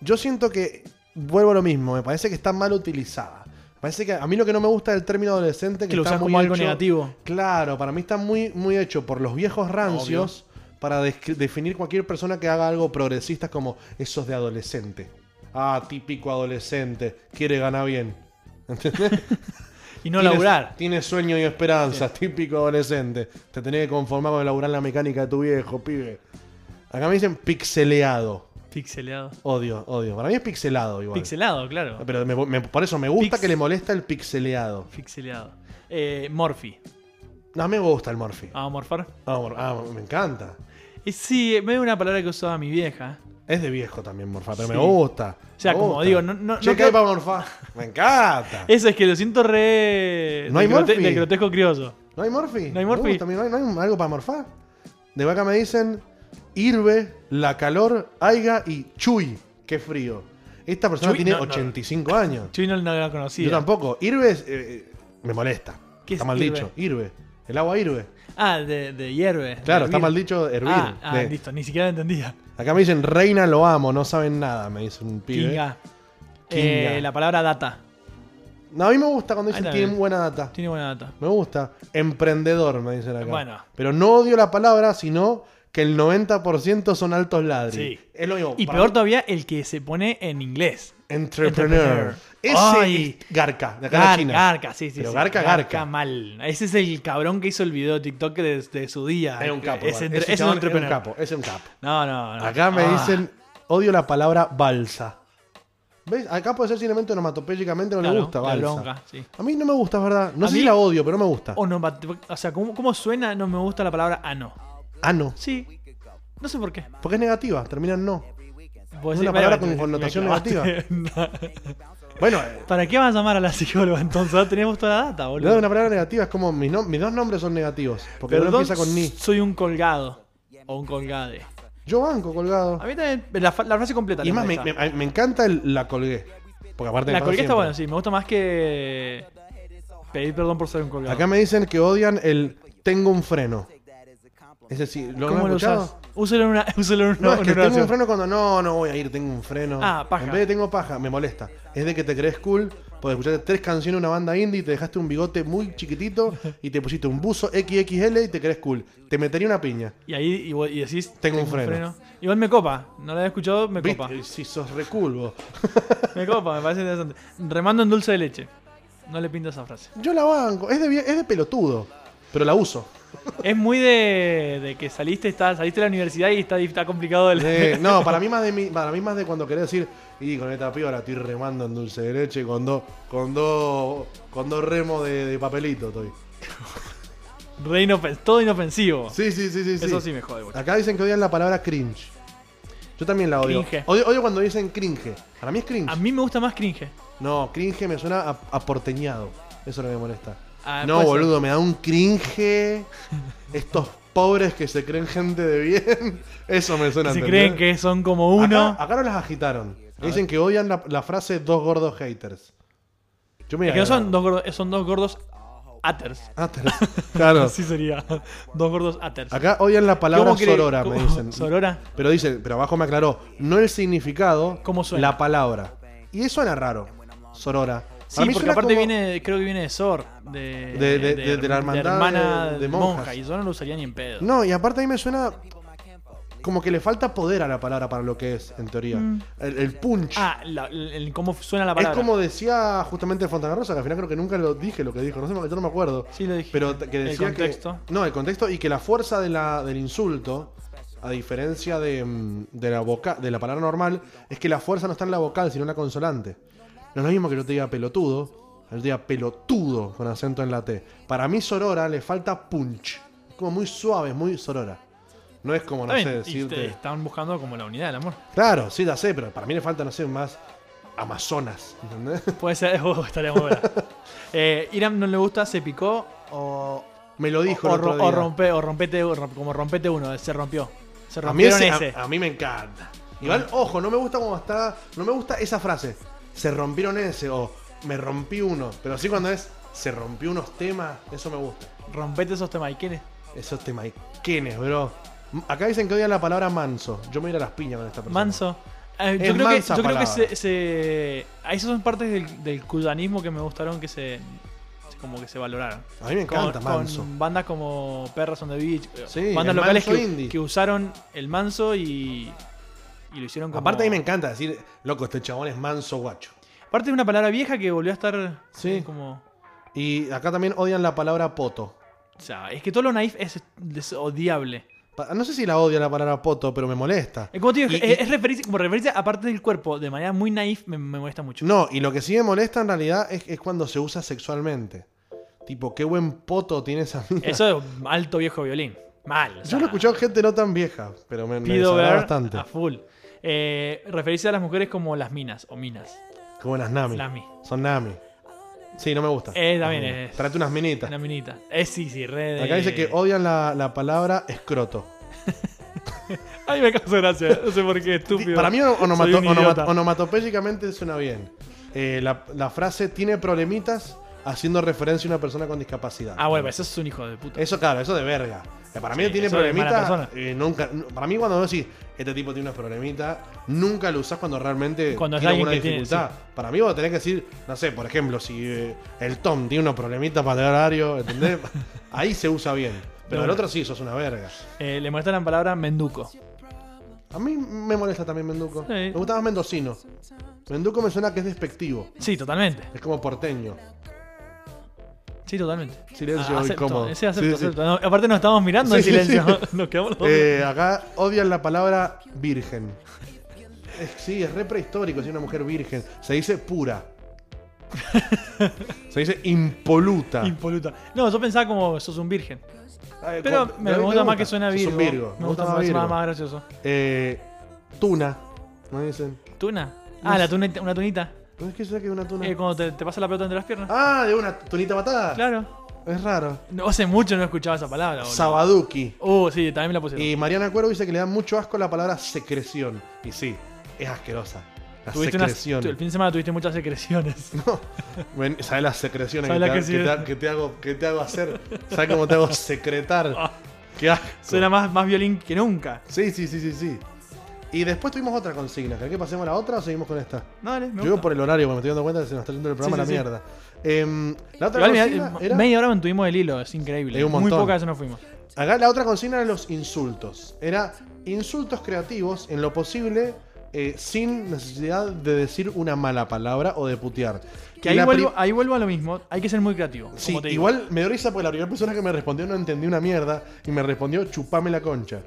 A: Yo siento que vuelvo a lo mismo, me parece que está mal utilizada. Me Parece que a mí lo que no me gusta del término adolescente que,
D: Que lo
A: está
D: usas
A: muy
D: como algo
A: hecho-
D: negativo.
A: Claro, para mí está muy, muy hecho por los viejos rancios para descri- definir cualquier persona que haga algo progresista como esos de adolescente. Ah, típico adolescente, quiere ganar bien. ¿Entendés?
D: Y no
A: Tienes-
D: laburar.
A: Tienes sueño y esperanzas, típico adolescente. Te tenés que conformar con laburar en la mecánica de tu viejo, pibe. Acá me dicen pixeleado.
D: Pixelado.
A: Odio, odio. Para mí es pixelado igual.
D: Pixelado, claro.
A: Pero me- me- por eso me gusta
D: Pix-
A: que le molesta el pixeleado.
D: Pixelado. Eh, Morphy.
A: No me gusta el Morphy.
D: ¿Vamos a morfar?
A: Ah, mor- ah, me encanta.
D: Y sí, me dio una palabra que usaba mi vieja.
A: Es de viejo también morfar, pero
D: Sí.
A: me gusta.
D: O sea,
A: me
D: como
A: gusta.
D: digo, no- no-
A: Che,
D: no
A: ¿qué hay
D: creo-
A: para morfar? Me encanta.
D: Eso es que lo siento re.
A: ¿No
D: del
A: hay
D: grote-
A: Morphy?
D: Del grotesco crioso.
A: ¿No hay Morphy?
D: ¿No hay Morphy?
A: Me gusta, ¿No hay, no hay algo para morfar? De acá me dicen Irve, La Calor, Aiga y Chuy. Qué frío. Esta persona
D: Chuy,
A: tiene
D: no, no.
A: 85 años.
D: Chuy no, no la conocía.
A: Yo tampoco. Irve es, eh, me molesta.
D: ¿Qué
A: está
D: es
A: mal
D: Irve?
A: dicho. Irve. El agua Irve.
D: Ah, de, de hierve. de
A: Claro, está
D: hervir.
A: mal dicho hervir.
D: Ah, ah,
A: De-
D: listo, ni siquiera entendía.
A: acá me dicen Reina lo amo, no saben nada, me dice un pibe.
D: Kinga.
A: Kinga.
D: Eh, la palabra data.
A: No, a mí me gusta cuando dicen
D: Ahí la
A: tienen
D: ves.
A: buena data.
D: Tiene buena data.
A: Me gusta. Emprendedor, me dicen acá.
D: Bueno.
A: Pero no odio la palabra, sino que el 90% son altos ladris.
D: Sí.
A: Es lo mismo.
D: Y
A: Para
D: peor
A: mí,
D: todavía, el que se pone en inglés.
A: Entrepreneur.
D: Entrepreneur.
A: Ese
D: Ay.
A: es Garca, de acá de
D: Gar-
A: China.
D: Garca, sí, sí.
A: Pero
D: sí.
A: garca, garca.
D: mal. Ese es el cabrón que hizo el video de TikTok de, de su día.
A: Es un capo. igual.
D: Ese, entre-
A: Ese
D: ese es un Ah.
A: chabón es un
D: entrepreneur.
B: Ah,
A: capo. Es un capo.
D: No, no, no.
A: Acá me
D: Ah,
A: dicen, odio la palabra balsa. ¿Ves? Acá puede ser simplemente onomatopélicamente no le
B: Claro,
A: gusta,
B: la
A: balsa.
B: bronca, sí.
A: A mí no me gusta, es verdad. No
B: A
A: sé
B: mí-
A: si la odio, pero no me gusta.
B: O no, o sea, ¿cómo, cómo suena? No me gusta la palabra ah, no.
A: Ah, no.
B: Sí. No sé por qué.
A: Porque es negativa, termina en no.
B: Puedo
A: Es
B: decir,
A: una palabra
B: "Vaya,
A: con
B: me
A: connotación
B: clavaste".
A: Bueno, eh,
B: ¿Para qué vas a llamar a la psicóloga entonces? Ya Tenemos toda la data,
A: le doy
B: boludo.
A: una palabra negativa, es como mis, nom- mis dos nombres son negativos. Porque uno empieza con ni.
B: soy un colgado. O un colgade.
A: Yo banco colgado.
B: A mí también, la, fa- la frase completa.
A: Y
B: le
A: más, me,
B: molesta.
A: me- a- me encanta el la colgué. Porque aparte me
B: La
A: pasa
B: colgué está
A: siempre.
B: bueno, sí. Me gusta más que pedir perdón por ser un colgado.
A: Acá me dicen que odian el tengo un freno. Es decir, ¿lo
B: ¿Cómo
A: han
B: lo
A: escuchado?
B: usás? Úsalo en una, úsalo en una,
A: No, es que
B: en una
A: tengo un
B: oración.
A: freno cuando no, no voy a ir, tengo un freno.
B: Ah, paja.
A: En vez de tengo paja, me molesta. Es de que te crees cool, porque escuchaste tres canciones de una banda indie, te dejaste un bigote muy chiquitito y te pusiste un buzo XXL y te crees cool. Te metería una piña.
B: Y ahí y, vos- y decís...
A: Tengo un freno.
B: Igual me copa. No la había escuchado, me copa.
A: ¿Viste? Si sos re cool, vos.
B: Me copa, me parece interesante. Remando en dulce de leche. No le pinto esa frase.
A: Yo la banco, es de, vie- es de pelotudo, pero la uso.
B: Es muy de, de que saliste está, saliste de la universidad y está, está complicado el...
A: Eh, no, para mí, más de mi- para mí más de cuando querés decir, y con esta piba la estoy remando en dulce de leche con dos con dos con dos remos de, de papelito. Estoy.
B: re inofen- todo inofensivo.
A: Sí, sí, sí, sí.
B: Eso sí me jode, boludo.
A: Acá dicen que odian la palabra cringe. Yo también la odio.
B: Cringe.
A: Odio, odio cuando dicen cringe. Para mí es cringe.
B: A mí me gusta más cringe.
A: No, cringe me suena a, a porteñado. Eso no me molesta.
B: Ah,
A: no,
B: puede ser.
A: boludo, me da un cringe. Estos pobres que se creen gente de bien. Eso me suena
B: Si
A: ¿entendés?
B: creen que son como uno...
A: Acá, acá no las agitaron. Dicen que odian la, la frase dos gordos haters. Yo me
B: es que no son dos gordos, son dos gordos aters.
A: Haters. Claro.
B: Así sería. Dos gordos aters.
A: Acá odian la palabra
B: ¿Cómo cree-
A: sorora, me
B: cómo-
A: dicen.
B: ¿Sorora?
A: Pero dicen, pero abajo me aclaró, no el significado,
B: ¿Cómo suena?
A: la palabra. Y eso suena raro. Sorora. Para
B: Sí,
A: mí
B: porque
A: suena
B: aparte
A: como-
B: viene, creo que viene de Sor, de,
A: De- de- de- de la hermandad
B: hermana
A: de-
B: de,
A: de
B: monja,
A: monjas.
B: y yo no lo usaría ni en pedo.
A: No, y aparte a mí me suena como que le falta poder a la palabra para lo que es, en teoría. El, el punch.
B: Mm. Ah, la- el, el cómo suena la
A: es
B: palabra.
A: como decía justamente Fontana Rosa, que al final creo que nunca lo dije lo que dijo, no sé, yo no me acuerdo.
B: Sí, lo dije.
A: Pero t- que
B: El
A: decía
B: contexto.
A: que. No, el contexto y que la fuerza de la, del insulto, a diferencia de, mm, de la boca, de la palabra normal, es que la fuerza no está en la vocal, sino en la consonante. No es lo mismo que yo te diga pelotudo, yo te diga pelotudo con acento en la T. Para mí, Sorora le falta punch. Es como muy suave, es muy Sorora. No es como, no
B: Está bien,
A: sé,
B: y te-
A: decirte.
B: están buscando como la unidad del amor.
A: Claro, sí, la sé, pero para mí le falta, no sé, más Amazonas. ¿Entendés?
B: Puede ser, oh, estaría muy buena. eh, Iram no le gusta, se picó o,
A: Me lo dijo
B: o,
A: el otro
B: ro-
A: día.
B: o rompe, o rompete, o rom- como rompete uno, se rompió. Se
A: A mí,
B: rompieron
A: ese- a-
B: ese.
A: a mí me encanta. Igual, ojo, no me gusta cómo está. No me gusta esa frase. Se rompieron ese o me rompí uno. Pero sí cuando es se rompió unos temas, eso me gusta.
B: Rompete esos temas. ¿Y quién es?
A: Esos temaiquenes, bro. M- Acá dicen que odian la palabra manso. Yo me iré a las piñas con esta persona.
B: Manso. Eh,
A: Es
B: yo creo que,
A: mansa
B: yo creo que
A: palabra.
B: se, se- a Esas son partes del, del cuyanismo que me gustaron que se. se- Como que se valoraron.
A: A mí me encanta
B: con,
A: manso.
B: con bandas como Perras on the Beach. eh,
A: Sí,
B: bandas
A: el
B: locales
A: manso
B: que,
A: indie.
B: que usaron el manso y. Y lo hicieron como.
A: Aparte, a mí me encanta decir, loco, este chabón es manso guacho.
B: Aparte de una palabra vieja que volvió a estar.
A: Sí.
B: eh, como.
A: Y acá también odian la palabra poto.
B: O sea, es que todo lo naif es, es odiable.
A: Pa- No sé si la odian la palabra poto, pero me molesta.
B: Es como, te digo,
A: Y-
B: es,
A: y-
B: es referencia, como referencia aparte del cuerpo, de manera muy naif, me, me molesta mucho.
A: No, y lo que sí me molesta en realidad es, es cuando se usa sexualmente. Tipo, qué buen poto tiene esa mina.
B: Eso es alto viejo violín. Mal. o
A: Yo
B: sea,
A: lo he escuchado en gente no tan vieja, pero me, me
B: Eh, ah. Pido
A: desagrada
B: ver
A: bastante.
B: a full. Eh, referirse a las mujeres como las minas o minas.
A: Como unas Nami.
B: Nami.
A: Son Nami. Sí, no me gusta.
B: Eh, también es-
A: Trate unas minitas.
B: Una minita. Eh, sí, sí, re de-
A: Acá dice que odian la, la palabra escroto.
B: Ay, me causó gracia. No sé por qué, estúpido.
A: Para mí onomato-
B: Soy un
A: onoma-
B: idiota.
A: onomatopéyicamente suena bien. Eh, la, la frase tiene problemitas haciendo referencia a una persona con discapacidad.
B: Ah, bueno, pero eso es un hijo de puta.
A: Eso, claro, eso de verga. Que Para mí
B: Sí,
A: tiene
B: eso de mala
A: problemitas. eh, nunca, n- para mí, cuando vos decís, este tipo tiene unos problemitas, nunca lo usás cuando realmente
B: Cuando es
A: tiene
B: alguien
A: alguna
B: que tiene,
A: dificultad. Para mí, vos tenés que decir, no sé, por ejemplo, si eh, el Tom tiene unos problemitas para el horario, ¿entendés? Ahí se usa bien. Pero
B: De
A: el
B: una.
A: otro sí, sos una verga.
B: Eh, le molesta la palabra menduco.
A: A mí me molesta también Menduco.
B: Sí.
A: Me gusta más Mendocino. Menduco me suena que es despectivo.
B: Sí, totalmente.
A: Es como porteño.
B: Sí, totalmente.
A: Silencio
B: Ah, acepto.
A: incómodo.
B: Sí, acepto,
A: Sí, sí.
B: acepto. No, aparte nos estamos mirando
A: Sí,
B: en
A: sí,
B: silencio. Nos quedamos los dos.
A: Eh, acá odian la palabra virgen. es- sí, es re prehistórico, si una mujer virgen. Se dice pura. se dice impoluta. Ah,
B: Impoluta. No, yo pensaba como sos un virgen.
A: Ay,
B: Pero
A: con-
B: me, gusta más que suena
A: suena
B: virgo.
A: Virgo.
B: Me gusta más,
A: Virgo.
B: suena más gracioso.
A: Eh, tuna. ¿No dicen?
B: ¿Tuna?
A: No
B: Ah, la tunita, una tunita.
A: ¿No es que sea que una tuna?
B: Eh, cuando te, te pasa la pelota entre las piernas.
A: Ah, de una tunita matada.
B: Claro.
A: Es raro.
B: No, hace mucho no escuchaba esa palabra, boludo.
A: Sabaduki.
B: Uh, sí, también me la pusieron.
A: Y Mariana Cuervo dice que le da mucho asco la palabra secreción. Y sí, es asquerosa. La
B: Tuviste unas-
A: secreción.
B: tu- el fin de semana tuviste muchas secreciones.
A: Ven, ¿Sabes las secreciones que
B: ¿Sabes
A: te,
B: la que
A: que
B: sí
A: te-
B: es?
A: que te hago, que te hago hacer? ¿Sabes cómo te hago secretar?
B: Ah.
A: Qué asco.
B: Suena más, más violín que nunca.
A: Sí, sí, sí, sí, sí. Y después tuvimos otra consigna. ¿Querés que pasemos a la otra o seguimos con esta?
B: No, dale, me
A: Yo digo
B: gusta.
A: por el horario, porque me estoy dando cuenta que se nos está yendo el programa
B: Sí,
A: a la
B: sí, sí.
A: mierda. Em, la otra
B: Igual, mirá,
A: consigna
B: eh,
A: era.
B: media hora mantuvimos el hilo, es increíble.
A: Es un
B: Muy
A: montón.
B: pocas veces nos fuimos.
A: Acá la otra consigna era los insultos. Era insultos creativos en lo posible. eh, sin necesidad de decir una mala palabra o de putear. Y
B: Que ahí
A: la
B: vuelvo,
A: pri-
B: ahí vuelvo a lo mismo, hay que ser muy creativo.
A: Sí,
B: como te digo.
A: igual me dio risa porque la primera persona que me respondió no entendí una mierda y me respondió chupame la concha.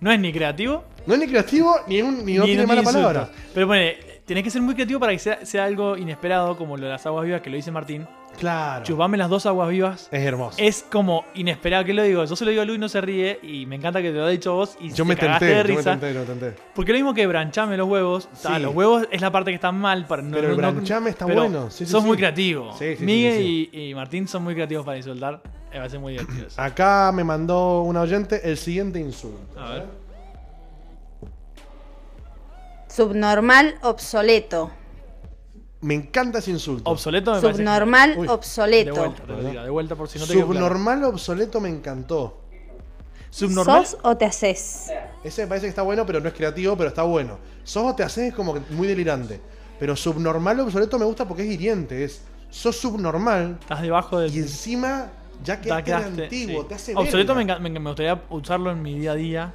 B: No es ni creativo,
A: No es ni creativo ni, un, ni no
B: ni-
A: tiene
B: ni
A: mala
B: insultos.
A: palabra.
B: Pero bueno, tenés que ser muy creativo para que sea, sea algo inesperado, como lo de las aguas vivas que lo dice Martín.
A: Claro.
B: Chupame las dos aguas vivas.
A: es hermoso.
B: Es como inesperado que lo digo. Yo se lo digo a Luis, no se ríe. Y me encanta que te lo haya dicho vos. Y
A: yo, me
B: te cagaste de
A: tenté, yo me
B: risa.
A: tenté, yo me tenté.
B: Porque lo mismo que branchame los huevos. ta,
A: Sí.
B: los huevos es la parte que está mal. Para, no,
A: Pero el
B: no- no-
A: branchame está
B: pero
A: bueno, sí, sí,
B: sos
A: sí.
B: muy creativo.
A: Sí, sí, sí,
B: Miguel
A: sí,
B: Y, y Martín son muy creativos para insultar. Me parece muy divertido. eso.
A: Acá me mandó una oyente el siguiente insulto.
B: A ver.
D: Subnormal obsoleto.
A: Me encanta ese insulto.
B: Obsoleto Ah, me parece.
D: Subnormal
A: Uy,
B: De
D: obsoleto.
B: vuelta, te lo diga, de vuelta por si no te quedó claro.
A: Subnormal obsoleto me encantó.
B: Subnormal.
D: ¿Sos o te haces?
A: Ese me parece que está bueno, pero no es creativo, pero está bueno. Sos o te haces es como que muy delirante. Pero subnormal obsoleto me gusta porque es hiriente. Es sos subnormal
B: Estás debajo del.
A: y encima ya que este
B: Te quedaste,
A: antiguo,
B: sí.
A: te hace
B: Obsoleto me,
A: verga.
B: enca- me- me gustaría usarlo en mi día a día.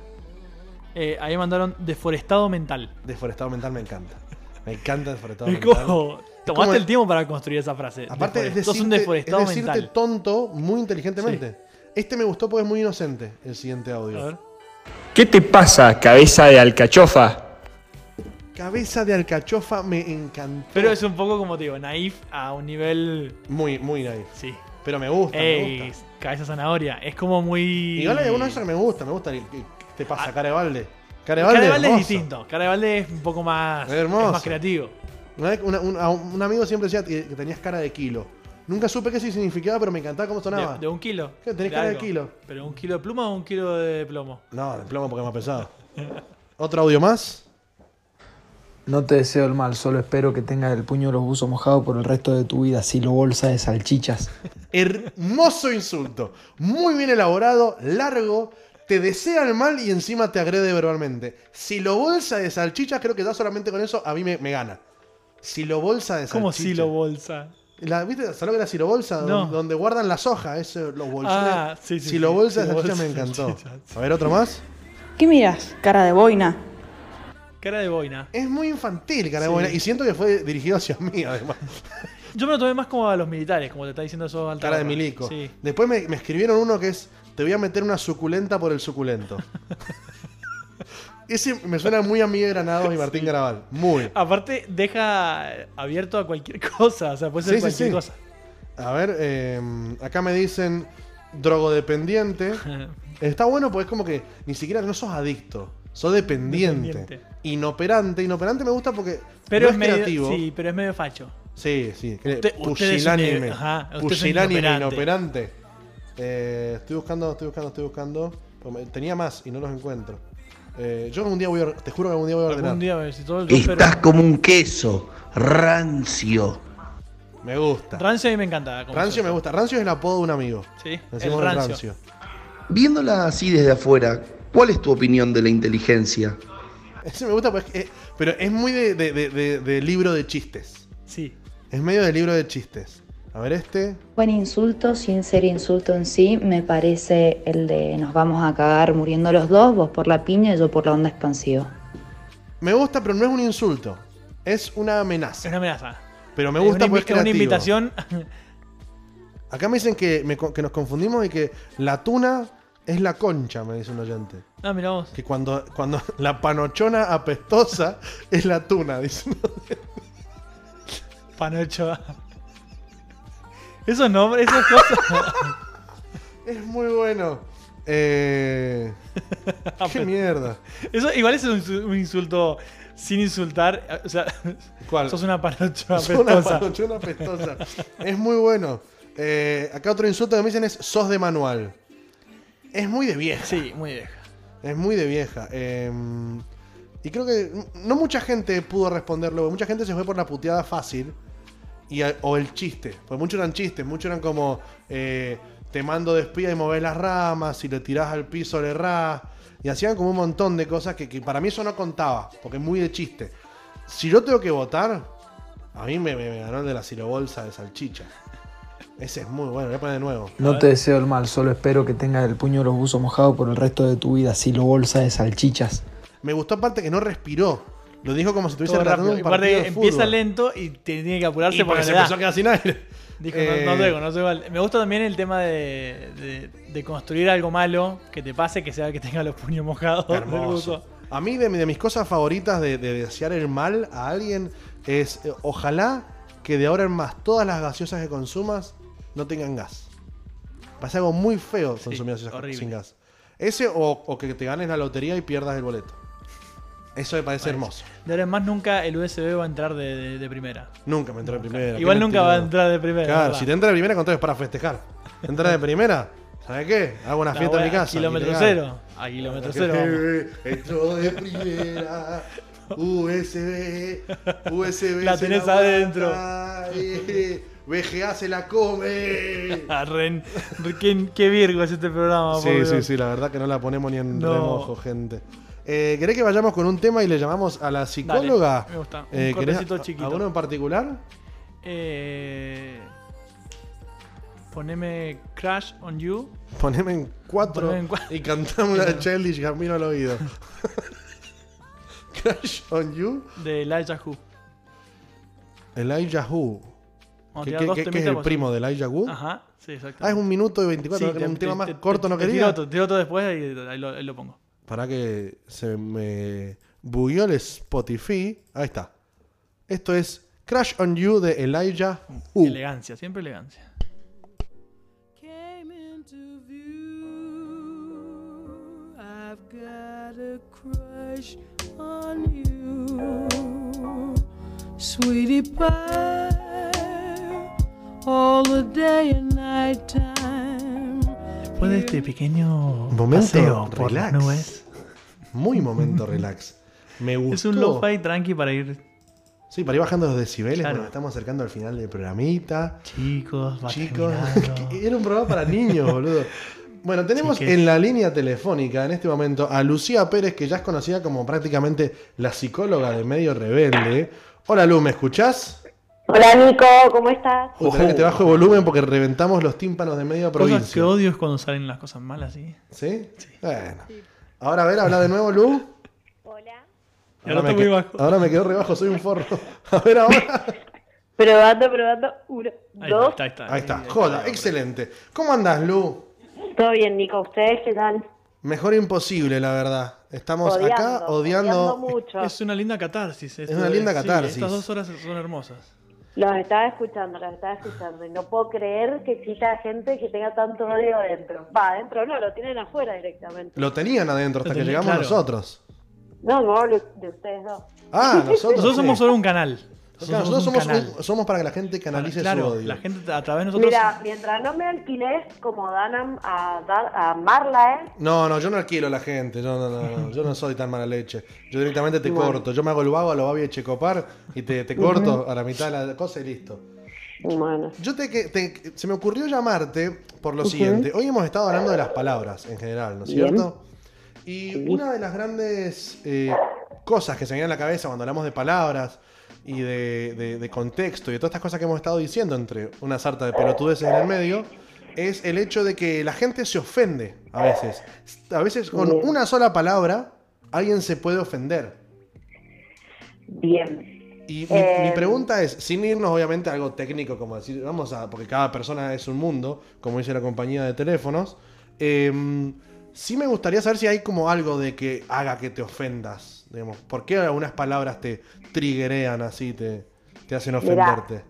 B: Eh, ahí mandaron deforestado mental.
A: Deforestado mental me encanta. Me encanta deforestado
B: Es
A: mental.
B: como. Tomaste
A: como-
B: el tiempo para construir esa frase.
A: Aparte es
B: Deforest-
A: decirte,
B: Sos un deforestado
A: es decirte
B: mental.
A: tonto muy inteligentemente. Este me gustó porque es muy inocente el siguiente audio.
B: A ver.
E: ¿Qué te pasa, cabeza de alcachofa?
A: Cabeza de alcachofa me encantó.
B: Pero es un poco como te digo, naif a un nivel.
A: Muy, muy naive.
B: Sí.
A: Pero me gusta, me
B: Ey,
A: gusta.
B: cabeza zanahoria. Es como muy.
A: Igual hay algunos que me gusta, me gusta. ¿Qué te
B: Ah.
A: pasa, cara de balde? Cara de balde,
B: Carevalde es
A: hermoso.
B: distinto. Carevalde es un poco más.
A: Es hermoso.
B: es más creativo.
A: Una vez una- un, a un- un amigo siempre decía que tenías cara de kilo. Nunca supe qué significaba, pero me encantaba cómo sonaba.
B: De, de un kilo.
A: ¿Qué, Ah, tenés cara de
B: algo.
A: kilo?
B: ¿Pero un kilo de pluma o un kilo de plomo?
A: No, de plomo porque es más pesado. ¿Otro audio más?
F: No te deseo el mal, solo espero que tengas el puño de los buzos mojado por el resto de tu vida, si lo bolsa de salchichas.
A: Hermoso insulto. Muy bien elaborado, largo. Te desea el mal y encima te agrede verbalmente. Si lo bolsa de salchichas, creo que ya solamente con eso a mí me, me gana. Si lo bolsa de salchichas.
B: Como si lo bolsa.
A: La, ¿Viste? ¿Sabes lo que era silo bolsa?
B: No.
A: Don- Donde guardan las hojas, eso, los bolsones.
B: Ah, sí, sí,
A: Si lo
B: sí.
A: bolsa de
B: Silo
A: salchichas me
B: bolsa de
A: encantó.
B: salchichas.
A: A ver, otro más.
G: ¿Qué miras? Cara de boina.
B: Cara de boina.
A: Es muy infantil, cara de
B: Sí.
A: boina, Y siento que fue dirigido hacia mí, además.
B: Yo me lo tomé más como a los militares, como te está diciendo eso Alta
A: Cara de
B: Barra.
A: milico.
B: Sí.
A: Después me, me escribieron uno que es: Te voy a meter una suculenta por el suculento. Ese me suena muy a Miguel Granados y Martín Garabal. Muy.
B: Aparte, deja abierto a cualquier cosa. O sea, puede ser
A: Sí, sí,
B: cualquier
A: sí.
B: cosa.
A: A ver, eh, acá me dicen: Drogodependiente. Está bueno porque es como que ni siquiera no sos adicto, sos dependiente.
B: Dependiente.
A: Inoperante, inoperante me gusta porque
B: Pero
A: no
B: es medio,
A: creativo.
B: sí, pero es medio facho.
A: Sí, sí. que-
B: Usted- usted es un
A: pusilánime.
B: de- ajá, usted es un
A: pusilánime,
B: inoperante.
A: inoperante. Eh, estoy buscando, estoy buscando, estoy buscando. Tenía más y no los encuentro. Eh, yo algún día voy a, or- te juro que algún día voy a ordenar.
B: Algún día, a ver si todo el
H: Estás como un queso, rancio.
A: Me gusta.
B: Rancio a mí me encanta. como
A: Rancio me
B: suelto.
A: gusta. Rancio es el apodo de un amigo.
B: Sí,
A: Le
B: el
A: decimos el
B: rancio.
A: rancio.
H: Viéndola así desde afuera, ¿cuál es tu opinión de la inteligencia?
A: Ese me gusta, porque es- eh, pero es muy de- de- de- de- de libro de chistes.
B: Sí.
A: Es medio de libro de chistes. A ver este.
I: Buen insulto, sin ser insulto en sí, me parece el de nos vamos a cagar muriendo los dos, vos por la piña y yo por la onda expansiva.
A: Me gusta, pero no es un insulto. Es una
B: Es
A: amenaza.
B: una amenaza.
A: Pero me gusta
B: es una,
A: porque es
B: invi- una
A: creativo.
B: invitación.
A: Acá me dicen que, me co- que nos confundimos y que la tuna Es la concha, me dice un oyente.
B: Ah, mira vos.
A: Que cuando, cuando la panochona apestosa es la tuna, dice uno.
B: Panocho. Esos nombres, esas cosas.
A: Es muy bueno. Eh, qué mierda.
B: Eso, igual ese es un, un insulto sin insultar. O sea,
A: ¿Cuál?
B: sos una panocha
A: Sos una
B: apestosa.
A: panochona apestosa. es muy bueno. Eh, acá otro insulto que me dicen es sos de manual. Es muy de vieja.
B: Sí, muy vieja.
A: Es muy de vieja. Eh, y creo que no mucha gente pudo responderlo. Mucha gente se fue por la puteada fácil. Y, a- o el chiste. Porque muchos eran chistes. Muchos eran como. eh, te mando de espía y movés las ramas. Si le tirás al piso, le errás. Y hacían como un montón de cosas que, que para mí eso no contaba. Porque es muy de chiste. Si yo tengo que votar. A mí me, me- me ganó el de la silobolsa de salchicha. Ese es muy bueno. Voy a poner de nuevo.
F: No te deseo el mal, solo espero que tengas el puño de los buzos mojado por el resto de tu vida, silo bolsa de salchichas.
A: Me gustó aparte que no respiró. Lo dijo como si estuviese
B: Todo
A: tratando
B: rápido.
A: un
B: Y
A: partido
B: aparte
A: de fútbol.
B: empieza lento y te tiene que apurarse
A: Y porque
B: porque
A: se
B: le da.
A: empezó a quedar sin aire.
B: Dijo,
A: Eh,
B: no, no llego, no llego al- Me gusta también el tema de, de- de construir algo malo que te pase, que sea que tenga los puños mojados. del
A: Hermoso.
B: buzo.
A: A mí de, de mis cosas favoritas de, de desear el mal a alguien es eh, ojalá que de ahora en más todas las gaseosas que consumas no tengan gas. Pasa algo muy feo
B: Sí,
A: consumir gaseosas
B: horrible.
A: sin gas. Ese o, o que te ganes la lotería y pierdas el boleto. Eso me parece hermoso.
B: De ahora en más nunca el USB va a entrar de, de- de primera.
A: Nunca me entró de primera.
B: Igual
A: qué
B: nunca va a
A: mentiroso.
B: entrar de primera.
A: Claro,
B: ¿verdad?
A: si te entra de primera, contás es para festejar. Te entra de primera, ¿sabes qué? Hago una
B: La
A: fiesta en mi
B: wea,
A: casa.
B: Kilómetro
A: ilegal.
B: cero. A kilómetro cero. vamos.
A: Entró de primera. USB. USB.
B: La
A: se
B: tenés
A: aguanta, eh, VGA se la come.
B: Ah, Ren, ¿qué, qué Virgo es este programa? por
A: Sí,
B: Dios.
A: sí, sí, la verdad que no la ponemos ni en
B: No.
A: remojo, gente. Eh, ¿Querés que vayamos con un tema y le llamamos a la psicóloga?
B: me gusta. Un
A: Eh, ¿querés
B: cortecito
A: a-
B: chiquito.
A: ¿Alguno en particular?
B: Eh, poneme Crash on You.
A: Poneme en cuatro
B: Poneme en cua-
A: y cantamos una de Childish Gambino al oído. Crash on You,
B: de Elijah Who.
A: Elijah Who.
B: Vamos a
A: ¿Qué,
B: tirar
A: qué-
B: dos
A: qué- qué es
B: temitas,
A: el
B: pues.
A: primo de Elijah Who?
B: Ajá, sí, exacto.
A: Ah, es un minuto y 24,
B: Sí,
A: que era un
B: te-
A: tema
B: te-
A: más
B: te-
A: corto, ¿no
B: te
A: quería?
B: Tiro otro, tiro otro después y ahí lo, ahí lo pongo.
A: Para que se me bugueó el Spotify. Ahí está. Esto es Crash on You de Elijah Who.
B: Elegancia, siempre elegancia.
J: came into view. I've got a crush on you, sweetie pie, all the day and night time.
B: Después de este pequeño
A: Momento
B: paseo por
A: relax.
B: las nubes,
A: Muy momento relax. Me gustó.
B: es un lo-fi tranqui para ir
A: Sí, para ir bajando los decibeles.
B: Claro.
A: Bueno, estamos acercando al final del programita.
B: chicos, va
A: Chicos,
B: terminando.
A: era un programa para niños, boludo. Bueno, tenemos
B: Chiques.
A: en la línea telefónica en este momento a Lucía Pérez, que ya es conocida como prácticamente la psicóloga de Medio Rebelde. Hola, Lu, ¿me escuchás?
K: Hola Nico, ¿cómo estás?
A: Uy, tenés que te bajo el volumen porque reventamos los tímpanos de media
B: Cosas que
A: provincia.
B: odio es cuando salen las cosas malas, ¿sí?
A: ¿Sí? Bueno. Ahora, a ver, habla de nuevo, Lu.
K: Hola.
B: Y ahora
A: me,
B: estoy muy
A: que-
B: bajo.
A: ahora me quedo re bajo, soy un forro. A ver, ahora.
K: Probando, probando. Uno,
B: Ahí
K: dos.
B: está, ahí está.
A: Ahí está, joda, excelente. ¿Cómo andás, Lu?
K: Todo bien, Nico. ¿Ustedes qué tal?
A: Mejor imposible, la verdad. Estamos
K: odiando,
A: acá odiando.
K: mucho.
B: Es una linda catarsis. esto
A: una
B: de-
A: linda
B: sí,
A: catarsis.
B: estas dos horas son hermosas.
K: Los estaba escuchando, los estaba escuchando. Y no puedo creer que exista gente que tenga tanto odio adentro. Va, adentro no, lo tienen afuera directamente.
A: Lo tenían adentro hasta
B: Lo
A: que
B: tenían,
A: llegamos
B: claro.
A: nosotros.
K: No, no hablo de ustedes dos.
A: Ah, nosotros.
B: Nosotros
A: sí.
B: somos solo un canal.
A: Claro, nosotros somos,
B: un canal.
A: un- somos para que la gente canalice
B: claro,
A: su odio.
B: la gente a través de nosotros.
K: Mira, mientras no me alquiles como dan a, a, Dan- a Marla, ¿eh?
A: No, no, yo no alquilo a la gente, yo no, no, no, yo no soy tan mala leche. Yo directamente te corto, yo me hago el vago a lo Babi Checopar y te, te corto a la mitad de la cosa y listo.
K: Bueno.
A: Yo te, que- te- se me ocurrió llamarte por lo siguiente. Hoy hemos estado hablando de las palabras en general, ¿no es
K: Bien.
A: cierto? Y una de las grandes eh, cosas que se me viene a la cabeza cuando hablamos de palabras y de, de- de contexto y de todas estas cosas que hemos estado diciendo entre una sarta de pelotudeces en el medio es el hecho de que la gente se ofende a veces. A veces con
K: Bien.
A: una sola palabra alguien se puede ofender.
K: Bien.
A: Y mi,
K: Eh,
A: mi pregunta es, sin irnos obviamente a algo técnico, como decir, vamos a, porque cada persona es un mundo, como dice la compañía de teléfonos, em, Sí me gustaría saber si hay como algo de que haga que te ofendas. Digamos, ¿Por qué algunas palabras te triggerean así, te, te hacen
K: Mirá.
A: ofenderte?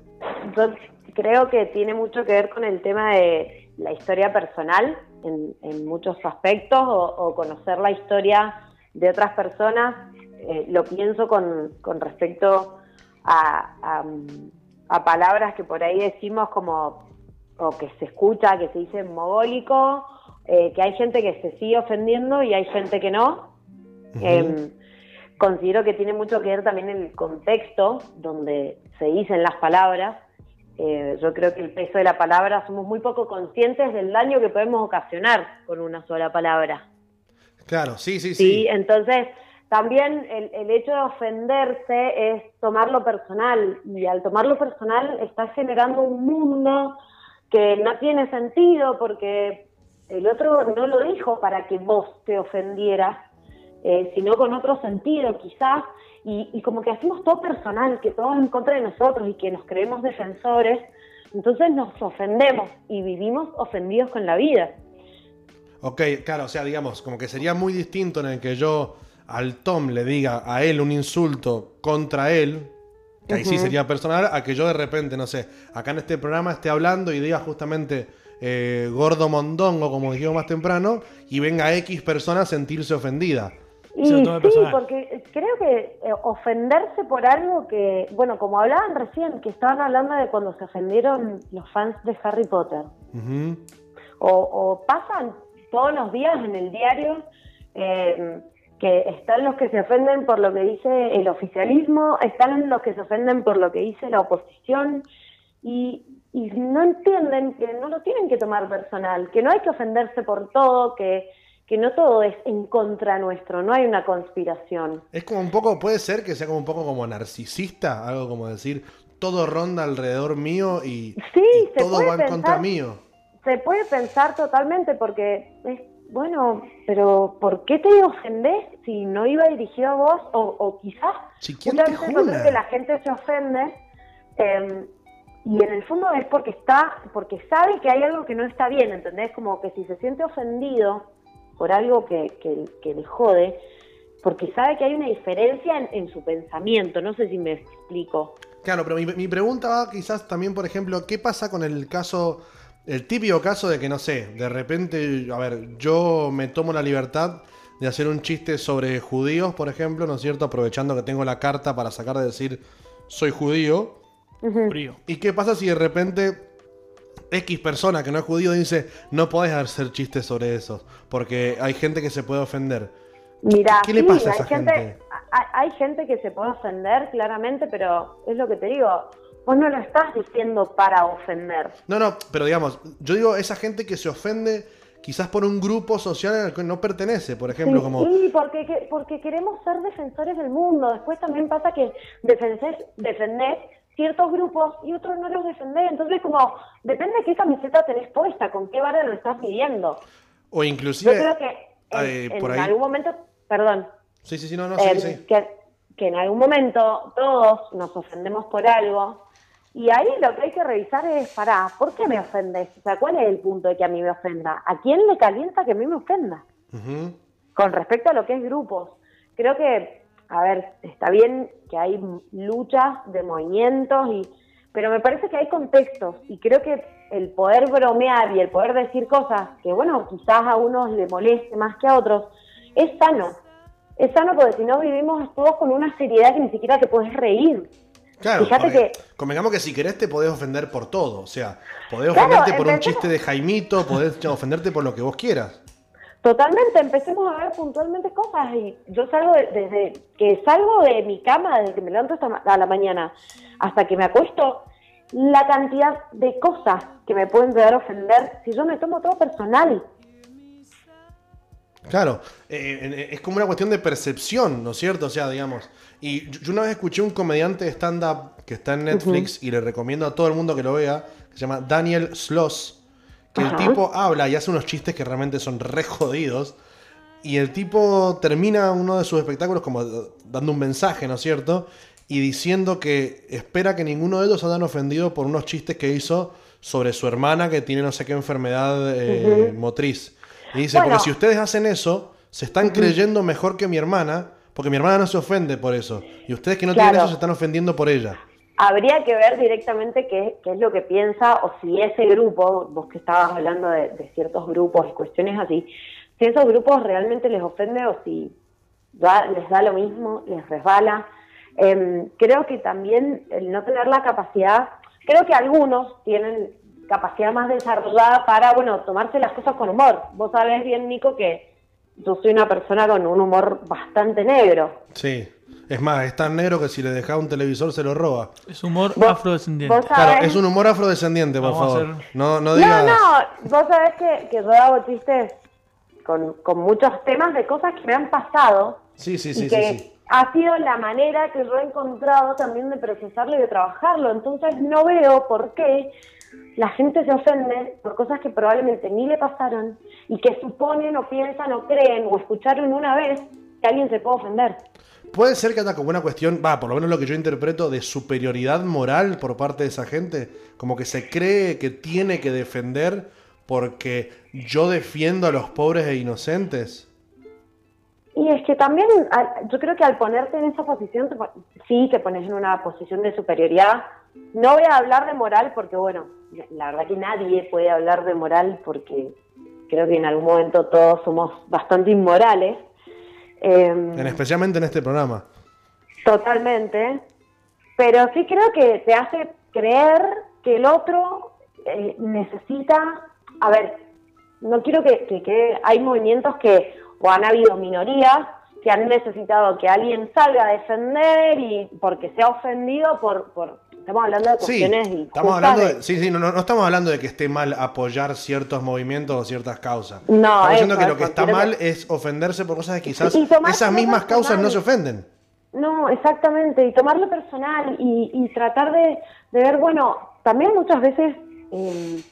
K: Yo creo que tiene mucho que ver con el tema de la historia personal en, en muchos aspectos o, o conocer la historia de otras personas. Eh, lo pienso con, con respecto a, a, mm, a palabras que por ahí decimos como o que se escucha, que se dice mogólico, eh, que hay gente que se sigue ofendiendo y hay gente que no. Em, considero que tiene mucho que ver también el contexto donde se dicen las palabras. Eh, yo creo que el peso de la palabra somos muy poco conscientes del daño que podemos ocasionar con una sola palabra.
A: Claro, sí, sí,
K: Sí,
A: sí.
K: entonces también el, el hecho de ofenderse es tomarlo personal y al tomarlo personal estás generando un mundo que no tiene sentido porque el otro no lo dijo para que vos te ofendieras, eh, sino con otro sentido quizás, y, y como que hacemos todo personal, que todo es en contra de nosotros y que nos creemos defensores, entonces nos ofendemos y vivimos ofendidos con la vida.
A: Ok, claro, o sea, digamos, como que sería muy distinto en el que yo al Tom le diga a él un insulto contra él, que ahí sí
K: Ujú.
A: sería personal, a que yo de repente, no sé, acá en este programa esté hablando y diga justamente eh, gordo mondongo, como dijimos más temprano, y venga X persona a sentirse ofendida.
K: Y
A: Se lo
K: sí,
A: tome personal.
K: porque creo que eh, ofenderse por algo que, bueno, como hablaban recién, que estaban hablando de cuando se ofendieron los fans de Harry Potter,
A: Ujú.
K: o, o pasan todos los días en el diario eh, que están los que se ofenden por lo que dice el oficialismo, están los que se ofenden por lo que dice la oposición, y, y no entienden que no lo tienen que tomar personal, que no hay que ofenderse por todo, que, que no todo es en contra nuestro, no hay una conspiración.
A: Es como un poco, puede ser que sea como un poco como narcisista, algo como decir, todo ronda alrededor mío y,
K: Sí, se
A: todo
K: puede
A: va en
K: pensar,
A: contra mío.
K: Se puede pensar totalmente porque es, bueno, pero ¿por qué te ofendés si no iba dirigido a vos? O, o quizás
A: Chiquita
K: muchas veces yo creo que la gente se ofende eh, y en el fondo es porque está, porque sabe que hay algo que no está bien, ¿entendés? Como que si se siente ofendido por algo que, que, que le jode, porque sabe que hay una diferencia en, en su pensamiento, no sé si me explico.
A: Claro, pero mi, mi pregunta va quizás también, por ejemplo, ¿qué pasa con el caso, el típico caso de que, no sé, de repente, a ver, yo me tomo la libertad de hacer un chiste sobre judíos, por ejemplo, ¿no es cierto? Aprovechando que tengo la carta para sacar de decir, soy judío. ¿Y qué pasa si de repente X persona que no es judío dice, no podés hacer chistes sobre eso, porque hay gente que se puede ofender?
K: Mira,
A: ¿Qué le
K: sí,
A: pasa a
K: hay
A: esa
K: gente,
A: gente?
K: hay, hay gente que se puede ofender, claramente, pero es lo que te digo, vos no lo estás diciendo para ofender.
A: No, no, pero digamos, yo digo esa gente que se ofende quizás por un grupo social al que no pertenece, por ejemplo,
K: Sí,
A: como...
K: sí, porque, que- porque queremos ser defensores del mundo. Después también pasa que defendés, defendés ciertos grupos y otros no los defendés. Entonces, como, depende de qué camiseta tenés puesta, con qué vara lo estás midiendo.
A: O
K: Yo
A: inclusive...
K: creo que en,
A: eh, por
K: en
A: ahí-
K: algún momento, perdón,
A: Sí, sí, sí, no, no,
K: eh,
A: sí, sí.
K: Que, que en algún momento todos nos ofendemos por algo. Y ahí lo que hay que revisar es, pará, ¿por qué me ofendes? O sea, ¿cuál es el punto de que a mí me ofenda? ¿A quién le calienta que a mí me ofenda?
A: Ujú.
K: Con respecto a lo que es grupos, creo que, a ver, está bien que hay luchas de movimientos, y, pero me parece que hay contextos y creo que el poder bromear y el poder decir cosas que, bueno, quizás a unos le moleste más que a otros, es sano. Es sano porque si no vivimos todos con una seriedad que ni siquiera te puedes reír.
A: Claro,
K: Fíjate
A: porque
K: que-
A: convengamos que si querés te podés ofender por todo, o sea, podés
K: Claro,
A: ofenderte por un
K: empecemos-
A: chiste de Jaimito, podés ofenderte por lo que vos quieras.
K: Totalmente, empecemos a ver puntualmente cosas. Y yo salgo de- desde que salgo de mi cama, desde que me levanto esta ma- a la mañana hasta que me acuesto, la cantidad de cosas que me pueden llegar a ofender si yo me tomo todo personal.
A: Claro, eh, eh, es como una cuestión de percepción, ¿no es cierto? O sea, digamos. Y yo yo una vez escuché un comediante de stand-up que está en Netflix y le recomiendo a todo el mundo que lo vea, que se llama Daniel Sloss, que
K: Ajá.
A: el tipo habla y hace unos chistes que realmente son re jodidos. Y el tipo termina uno de sus espectáculos como eh, dando un mensaje, ¿no es cierto? Y diciendo que espera que ninguno de ellos hayan ofendido por unos chistes que hizo sobre su hermana que tiene no sé qué enfermedad eh,
K: Ujú.
A: motriz. Y dice,
K: Bueno.
A: porque si ustedes hacen eso, se están creyendo mejor que mi hermana, porque mi hermana no se ofende por eso. Y ustedes que no tienen
K: Claro.
A: eso se están ofendiendo por ella.
K: Habría que ver directamente qué, qué es lo que piensa o si ese grupo, vos que estabas hablando de, de ciertos grupos y cuestiones así, si esos grupos realmente les ofende o si da- les da lo mismo, les resbala. Em, creo que también el no tener la capacidad, creo que algunos tienen capacidad más desarrollada para, bueno, tomarse las cosas con humor. Vos sabés bien, Nico, que yo soy una persona con un humor bastante negro.
A: Sí. Es más, es tan negro que si le deja un televisor se lo roba.
B: Es humor afrodescendiente.
K: vos sabés-
A: Claro, es un humor afrodescendiente, por
B: Vamos a
A: favor.
B: hacer-
A: No, no
K: No,
A: digas.
K: no, vos sabés que, que yo hago chistes con, con muchos temas de cosas que me han pasado
A: Sí, sí,
K: y
A: sí, sí,
K: que
A: sí.
K: ha sido la manera que yo he encontrado también de procesarlo y de trabajarlo. Entonces no veo por qué la gente se ofende por cosas que probablemente ni le pasaron y que suponen o piensan o creen o escucharon una vez que alguien se puede ofender.
A: Puede ser que haya como una cuestión, va, por lo menos lo que yo interpreto, de superioridad moral por parte de esa gente. Como que se cree que tiene que defender porque yo defiendo a los pobres e inocentes.
K: Y es que también, al- yo creo que al ponerte en esa posición, te pon- sí te pones en una posición de superioridad. No voy a hablar de moral porque, bueno, la- la verdad que nadie puede hablar de moral porque creo que en algún momento todos somos bastante inmorales. Em,
A: En, especialmente en este programa.
K: Totalmente. Pero sí creo que te hace creer que el otro eh, necesita. A ver, no quiero que, que quede- Hay movimientos que. O han habido minorías que han necesitado que alguien salga a defender y porque se ha ofendido por. por estamos hablando de
A: Sí,
K: cuestiones y
A: estamos hablando de, sí, sí, no, no- no estamos hablando de que esté mal apoyar ciertos movimientos o ciertas causas.
K: No,
A: estamos diciendo
K: eso,
A: que lo
K: eso,
A: que está
K: quiero
A: mal
K: que-
A: es ofenderse por cosas que quizás
K: Y tomar
A: esas mismas
K: cosas
A: causas no
K: mal.
A: se ofenden.
K: No, exactamente, y tomarlo personal y, y tratar de, de ver, bueno, también muchas veces eh,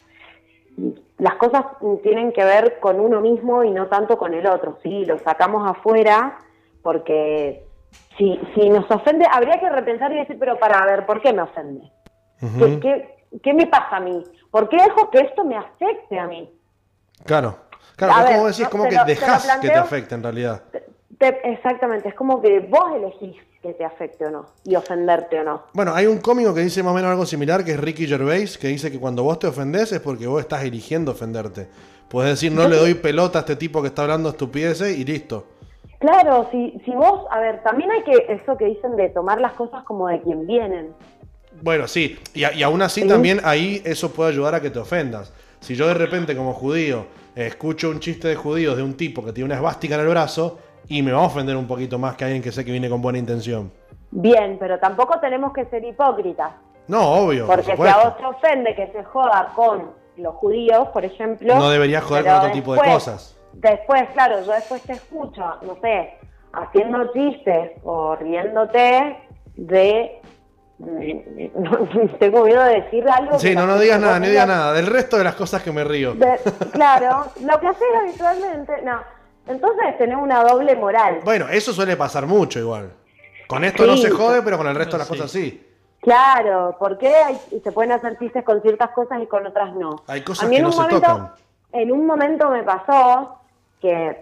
K: las cosas tienen que ver con uno mismo y no tanto con el otro, sí, lo sacamos afuera porque si, si nos ofende, habría que repensar y decir, pero para a ver, ¿por qué me ofende? ¿Qué-
A: Ujú.
K: qué, qué me pasa a mí? ¿Por qué dejo que esto me afecte a mí?
A: Claro, claro,
K: A
A: es como
K: ver,
A: decís,
K: no,
A: como
K: te
A: que
K: lo- te lo
A: dejás que te
K: planteo-
A: afecte en realidad.
K: Te- exactamente, es como que vos elegís que te afecte o no y ofenderte o no.
A: Bueno, hay un cómico que dice más o menos algo similar, que es Ricky Gervais, que dice que cuando vos te ofendés es porque vos estás eligiendo ofenderte. Puedes decir, no le doy pelota a este tipo que está hablando estupideces y listo.
K: Claro, si, si vos, a ver, también hay que eso que dicen de tomar las cosas como de quien vienen.
A: Bueno, sí, y, a- y aún así también ahí eso puede ayudar a que te ofendas. Si yo de repente como judío eh, escucho un chiste de judíos de un tipo que tiene una esvástica en el brazo y me va a ofender un poquito más que alguien que sé que viene con buena intención.
K: Bien, pero tampoco tenemos que ser hipócritas,
A: No, obvio. por
K: porque si a
A: supuesto.
K: vos te ofende que se joda con los judíos, por ejemplo...
A: No deberías joder con
K: pero
A: otro tipo de
K: después-
A: cosas.
K: Después, claro, yo después te escucho, no sé, haciendo chistes o riéndote de... Tengo miedo de decir algo.
A: Sí,
K: que
A: no,
K: la
A: no
K: gente
A: digas
K: se
A: nada, no digas
K: ofenda.
A: nada. Del resto de las cosas que me río.
K: De- claro, lo que haces habitualmente, no. Entonces tenés una doble moral.
A: Bueno, eso suele pasar mucho igual. Con esto no
K: Sí.
A: se jode, pero con el resto de las
B: Sí.
A: cosas sí.
K: Claro, porque hay, se pueden hacer chistes con ciertas cosas y con otras no.
A: Hay cosas
K: A mí
A: que
K: en
A: no
K: un
A: se
K: momento,
A: tocan.
K: En un momento me pasó que,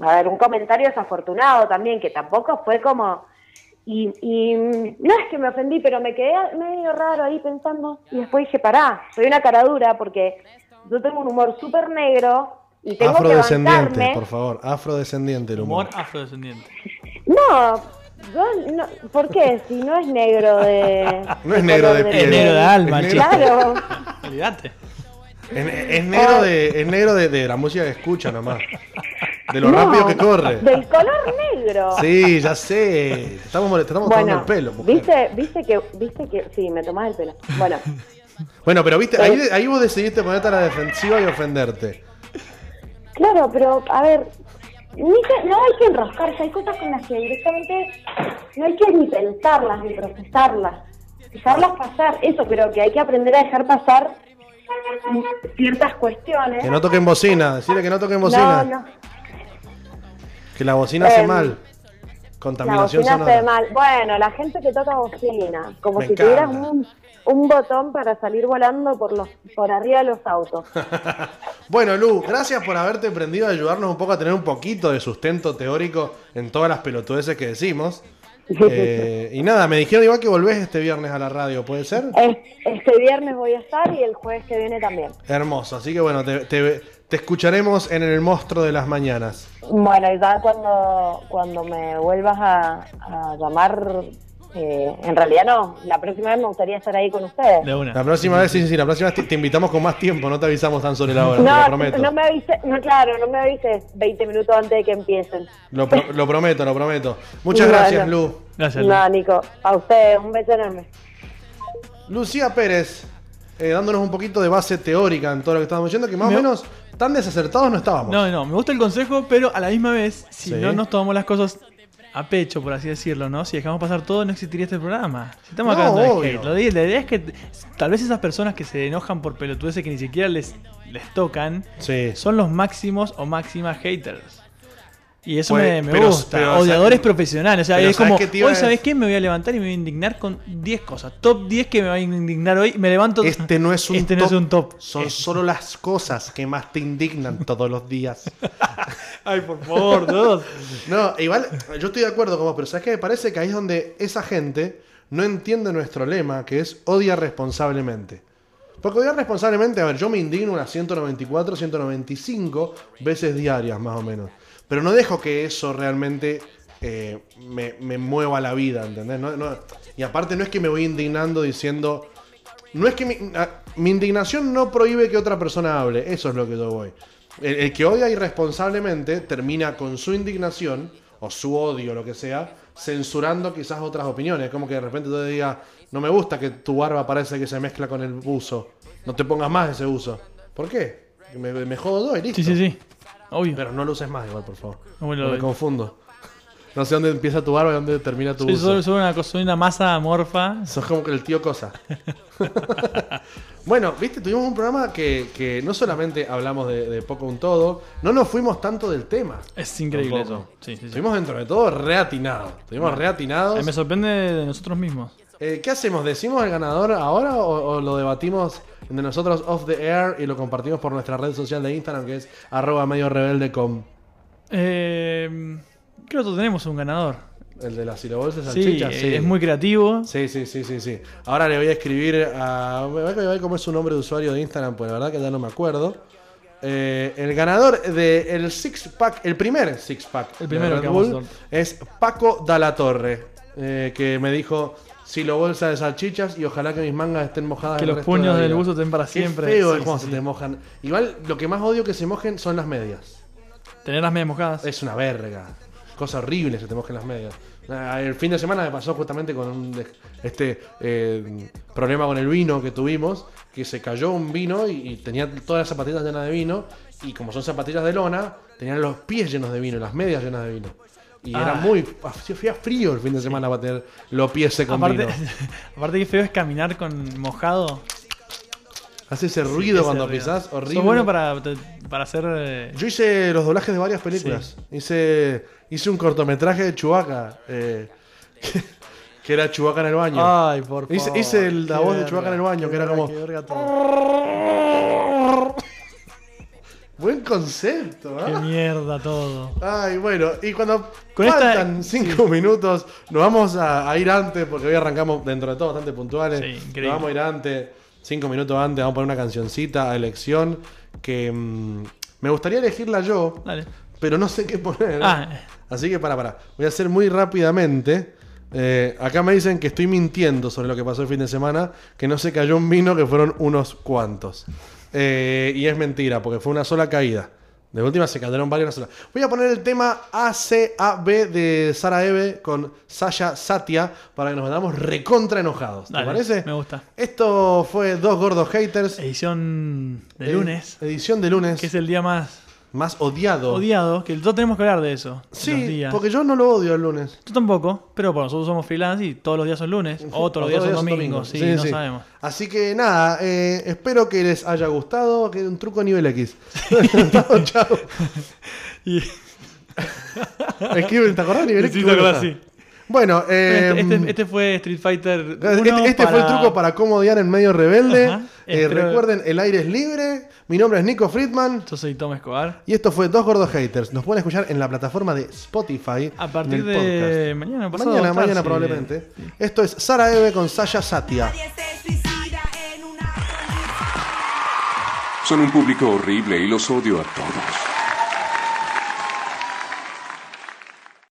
K: a ver, un comentario desafortunado también, que tampoco fue como... Y, y no es que me ofendí, pero me quedé medio raro ahí pensando y después dije, pará, soy una cara dura porque yo tengo un humor súper negro y tengo que
A: Afrodescendiente,
K: bancarme.
A: por favor. Afrodescendiente el humor.
B: Humor afrodescendiente.
K: No, yo no, ¿por qué? Si no es negro de...
A: No es negro de
K: color
A: piel.
B: Es negro de alma,
A: Es
B: chico.
A: negro-
K: Claro,
B: Olvídate.
A: Es, es negro, de, es negro de, de la música que escucha nomás. De lo
K: No.
A: rápido que corre.
K: del color negro.
A: Sí, ya sé. Te estamos, molest- te estamos tomando
K: bueno,
A: el pelo. mujer.
K: viste, viste que, viste que, sí, me tomás el pelo. Bueno,
A: Bueno, pero viste, ahí, ahí vos decidiste ponerte a la defensiva y ofenderte.
K: claro, pero a ver, ni que- no hay que enroscarse, hay cosas con las que directamente no hay que ni pensarlas ni procesarlas, dejarlas pasar. Eso creo que hay que aprender a dejar pasar ciertas cuestiones.
A: Que no toquen bocina. Decirle que no toquen bocina.
K: no, no.
A: Que la bocina hace
K: Em,
A: mal.
K: La
A: Contaminación
K: bocina
A: sonora.
K: hace mal. Bueno, la gente que toca bocina, como
A: Me
K: si
A: encanta.
K: tuvieras un, un botón para salir volando por los por arriba de los autos.
A: Bueno, Lu, gracias por haberte prendido a ayudarnos un poco a tener un poquito de sustento teórico en todas las pelotudeces que decimos. Eh, y nada, me dijeron igual que volvés este viernes a la radio, ¿puede ser?
K: Es- Este viernes voy a estar y el jueves que viene también.
A: Hermoso, así que bueno, te, te- te escucharemos en el monstruo de las mañanas.
K: Bueno, y ya cuando, cuando me vuelvas a, a llamar, eh, en realidad no, la próxima vez me gustaría estar ahí con ustedes.
A: La próxima vez, sí, sí, sí, la próxima vez te, te invitamos con más tiempo, no te avisamos tan sobre la hora, te lo
K: No,
A: prometo.
K: no me avises, no, claro, no me avises 20 minutos antes de que empiecen.
A: Lo, pro- lo prometo, lo prometo. Muchas
K: Bueno.
A: gracias, Lu.
K: No, Nico, a ustedes, un beso enorme.
A: Lucía Pérez, eh, dándonos un poquito de base teórica en todo lo que estábamos diciendo, que más o
B: Me-
A: menos tan desacertados no estábamos.
B: No, no, me gusta el consejo, pero a la misma vez, si
A: Sí.
B: no nos tomamos las cosas a pecho, por así decirlo, ¿no? Si dejamos pasar todo, no existiría este programa. Si estamos
A: No,
B: acá hablando de
A: obvio.
B: hate, lo di- la idea es que t- tal vez esas personas que se enojan por pelotudeces que ni siquiera les, les tocan,
A: Sí.
B: son los máximos o máximas haters. Y eso
A: Pues,
B: me, me
A: pero-
B: gusta.
A: pero,
B: Odiadores
A: ¿sabes?
B: profesionales. O sea,
A: Pero,
B: es
A: ¿sabes
B: como,
A: qué te iba
B: hoy,
A: a
B: ¿sabes qué? Me voy a levantar y me voy a indignar con 10 cosas. Top 10 que me va a indignar hoy. Me levanto.
A: Este no es un
B: Este
A: top.
B: no es un top.
A: Son solo las cosas que más te indignan todos los días.
B: Ay, por favor, Dios.
A: No, igual, yo estoy de acuerdo con vos, pero ¿sabes qué? Me parece que ahí es donde esa gente no entiende nuestro lema, que es odia responsablemente. Porque odiar responsablemente, a ver, yo me indigno unas 194, 195 veces diarias, más o menos. Pero no dejo que eso realmente eh, me, me mueva la vida, ¿entendés? No- no- y aparte no es que me voy indignando diciendo... No es que mi, a- mi indignación no prohíbe que otra persona hable, eso es lo que yo voy. El, el que odia irresponsablemente termina con su indignación o su odio, lo que sea, censurando quizás otras opiniones. Como que de repente yo diga, no me gusta que tu barba parece que se mezcla con el buzo. No te pongas más ese buzo. ¿Por qué? Me, me jodo yo y listo.
B: Sí, sí, sí. Obvio.
A: Pero no lo uses más igual, por favor.
B: Bueno,
A: No me
B: eh.
A: confundo. No sé dónde empieza tu barba y dónde termina tu
B: Soy,
A: buzo.
B: soy- soy una, cosa- soy una masa amorfa.
A: Sos como que el tío Cosa. bueno, viste, tuvimos un programa que, que no solamente hablamos de, de poco un todo, no nos fuimos tanto del tema.
B: Es increíble
A: Tampoco.
B: eso. Sí, sí, sí.
A: Estuvimos dentro de todo reatinados. Estuvimos
B: Bueno. Eh,
A: reatinados.
B: me sorprende de nosotros mismos.
A: Eh, ¿Qué hacemos? ¿Decimos el ganador ahora o, o lo debatimos entre nosotros off the air y lo compartimos por nuestra red social de Instagram que es arroba medio rebelde con
B: Eh, creo que tenemos un ganador.
A: el de las silobolsas
B: Sí,
A: salchichas?
B: eh, es muy creativo.
A: Sí, sí, sí, sí, sí. Ahora le voy a escribir a. Me voy a ver cómo es su nombre de usuario de Instagram, pues la verdad que ya no me acuerdo. Eh, el ganador del six pack, el primer six pack,
B: El primero
A: de
B: que
A: Red
B: vamos a
A: Bull es Paco Dalatorre, eh, que me dijo si lo bolsa de salchichas y ojalá que mis mangas estén mojadas.
B: Que
A: el
B: los
A: resto de
B: puños
A: la
B: del
A: vida".
B: buzo estén para
A: Qué
B: siempre.
A: Feo
B: Sí,
A: es cuando
B: sí,
A: se
B: sí.
A: te mojan. Igual lo que más odio que se mojen son las medias.
B: Tener las medias mojadas.
A: Es una verga. Cosa horrible se te mojen las medias. Ah, El fin de semana me pasó justamente con un de- este eh, problema con el vino que tuvimos, que se cayó un vino y, y tenía todas las zapatillas llenas de vino, y como son zapatillas de lona, tenían los pies llenos de vino, y las medias llenas de vino. Y era
B: Ah.
A: muy hacía frío el fin de semana para tener los pies secos con
B: aparte,
A: vino.
B: aparte que feo es caminar con mojado.
A: Hace ese ruido
B: Ese
A: cuando pisás, horrible.
B: Sos bueno para, para hacer... eh,
A: Yo hice los doblajes de varias películas. Hice, hice un cortometraje de Chewbacca, eh, que era Chewbacca en el baño.
B: Ay, por favor.
A: hice hice el- la
B: Qué
A: voz de
B: verga,
A: Chewbacca en el baño,
B: qué
A: que era
B: verga,
A: como...
B: qué verga todo.
A: Buen concepto, ¿ah?
B: Qué mierda todo.
A: Ay, bueno, y cuando
B: Con esta-
A: faltan cinco minutos, nos vamos a, a ir antes, porque hoy arrancamos dentro de todo bastante puntuales.
B: Sí, increíble.
A: nos vamos a ir antes, cinco minutos antes, vamos a poner una cancioncita a elección que mm, me gustaría elegirla yo,
B: Dale.
A: pero no sé qué poner.
B: Ah,
A: Así que para, para. Voy a hacer muy rápidamente. Eh, acá me dicen que estoy mintiendo sobre lo que pasó el fin de semana, que no se cayó un vino, que fueron unos cuantos. Eh, y es mentira, porque fue una sola caída. De última se cayeron varias solas. Voy a poner el tema ACAB de Sara Eve con Sasha Satia para que nos mandamos recontra enojados. ¿Te
B: dale.
A: parece?
B: Me gusta.
A: Esto fue Dos Gordos Haters.
B: Edición Eh, de lunes.
A: Eh, Edición de lunes.
B: Que es el día más
A: Más odiado.
B: odiado. Que todos tenemos que hablar de eso. los
A: sí,
B: días.
A: porque yo no lo odio el lunes.
B: Tú tampoco, pero bueno, nosotros somos freelance y todos los días son lunes, o todos los días son domingos, sí, no sabemos.
A: Así que nada, eh, espero que les haya gustado, que un truco nivel X. Chao, chao.
B: Y
A: Escriben, ¿te acordás de nivel X?
B: Sí,
A: Qué bueno
B: te acordás,
A: está.
B: sí.
A: Bueno, eh,
B: Este, este- este fue Street Fighter.
A: Este,
B: uno
A: este fue el
B: para-
A: truco para cómo odiar en medio rebelde.
B: Ajá.
A: Eh,
B: Espero-
A: recuerden, el aire es libre. Mi nombre es Nico Friedman.
B: Yo soy Tom Escobar.
A: Y esto fue Dos Gordos Haters. Nos pueden escuchar en la plataforma de Spotify.
B: A partir
A: del
B: de
A: podcast.
B: mañana pasado.
A: Mañana,
B: tarde.
A: mañana probablemente. Esto es Sara Eve con Sasha Satia.
L: Son un público horrible y los odio a todos.